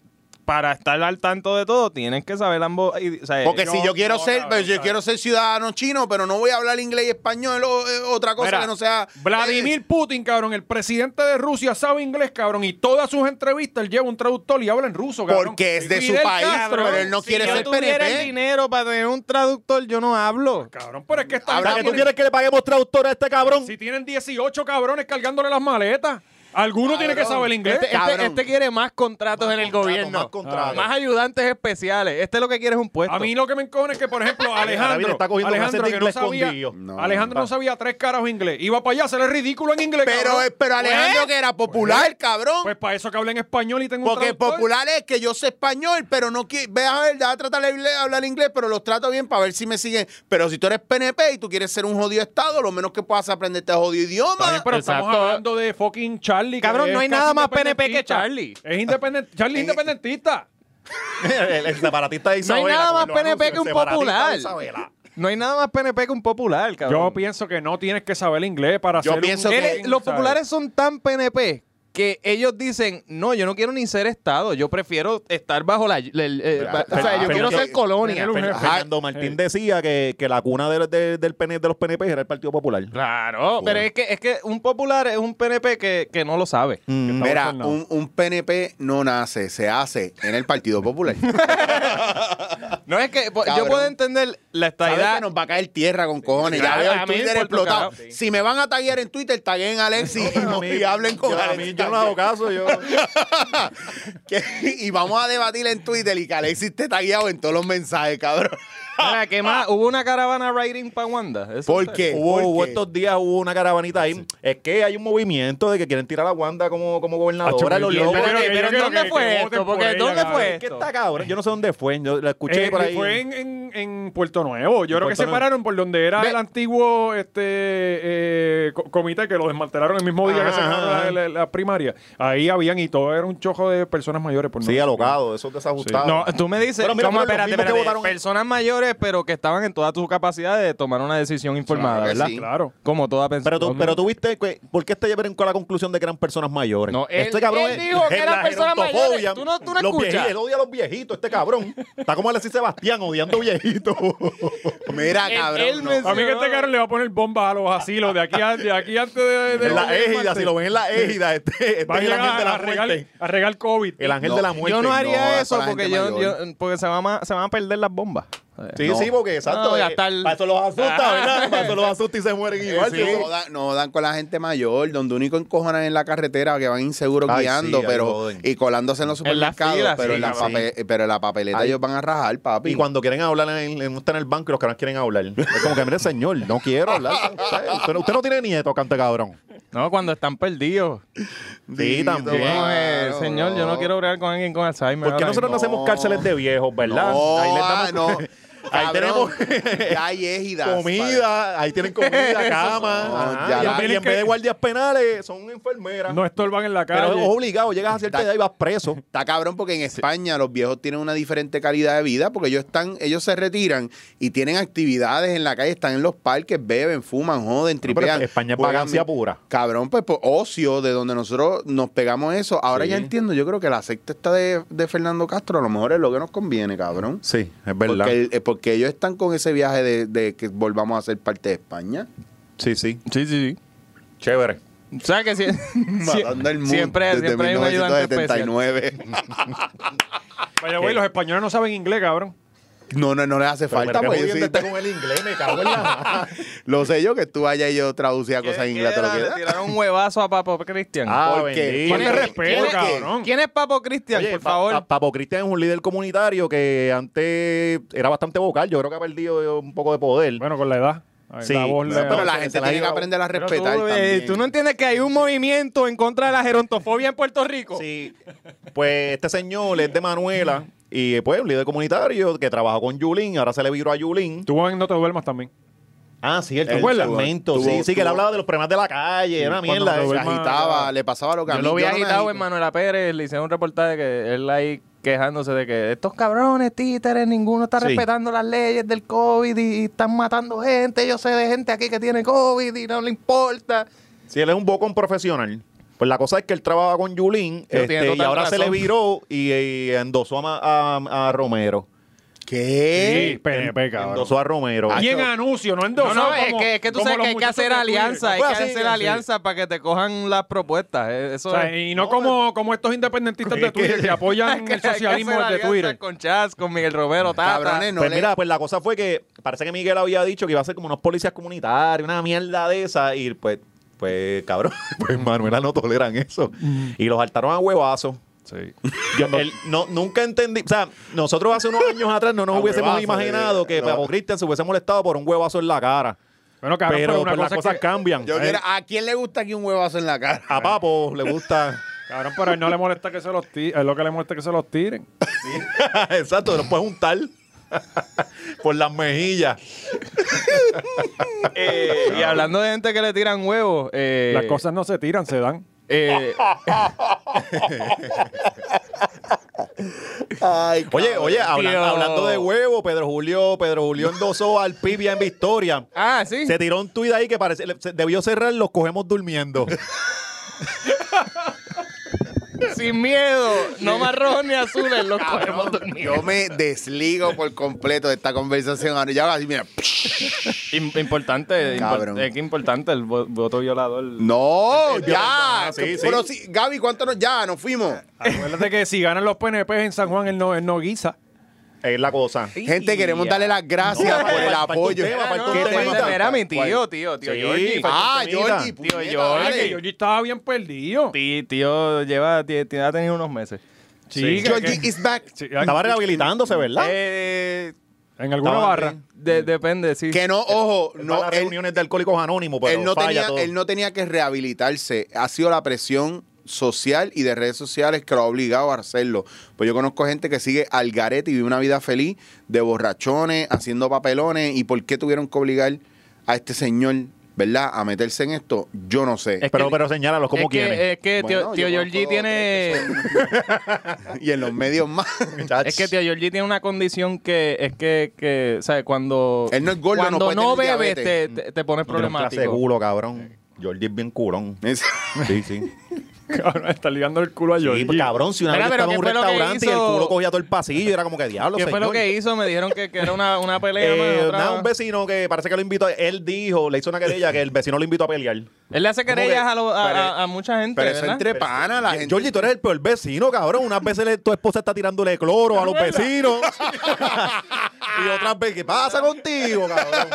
Speaker 4: para estar al tanto de todo, tienes que saber ambos. idi- o sea,
Speaker 2: Porque
Speaker 4: yo-
Speaker 2: si yo quiero
Speaker 1: no,
Speaker 2: ser,
Speaker 1: cabrón,
Speaker 2: pero yo
Speaker 1: cabrón.
Speaker 2: quiero ser ciudadano chino, pero no voy a hablar inglés y español o eh, otra cosa
Speaker 1: Mira,
Speaker 2: que no sea
Speaker 1: Vladimir
Speaker 2: eh,
Speaker 1: Putin, cabrón, el presidente de Rusia sabe inglés, cabrón, y todas sus entrevistas él lleva un traductor y habla en ruso, cabrón.
Speaker 2: Porque es de su
Speaker 1: Fidel
Speaker 2: país,
Speaker 1: Castro,
Speaker 2: pero él no
Speaker 4: si
Speaker 2: quiere
Speaker 4: yo
Speaker 2: ser
Speaker 4: tuviera el
Speaker 2: PNP.
Speaker 4: dinero para tener un traductor, yo no hablo.
Speaker 1: Cabrón, pero es que esta
Speaker 2: Ahora
Speaker 5: Ahora
Speaker 1: gente
Speaker 5: que tú
Speaker 1: tiene-
Speaker 5: quieres que le paguemos traductor a este cabrón.
Speaker 1: Si tienen 18 cabrones cargándole las maletas, alguno tiene que
Speaker 2: Cabrón,
Speaker 1: saber inglés.
Speaker 4: Este, este-
Speaker 2: Cabrón.
Speaker 4: este quiere más contratos en el
Speaker 5: contratos,
Speaker 4: gobierno.
Speaker 5: más contratos.
Speaker 4: Más ayudantes especiales. Este lo que quiere es un puesto.
Speaker 1: A mí lo que me encojona es que, por ejemplo, Alejandro,
Speaker 5: David está cogiendo
Speaker 1: Alejandro,
Speaker 5: clases
Speaker 1: que
Speaker 5: de
Speaker 1: no
Speaker 5: inglés
Speaker 1: sabía,
Speaker 5: escondido.
Speaker 2: No,
Speaker 1: Alejandro no sabía tres caras inglés. Iba para allá, se le ridículo en inglés.
Speaker 2: Pero,
Speaker 1: cabrón.
Speaker 2: eh, pero Alejandro que era popular, cabrón.
Speaker 1: Pues para eso que hablen español y tengo
Speaker 2: Porque
Speaker 1: un traductor.
Speaker 2: popular es que yo sé español, pero no quiero. Ve a ver, da a tratar de hablar- hablar inglés, pero los trato bien para ver si me siguen. Pero si tú eres PNP y tú quieres ser un jodido Estado, lo menos que puedas es aprender este jodido
Speaker 1: Está bien,
Speaker 2: idioma.
Speaker 1: pero estamos
Speaker 4: Exacto.
Speaker 1: hablando de fucking Charlie. que
Speaker 4: Cabrón,
Speaker 1: es
Speaker 4: no hay
Speaker 1: casi
Speaker 4: nada más PNP que
Speaker 1: independentista.
Speaker 4: Charlie.
Speaker 1: Es independentista. Charlie es independentista.
Speaker 5: el, el separatista de
Speaker 4: No hay
Speaker 5: Isabela.
Speaker 4: nada
Speaker 5: como
Speaker 4: más
Speaker 5: lo
Speaker 4: PNP
Speaker 5: anuncia,
Speaker 4: que
Speaker 5: el
Speaker 4: un
Speaker 5: separatista de
Speaker 4: popular.
Speaker 5: Isabela.
Speaker 4: No hay nada más PNP que un popular, cabrón.
Speaker 1: Yo pienso que no tienes que saber inglés para
Speaker 2: Yo
Speaker 1: ser un-
Speaker 2: pienso que-
Speaker 1: ¿sabes?
Speaker 4: Él- los populares son tan PNP que ellos dicen, no, yo no quiero ni ser Estado, yo prefiero estar bajo la... la- el- eh,
Speaker 2: Pero-
Speaker 4: o sea, yo
Speaker 5: pero- pero-
Speaker 4: quiero
Speaker 5: Eh.
Speaker 4: ser colonia.
Speaker 1: Tener un
Speaker 5: Fer-
Speaker 1: jefe.
Speaker 5: Fernando Martín decía que, que la cuna de, de- del PN de los PNP era el Partido Popular.
Speaker 4: Claro, pero es que, es que un popular es un PNP que, que no lo sabe.
Speaker 5: Mm.
Speaker 1: Estamos
Speaker 2: Mira,
Speaker 1: tornados.
Speaker 2: un, un PNP no nace, se hace en el Partido Popular.
Speaker 4: No es que po- yo
Speaker 2: Cabrón.
Speaker 4: puedo entender la
Speaker 2: Sabes
Speaker 4: estadidad.
Speaker 2: que nos va a caer tierra con cojones. ya
Speaker 4: Claro,
Speaker 2: veo
Speaker 4: a
Speaker 2: el
Speaker 4: mí me
Speaker 2: Twitter
Speaker 4: importa un
Speaker 2: explotado.
Speaker 4: carajo.
Speaker 2: Si me van a taguear en Twitter, taguen a Alexis y, no- y hablen con
Speaker 5: yo, a
Speaker 2: Alexis
Speaker 5: mí, yo no hago caso. Yo.
Speaker 2: Que- y vamos a debatir en Twitter y que Alexis esté tagueado en todos los mensajes, cabrón.
Speaker 4: Mira, ¿qué
Speaker 5: Ah.
Speaker 4: más? Hubo una caravana riding para Wanda. ¿Eso
Speaker 2: ¿Por
Speaker 4: es-
Speaker 2: qué?
Speaker 5: hubo,
Speaker 2: ¿Por
Speaker 5: hubo
Speaker 2: qué?
Speaker 5: estos días hubo una caravanita ahí. Es que hay un movimiento de que quieren tirar a Wanda como, como gobernadora.
Speaker 1: Hacho,
Speaker 5: los
Speaker 1: yo- yo
Speaker 5: locos.
Speaker 1: creo que- yo
Speaker 4: pero
Speaker 1: creo
Speaker 4: ¿dónde
Speaker 1: que-
Speaker 4: fue
Speaker 1: que
Speaker 4: esto?
Speaker 1: voten por
Speaker 4: Porque
Speaker 1: ella,
Speaker 4: ¿dónde
Speaker 1: cabrón.
Speaker 4: fue?
Speaker 5: ¿Qué está cabrón? Yo no sé dónde fue. Yo la escuché
Speaker 1: Eh,
Speaker 5: por ahí.
Speaker 1: Fue en, en- en Puerto Nuevo. Yo creo que
Speaker 5: Puerto
Speaker 1: se
Speaker 5: Nuevo.
Speaker 1: pararon por donde era
Speaker 4: Ve-
Speaker 1: el antiguo este eh, co- comité que lo desmantelaron el mismo día
Speaker 5: Ajá,
Speaker 1: que se ganaron
Speaker 5: ajá,
Speaker 1: la, la- la primaria. Ahí habían y todo era un chojo de personas mayores. Por no
Speaker 5: Sí,
Speaker 1: decir-
Speaker 5: alocado. Eso es desajustado.
Speaker 4: No, tú me dices,
Speaker 5: Pero mira,
Speaker 4: ¿cómo?
Speaker 5: pero los mismos
Speaker 4: espérate,
Speaker 5: que
Speaker 4: espérate.
Speaker 5: votaron-
Speaker 4: personas mayores, pero que estaban en toda tu capacidad de tomar una decisión informada,
Speaker 2: Claro que
Speaker 4: ¿verdad?
Speaker 2: sí.
Speaker 1: Claro.
Speaker 4: Como toda persona.
Speaker 5: Pero tú, pero tú viste, que- ¿por qué este llevaron con la conclusión de que eran personas mayores? Este
Speaker 4: No, él- él dijo que
Speaker 5: es
Speaker 4: eran
Speaker 5: la
Speaker 4: personas
Speaker 5: gerontofobia.
Speaker 4: mayores. Tú no- tú no
Speaker 5: los
Speaker 4: escuchas.
Speaker 5: viejitos, él odia a los viejitos, este cabrón. Está como Alexis Sebastián odiando viejitos.
Speaker 2: Mira, cabrón.
Speaker 4: él
Speaker 2: no.
Speaker 4: me-
Speaker 1: A mí que este cabrón le va a poner bombas a los asilos de aquí, a- de aquí antes de, de-
Speaker 5: en la
Speaker 1: de-
Speaker 5: égida, si lo ven en la égida, este, este
Speaker 1: Va a
Speaker 5: es el ángel
Speaker 1: llegar
Speaker 5: de
Speaker 1: a,
Speaker 5: la
Speaker 1: regar,
Speaker 5: muerte.
Speaker 1: a regar COVID.
Speaker 5: El ángel
Speaker 2: No,
Speaker 5: de la muerte.
Speaker 4: yo no haría
Speaker 2: no,
Speaker 4: eso
Speaker 2: para la
Speaker 4: porque,
Speaker 2: gente
Speaker 4: yo,
Speaker 2: mayor.
Speaker 4: yo- porque se, van a, se van a perder las bombas.
Speaker 5: Sí,
Speaker 2: No.
Speaker 5: sí, porque exacto.
Speaker 4: No,
Speaker 5: eh,
Speaker 4: gastar-
Speaker 5: Para eso los asusta, ¿verdad? Para eso los asusta y se mueren igual.
Speaker 2: Sí,
Speaker 5: sí.
Speaker 2: No, dan, no dan con la gente mayor, donde único encojonan en la carretera que van inseguros
Speaker 5: Ay,
Speaker 2: guiando,
Speaker 5: sí, ahí
Speaker 2: pero
Speaker 5: joden.
Speaker 2: y colándose en los
Speaker 4: En las
Speaker 2: supermercados,
Speaker 4: filas,
Speaker 2: pero,
Speaker 4: sí,
Speaker 2: en la
Speaker 4: cabrón.
Speaker 2: pape- pero en la papeleta
Speaker 5: Ay.
Speaker 2: ellos van a rajar, papi.
Speaker 5: Y cuando quieren hablar, en, en- está en el banco y los canales quieren hablar. Es como que, mire, señor, no quiero hablar. con Usted, Usted no- usted no tiene nieto, cante cabrón.
Speaker 4: No, cuando están perdidos.
Speaker 5: Sí, también.
Speaker 4: Como, eh,
Speaker 2: Claro,
Speaker 4: señor, yo no
Speaker 2: no.
Speaker 4: quiero hablar con alguien con Alzheimer.
Speaker 5: ¿Por qué
Speaker 4: ahora
Speaker 5: nosotros no
Speaker 4: mismo.
Speaker 5: hacemos cárceles de viejos, verdad?
Speaker 2: No,
Speaker 5: Ahí les
Speaker 2: ah, no.
Speaker 5: damos- Ahí tenemos
Speaker 2: Cabrón, ya hay égidas.
Speaker 5: comida, ahí tienen comida, cama.
Speaker 2: No,
Speaker 5: ajá,
Speaker 2: ya.
Speaker 5: y
Speaker 1: No
Speaker 5: en- y
Speaker 1: tienen
Speaker 5: en vez
Speaker 1: que-
Speaker 5: de guardias penales, son enfermeras.
Speaker 1: No estorban en la
Speaker 5: pero
Speaker 1: calle.
Speaker 5: es obligado, llegas a cierta
Speaker 2: Da-
Speaker 5: edad y vas preso.
Speaker 2: Está cabrón porque en España los viejos tienen una diferente calidad de vida porque ellos están, ellos se retiran y tienen actividades en la calle, están en los parques, beben, fuman, joden,
Speaker 5: Pero
Speaker 2: tripean.
Speaker 5: España es
Speaker 2: juegan
Speaker 5: vagancia
Speaker 2: bien.
Speaker 5: pura.
Speaker 2: Cabrón, pues por ocio, de donde nosotros nos pegamos eso. Ahora
Speaker 5: Sí.
Speaker 2: ya entiendo, yo creo que la secta está de, de Fernando Castro, a lo mejor es lo que nos conviene, cabrón.
Speaker 5: Sí, es
Speaker 2: Porque, el- eh, porque ellos están con ese viaje de, de que volvamos a ser parte de España.
Speaker 5: Sí, sí.
Speaker 4: Sí, sí, sí.
Speaker 5: Chévere.
Speaker 4: O sea que sí-
Speaker 2: Matando el mundo
Speaker 4: siempre,
Speaker 2: desde
Speaker 4: siempre hay un ayudante especial.
Speaker 2: 1979.
Speaker 1: Vaya, güey, los españoles no saben inglés, cabrón.
Speaker 2: No, no, no les hace falta.
Speaker 5: Pero qué
Speaker 2: Pues,
Speaker 5: jodiendo
Speaker 2: sí,
Speaker 5: está con el inglés, me cago en la...
Speaker 2: Lo sé yo que tú allá y yo traducía cosas en inglés. te lo
Speaker 4: ¿Qué era?
Speaker 2: queda.
Speaker 4: Le tiraron un huevazo a Papo Cristian.
Speaker 5: Ah,
Speaker 2: ¿Por qué?
Speaker 5: bendito.
Speaker 1: Falta de
Speaker 2: ¿Por
Speaker 1: respeto,
Speaker 2: qué?
Speaker 1: cabrón.
Speaker 4: ¿Quién es Papo Cristian,
Speaker 5: Oye,
Speaker 4: por
Speaker 5: Pa-
Speaker 4: favor?
Speaker 5: Pa- Papo Cristian es un líder comunitario que antes era bastante vocal. Yo creo que ha perdido un poco de poder.
Speaker 1: Bueno, con la edad. Ay,
Speaker 5: Sí,
Speaker 1: la voz le-
Speaker 2: Pero la
Speaker 5: Se-
Speaker 2: gente
Speaker 5: se la
Speaker 2: tiene que
Speaker 5: lleva-
Speaker 2: aprender a
Speaker 4: Pero
Speaker 2: respetar.
Speaker 4: tú, eh,
Speaker 2: también.
Speaker 4: tú no entiendes que hay un movimiento en contra de la gerontofobia en Puerto Rico.
Speaker 5: Sí. Pues este señor es de Manuela y pues un líder comunitario que trabajó con Yulín. Ahora se le viró a Yulín.
Speaker 1: Tú Juan, no te duermas también.
Speaker 5: Ah, sí, el
Speaker 2: ¿Te acuerdas?
Speaker 5: segmento.
Speaker 2: Tuvo-
Speaker 5: Sí, sí, que él
Speaker 2: tuvo-
Speaker 5: hablaba de los problemas de la calle. Era una
Speaker 1: cuando
Speaker 5: mierda.
Speaker 1: se
Speaker 5: esa.
Speaker 2: Se
Speaker 1: duerma-
Speaker 2: agitaba, le pasaba lo que a
Speaker 4: Yo
Speaker 2: mí-
Speaker 4: lo vi
Speaker 2: no me
Speaker 4: agitado
Speaker 2: agito.
Speaker 4: en Manuela Pérez, le hicieron un reportaje que él ahí quejándose de que estos cabrones títeres, ninguno está
Speaker 5: Sí.
Speaker 4: respetando las leyes del COVID y, y están matando gente. Yo sé de gente aquí que tiene COVID y no le importa.
Speaker 5: Sí, él es un bocón profesional. Pues la cosa es que él trabajaba con Yulín
Speaker 4: Pero
Speaker 5: este,
Speaker 4: tiene
Speaker 5: y
Speaker 4: total
Speaker 5: ahora se le
Speaker 4: razón.
Speaker 5: viró y, y endosó a, Ma- a- a Romero.
Speaker 2: ¿Qué?
Speaker 1: Sí, PNP, cabrón.
Speaker 5: Endosó a Romero.
Speaker 1: Y en anuncio, no en dos.
Speaker 4: No, no, es que, es que tú sabes que hay que hacer alianza, hay
Speaker 2: Pues
Speaker 5: Fue
Speaker 4: que
Speaker 5: así,
Speaker 4: hacer
Speaker 5: así.
Speaker 4: alianza para que te cojan las propuestas. eh, Eso
Speaker 1: O sea,
Speaker 4: es-
Speaker 1: y no como, como estos independentistas de Twitter que apoyan
Speaker 4: que hay
Speaker 1: el
Speaker 4: que
Speaker 1: socialismo
Speaker 4: hacer
Speaker 1: desde
Speaker 4: alianzas
Speaker 1: Twitter.
Speaker 4: Con Chas, con Miguel Romero, Tata.
Speaker 2: Cabrones, no
Speaker 5: pues
Speaker 2: le-
Speaker 5: mira, pues la cosa fue que parece que Miguel había dicho que iba a ser como unos policías comunitarios, una mierda de esa, y pues, pues cabrón, pues Manuela no toleran eso. Y los saltaron a huevazos.
Speaker 1: Sí.
Speaker 5: Yo él no, nunca entendí, o sea, nosotros hace unos años atrás no nos
Speaker 2: A
Speaker 5: hubiésemos
Speaker 2: huevazo,
Speaker 5: imaginado
Speaker 2: eh,
Speaker 5: que
Speaker 2: no.
Speaker 5: Papo Cristian se hubiese molestado por un huevazo en la cara.
Speaker 1: Bueno, cabrón,
Speaker 5: pero
Speaker 1: pero una
Speaker 5: pues, las
Speaker 1: cosa es
Speaker 5: cosas
Speaker 1: que-
Speaker 5: cambian.
Speaker 1: eh.
Speaker 2: Yo quiero- ¿A quién le gusta aquí un huevazo en la cara?
Speaker 5: A Papo le gusta.
Speaker 1: Cabrón, pero a él no le molesta que se los tiren. Es lo que le molesta que se los tiren.
Speaker 5: Exacto, los puedes juntar por las mejillas.
Speaker 4: Eh, y hablando de gente que le tiran huevos, eh,
Speaker 1: Las cosas no se tiran, se dan.
Speaker 4: eh,
Speaker 2: Ay,
Speaker 5: Oye,
Speaker 2: cabrón.
Speaker 5: oye, habla-
Speaker 4: Tío.
Speaker 5: hablando de huevo, Pedro Julio, Pedro Julio endosó al Pibia en Victoria.
Speaker 4: ah, sí.
Speaker 5: Se tiró un tuit ahí que parece, le- se- debió cerrar, los cogemos durmiendo.
Speaker 4: Sin miedo, no marrón ni azules, los cogemos dormidos.
Speaker 2: Yo me desligo por completo de esta conversación. Ahora ya va así, mira.
Speaker 4: Im- Importante, impor-
Speaker 2: Cabrón.
Speaker 4: es que importante el vo- voto violador.
Speaker 2: No, ya.
Speaker 5: Ah, sí, sí.
Speaker 2: Pero sí, Gaby, ¿cuánto nos.? Ya, nos fuimos.
Speaker 1: Acuérdate que si ganan los PNP en San Juan, él no, él no guisa.
Speaker 5: es la cosa.
Speaker 2: Gente, queremos darle las gracias
Speaker 5: No,
Speaker 2: por el
Speaker 5: falta un
Speaker 2: apoyo.
Speaker 5: tema,
Speaker 4: Ah,
Speaker 5: falta
Speaker 4: no,
Speaker 5: un
Speaker 2: ¿Qué
Speaker 5: tema.
Speaker 2: tema?
Speaker 4: era, era mi tío, tío, tío
Speaker 5: Sí,
Speaker 4: Georgie.
Speaker 5: falta
Speaker 2: Ah,
Speaker 5: un temita.
Speaker 2: Georgie, puñeta,
Speaker 4: Georgie.
Speaker 2: dale.
Speaker 1: Porque Georgie estaba bien perdido.
Speaker 4: Ti- Tío, lleva, ti- ti- ha tenido unos meses.
Speaker 1: Sí, que-
Speaker 2: Georgie
Speaker 1: que-
Speaker 2: is back.
Speaker 1: sí,
Speaker 5: Estaba rehabilitándose, ¿verdad?
Speaker 4: Eh,
Speaker 1: en alguna
Speaker 5: estaba
Speaker 1: barra.
Speaker 5: bien.
Speaker 4: de- depende, sí.
Speaker 2: Que no, ojo,
Speaker 5: no,
Speaker 2: no,
Speaker 5: las
Speaker 2: él-
Speaker 5: reuniones de alcohólicos anónimos, pero
Speaker 2: él, no
Speaker 5: falla
Speaker 2: tenía,
Speaker 5: todo.
Speaker 2: él no tenía que rehabilitarse. Ha sido la presión social y de redes sociales que lo ha obligado a hacerlo. Pues yo conozco gente que sigue al garete y vive una vida feliz de borrachones, haciendo papelones. ¿Y por qué tuvieron que obligar a este señor, verdad, a meterse en esto? Yo no sé.
Speaker 4: Es
Speaker 5: pero,
Speaker 4: que-
Speaker 5: pero señálalos como
Speaker 4: es que,
Speaker 5: quieren.
Speaker 4: Es que tío,
Speaker 2: Bueno,
Speaker 4: tío
Speaker 2: yo
Speaker 4: Georgie
Speaker 2: conozco
Speaker 4: tiene...
Speaker 2: y en los medios más.
Speaker 4: Es que tío Georgie tiene una condición que es que, que o sea, cuando
Speaker 2: Él no es gordo, no
Speaker 4: cuando
Speaker 2: puede
Speaker 4: no,
Speaker 2: tener
Speaker 4: bebes te,
Speaker 2: diabetes.
Speaker 4: te, te pones
Speaker 5: Tiene un clase de
Speaker 4: problemático.
Speaker 5: culo, cabrón. Jordi es bien culón.
Speaker 2: Es-
Speaker 5: Sí, sí.
Speaker 1: Cabrón, está ligando el culo a
Speaker 5: Sí,
Speaker 1: Georgie.
Speaker 5: pues, cabrón, si una
Speaker 4: Mira,
Speaker 5: vez
Speaker 4: pero
Speaker 5: estaba en un
Speaker 4: ¿qué fue lo que
Speaker 5: restaurante y el
Speaker 4: hizo?
Speaker 5: culo cogía todo el pasillo, era como que diablo,
Speaker 4: ¿Qué fue
Speaker 5: señor?"
Speaker 4: lo que hizo? Me dijeron que, que era una, una pelea.
Speaker 5: Eh,
Speaker 4: más, otra-
Speaker 5: nada, un vecino que parece que lo invitó, él dijo, le hizo una querella que el vecino lo invitó a pelear.
Speaker 4: Él le hace
Speaker 5: ¿Cómo
Speaker 4: querellas
Speaker 5: que?
Speaker 4: a, lo- a-
Speaker 2: Pero-
Speaker 4: a- a mucha gente,
Speaker 2: pero eso
Speaker 4: ¿verdad?
Speaker 2: entre panas, la gente.
Speaker 5: Jordi, tú eres el peor vecino, cabrón. Unas veces le- tu esposa está tirándole cloro a los vecinos. y otras veces, ¿qué pasa contigo, cabrón?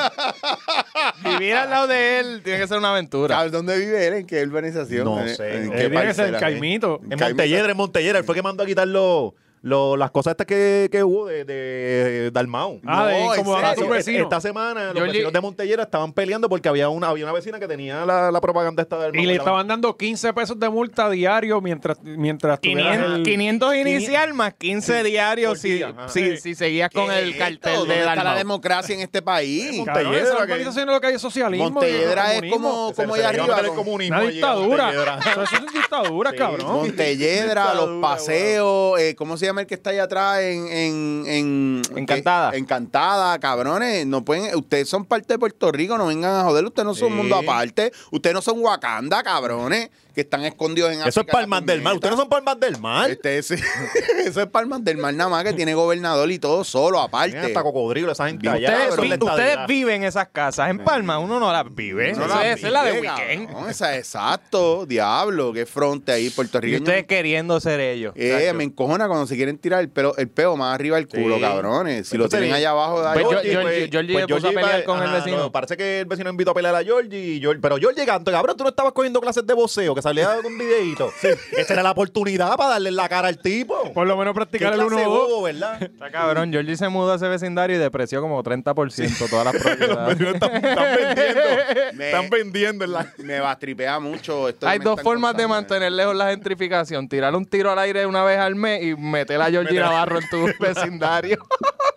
Speaker 4: Vivir al lado de él tiene que ser una aventura.
Speaker 2: ¿Sabes dónde vive él? ¿En qué urbanización?
Speaker 5: No
Speaker 2: ¿En-
Speaker 5: sé,
Speaker 2: en
Speaker 5: no.
Speaker 1: Él
Speaker 2: qué
Speaker 5: eh.
Speaker 1: tiene que ser
Speaker 2: parcela?
Speaker 1: el caimito.
Speaker 5: En Montelledra, en Montelledra. Él fue que mandó a quitar los, lo- las cosas estas que, que hubo de, de Dalmau.
Speaker 1: Ah, de
Speaker 2: No,
Speaker 1: incomodar a
Speaker 2: en
Speaker 1: tu
Speaker 2: serio.
Speaker 1: vecino.
Speaker 5: e-, Esta semana los
Speaker 4: Yo
Speaker 5: vecinos
Speaker 4: llegué-
Speaker 5: de Montellera estaban peleando porque había una, había una vecina que tenía la, la propaganda esta del
Speaker 1: Y le estaban dando 15 pesos de multa diario mientras, mientras tuvieras
Speaker 4: 500,
Speaker 1: el-
Speaker 4: 500 inicial más 15 diarios si,
Speaker 5: ajá.
Speaker 4: si, si seguías con
Speaker 2: ¿Qué es
Speaker 4: el
Speaker 2: esto?
Speaker 4: cartel
Speaker 2: ¿Dónde
Speaker 4: de
Speaker 2: está la
Speaker 4: Dalmau.
Speaker 2: democracia en este país?
Speaker 5: Monte-
Speaker 1: Cabrón, esa es la
Speaker 5: Montelledra, que-
Speaker 1: urbanización de lo que hay es socialismo.
Speaker 2: Montelledra
Speaker 1: y
Speaker 2: es
Speaker 1: comunismo.
Speaker 2: como- como allá arriba,
Speaker 5: El
Speaker 2: con-
Speaker 5: comunismo
Speaker 1: Una
Speaker 5: allí en
Speaker 1: dictadura.
Speaker 5: Montelledra.
Speaker 1: Eso es una dictadura,
Speaker 5: Sí,
Speaker 1: cabrón.
Speaker 2: Montelledra, los paseos, eh, ¿cómo se llama el que está allá atrás en, en, en-
Speaker 4: Encantada.
Speaker 2: que- encantada, cabrones. No pueden, ustedes son parte de Puerto Rico, no vengan a joder, ustedes no son
Speaker 5: Sí.
Speaker 2: un mundo aparte, ustedes no son Wakanda, cabrones, que están escondidos en
Speaker 5: Eso es
Speaker 2: África, la
Speaker 5: palmas del mar.
Speaker 2: puñeta.
Speaker 5: Ustedes no son palmas del mar.
Speaker 2: Este, ese- eso es palmas del mar nada más que tiene gobernador y todo solo, aparte.
Speaker 5: Tienen hasta cocodrilo esa gente
Speaker 2: Ustedes
Speaker 5: allá.
Speaker 4: Ustedes,
Speaker 5: Eso es la
Speaker 4: vi- ustedes
Speaker 5: estadidad.
Speaker 4: viven esas casas en Palma, uno no las vive.
Speaker 2: Eh. No
Speaker 4: Esa
Speaker 2: la
Speaker 4: es- esa es la de
Speaker 2: vive,
Speaker 4: Weekend.
Speaker 2: cabrón, esa, exacto, diablo, qué fronte ahí,
Speaker 4: Y
Speaker 2: puertorriqueño.
Speaker 4: ustedes queriendo ser ellos.
Speaker 2: Eh, me encojona cuando se quieren tirar el pelo, el peo más arriba del culo,
Speaker 5: Sí.
Speaker 2: cabrones. Si lo
Speaker 5: Entonces,
Speaker 2: tienen allá abajo, da
Speaker 4: Pues yo-
Speaker 2: igual.
Speaker 4: yo- Georgie- Georgie le puso a
Speaker 5: Georgie
Speaker 4: pelear
Speaker 5: pa-
Speaker 4: con el
Speaker 5: ajá,
Speaker 4: vecino.
Speaker 5: no, parece que el vecino invitó a pelear a Georgie, y Georgie- pero Georgie canto, cabrón, tú no estabas cogiendo clases de voceo, que salía con un videíto. Esta era la oportunidad para darle en la cara al tipo.
Speaker 1: Por lo menos
Speaker 5: Qué
Speaker 1: practicar el
Speaker 5: clase
Speaker 1: 1-2.
Speaker 5: bobo, ¿verdad?
Speaker 4: Está cabrón, Georgie se mudó a ese vecindario y depreció como 30% todas las propiedades.
Speaker 5: están, están vendiendo.
Speaker 2: Me-
Speaker 5: Están vendiendo en la...
Speaker 2: Me bastripea mucho. Esto que
Speaker 4: Hay
Speaker 2: me
Speaker 4: dos
Speaker 2: están
Speaker 4: formas de
Speaker 2: contando, eh.
Speaker 4: mantener lejos la gentrificación. Tirar un tiro al aire una vez al mes y meter a Georgie Navarro en tu vecindario.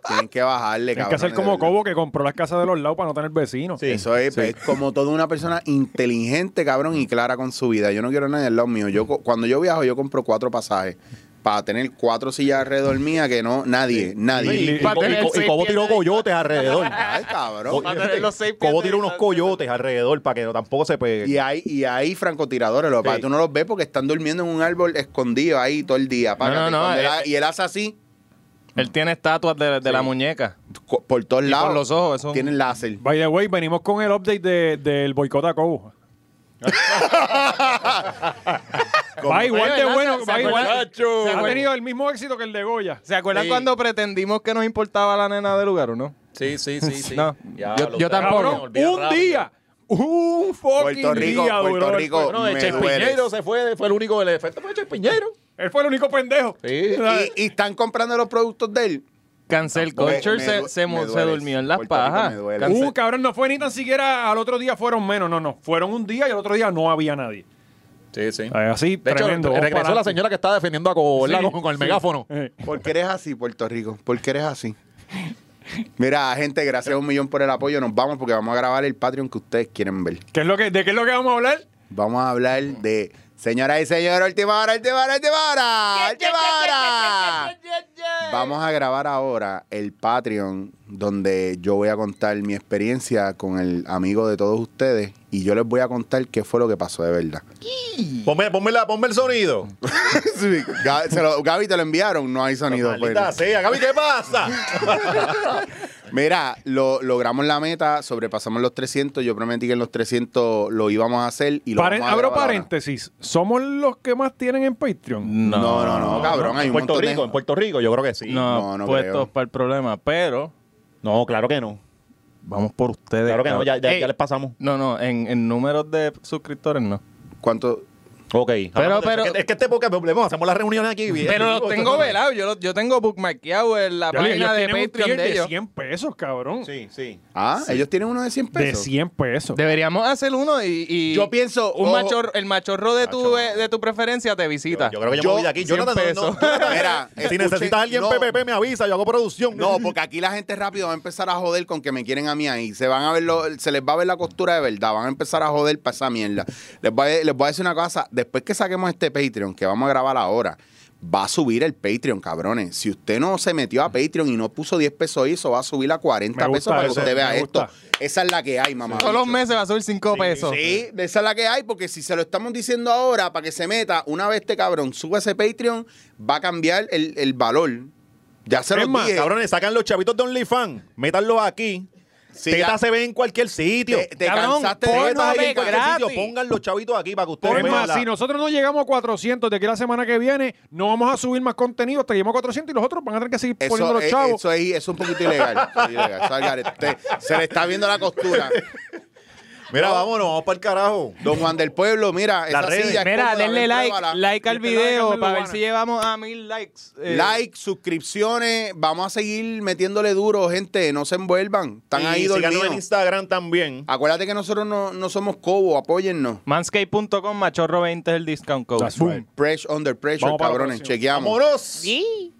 Speaker 2: Tienen que bajarle,
Speaker 1: Hay
Speaker 2: cabrón.
Speaker 1: que hacer como Cobo que compró las casas de los lados para no tener vecinos.
Speaker 5: Sí.
Speaker 2: Eso es, pues, como toda una persona inteligente, cabrón, y clara con su vida. Yo no quiero a nadie al lado mío. Yo, co- cuando yo viajo, yo compro cuatro pasajes para tener cuatro sillas alrededor mía que no, nadie,
Speaker 5: Y,
Speaker 2: nadie.
Speaker 5: y, y-
Speaker 4: Para tener
Speaker 5: y- y- y Cobo
Speaker 4: seis
Speaker 5: tiró
Speaker 4: pies de-
Speaker 5: coyotes alrededor.
Speaker 2: Ay, cabrón.
Speaker 4: Para tener los seis pies
Speaker 5: Cobo
Speaker 4: de
Speaker 5: tiró unos
Speaker 4: distancia.
Speaker 5: coyotes alrededor para que no- tampoco se pegue.
Speaker 2: Y hay, y hay francotiradores, lo que pasa es que tú no los ves porque están durmiendo en un árbol escondido ahí todo el día. págate.
Speaker 4: no, no,
Speaker 2: Cuando él
Speaker 4: eh,
Speaker 2: ha- y él hace así
Speaker 4: Él tiene estatuas de, de la muñeca.
Speaker 2: co- por todos
Speaker 4: Y
Speaker 2: lados.
Speaker 4: por los ojos, eso.
Speaker 2: Tienen láser.
Speaker 1: By the way, venimos con el update de- del boicot a Cobo. va igual de
Speaker 4: Oye,
Speaker 1: bueno,
Speaker 4: ¿se
Speaker 1: va igual.
Speaker 4: acuerdan-
Speaker 1: Ha tenido el mismo éxito que el de Goya.
Speaker 4: ¿Se acuerdan cuando pretendimos que nos importaba la nena del lugar o no?
Speaker 3: Sí, sí, sí, sí.
Speaker 4: No,
Speaker 3: Ya,
Speaker 4: yo-
Speaker 3: lo
Speaker 4: yo
Speaker 3: ustedes
Speaker 4: tampoco.
Speaker 3: me
Speaker 1: Cabrón,
Speaker 3: olvidan
Speaker 1: un
Speaker 3: rápido.
Speaker 1: día, un fucking
Speaker 2: Puerto Rico,
Speaker 1: día
Speaker 2: Puerto
Speaker 1: duró el
Speaker 2: Rico.
Speaker 1: pueblo.
Speaker 3: No, de
Speaker 2: Me
Speaker 3: Chespiñero
Speaker 2: dueles.
Speaker 3: se fue, fue el único, el efecto fue Chespiñero.
Speaker 1: Él fue el único pendejo.
Speaker 3: Sí.
Speaker 2: Y, y están comprando los productos de él.
Speaker 4: Cancel
Speaker 2: Tampoco.
Speaker 4: Culture
Speaker 2: Me
Speaker 4: se,
Speaker 2: due-
Speaker 4: se,
Speaker 2: me
Speaker 4: mu- se
Speaker 2: duele.
Speaker 4: durmió en las
Speaker 2: Puerto Rico
Speaker 4: pajas.
Speaker 2: me duele.
Speaker 4: Cancel-
Speaker 1: Uh, cabrón, no fue ni tan siquiera al otro día fueron menos, no, no. Fueron un día y al otro día no había nadie.
Speaker 3: Sí, sí.
Speaker 1: Ay, Así,
Speaker 3: De hecho,
Speaker 1: tremendo.
Speaker 3: re-
Speaker 1: Vamos para
Speaker 3: regresó la
Speaker 1: adelante.
Speaker 3: señora que estaba defendiendo a Cobo, ¿verdad?
Speaker 1: Sí,
Speaker 3: con, con el
Speaker 1: sí.
Speaker 3: megáfono.
Speaker 1: Eh.
Speaker 2: Porque eres así, Puerto Rico. Porque eres así. Mira, gente, gracias a un millón por el apoyo. Nos vamos porque vamos a grabar el Patreon que ustedes quieren ver.
Speaker 1: ¿Qué es lo que, ¿De qué es lo que vamos a hablar?
Speaker 2: Vamos a hablar de señoras y señores, última hora, última hora, última hora, última hora. Vamos a grabar ahora el Patreon donde yo voy a contar mi experiencia con el amigo de todos ustedes y yo les voy a contar qué fue lo que pasó de verdad.
Speaker 5: Ponme, ponme, la, ponme el sonido.
Speaker 2: Sí, Gaby, se lo- Gaby, te lo enviaron, no hay sonido. pues.
Speaker 5: Maldita
Speaker 2: bueno.
Speaker 5: sea, Gaby, ¿qué pasa?
Speaker 2: Mira, lo, logramos la meta, sobrepasamos los 300, yo prometí que en los 300 lo íbamos a hacer y lo
Speaker 1: Paren-
Speaker 2: vamos a
Speaker 1: abro
Speaker 2: grabar ahora.
Speaker 1: paréntesis. ¿Somos los que más tienen en Patreon?
Speaker 2: No, no, no, cabrón, hay
Speaker 5: En
Speaker 2: un
Speaker 5: Puerto
Speaker 2: montón de-
Speaker 5: Rico, en Puerto Rico, yo creo que sí.
Speaker 4: No,
Speaker 2: No, no
Speaker 4: puestos
Speaker 2: creo.
Speaker 4: para el problema, pero
Speaker 5: No, claro que no.
Speaker 4: vamos por ustedes.
Speaker 5: Claro que no,
Speaker 4: cabrón.
Speaker 5: ya, ya-
Speaker 4: Ey,
Speaker 5: ya les pasamos.
Speaker 4: No, no, en, en números de suscriptores no.
Speaker 2: ¿Cuánto?
Speaker 5: Ok. Hablamos de-
Speaker 4: pero-
Speaker 5: es, que, es que este poca problema, hacemos las reuniones aquí. bien.
Speaker 4: Pero los
Speaker 5: Esto
Speaker 4: tengo
Speaker 5: no-
Speaker 4: velado, yo, lo- yo tengo bookmarkeado en la
Speaker 1: Ya le-
Speaker 4: página
Speaker 1: ellos
Speaker 4: de
Speaker 1: tienen un
Speaker 4: Patreon
Speaker 1: tier
Speaker 4: de ellos.
Speaker 1: 100 pesos, cabrón.
Speaker 5: Sí, sí.
Speaker 2: Ah, ellos tienen uno de 100
Speaker 1: De
Speaker 2: pesos.
Speaker 1: 100 pesos.
Speaker 4: Deberíamos hacer uno y, y
Speaker 2: Yo pienso,
Speaker 4: un
Speaker 2: ojo.
Speaker 4: machorro, el machorro de tu de tu preferencia te visita.
Speaker 5: Yo, yo creo que yo,
Speaker 2: Yo-
Speaker 5: me voy de aquí.
Speaker 4: 100
Speaker 5: Jonathan, no, no,
Speaker 4: pesos.
Speaker 5: Jonathan,
Speaker 2: Mira,
Speaker 5: si
Speaker 2: escuchen-
Speaker 5: necesitas a alguien
Speaker 2: no.
Speaker 5: PPP, me avisa, yo hago producción.
Speaker 2: No, porque aquí la gente rápido va a empezar a joder con que me quieren a mí ahí. Se van a ver lo- se les va a ver la costura de verdad. Van a empezar a joder para esa mierda. Les voy, a, les voy a decir una cosa. Después que saquemos este Patreon, que vamos a grabar ahora, va a subir el Patreon, cabrones. Si usted no se metió a Patreon y no puso 10 pesos eso, va a subir a 40
Speaker 1: Me
Speaker 2: pesos
Speaker 1: gusta
Speaker 2: para
Speaker 1: eso,
Speaker 2: que usted vea
Speaker 1: me
Speaker 2: esto.
Speaker 1: gusta.
Speaker 2: Esa es la que hay, mamá.
Speaker 4: Todos los
Speaker 2: bicho.
Speaker 4: meses va a subir 5 pesos.
Speaker 2: Sí, esa es la que hay, porque si se lo estamos diciendo ahora para que se meta, una vez este cabrón suba ese Patreon, va a cambiar el, el valor. Ya se
Speaker 5: Es
Speaker 2: lo
Speaker 5: más,
Speaker 2: dije.
Speaker 5: cabrones, sacan los chavitos de OnlyFans, métanlos aquí.
Speaker 2: Sí,
Speaker 5: Teta
Speaker 2: ya-
Speaker 5: se ve en cualquier sitio.
Speaker 2: Te, te
Speaker 4: Cabrón,
Speaker 2: cansaste
Speaker 4: porno
Speaker 2: de
Speaker 5: Tetas hay en
Speaker 4: ve
Speaker 5: cualquier sitio.
Speaker 4: gratis.
Speaker 5: Pongan los chavitos aquí para que ustedes
Speaker 1: Es más,
Speaker 5: vean. la-
Speaker 1: si nosotros no llegamos a 400 de aquí a la semana que viene, no vamos a subir más contenido hasta que lleguemos a 400 y los otros van a tener que seguir poniendo
Speaker 2: Eso,
Speaker 1: los
Speaker 2: es,
Speaker 1: chavos.
Speaker 2: eso, es, eso es un poquito ilegal. Eso es ilegal. Eso es al garete. Te- se le está viendo la costura.
Speaker 5: Mira, vámonos, vamos para el carajo.
Speaker 2: Don Juan del Pueblo, mira, esa
Speaker 5: Las redes.
Speaker 2: silla es
Speaker 4: Mira,
Speaker 2: cómoda,
Speaker 4: denle
Speaker 2: ven,
Speaker 4: like,
Speaker 2: pruébala.
Speaker 4: like al
Speaker 1: Yo te la voy a
Speaker 4: video
Speaker 1: cambiar,
Speaker 4: para ver
Speaker 1: Luana.
Speaker 4: si llevamos a mil likes. eh.
Speaker 2: Like, suscripciones, vamos a seguir metiéndole duro, gente, no se envuelvan, están
Speaker 5: Y
Speaker 2: ahí
Speaker 5: síganos en
Speaker 2: dormidos.
Speaker 5: Instagram también.
Speaker 2: Acuérdate que nosotros no, no somos cobo, apóyennos.
Speaker 4: Manscape.com, machorro20 es el discount code.
Speaker 1: That's right.
Speaker 2: Press under pressure,
Speaker 1: Vamos para la
Speaker 2: cabrones,
Speaker 1: próxima.
Speaker 2: chequeamos.
Speaker 5: ¡Vámonos!
Speaker 4: Sí.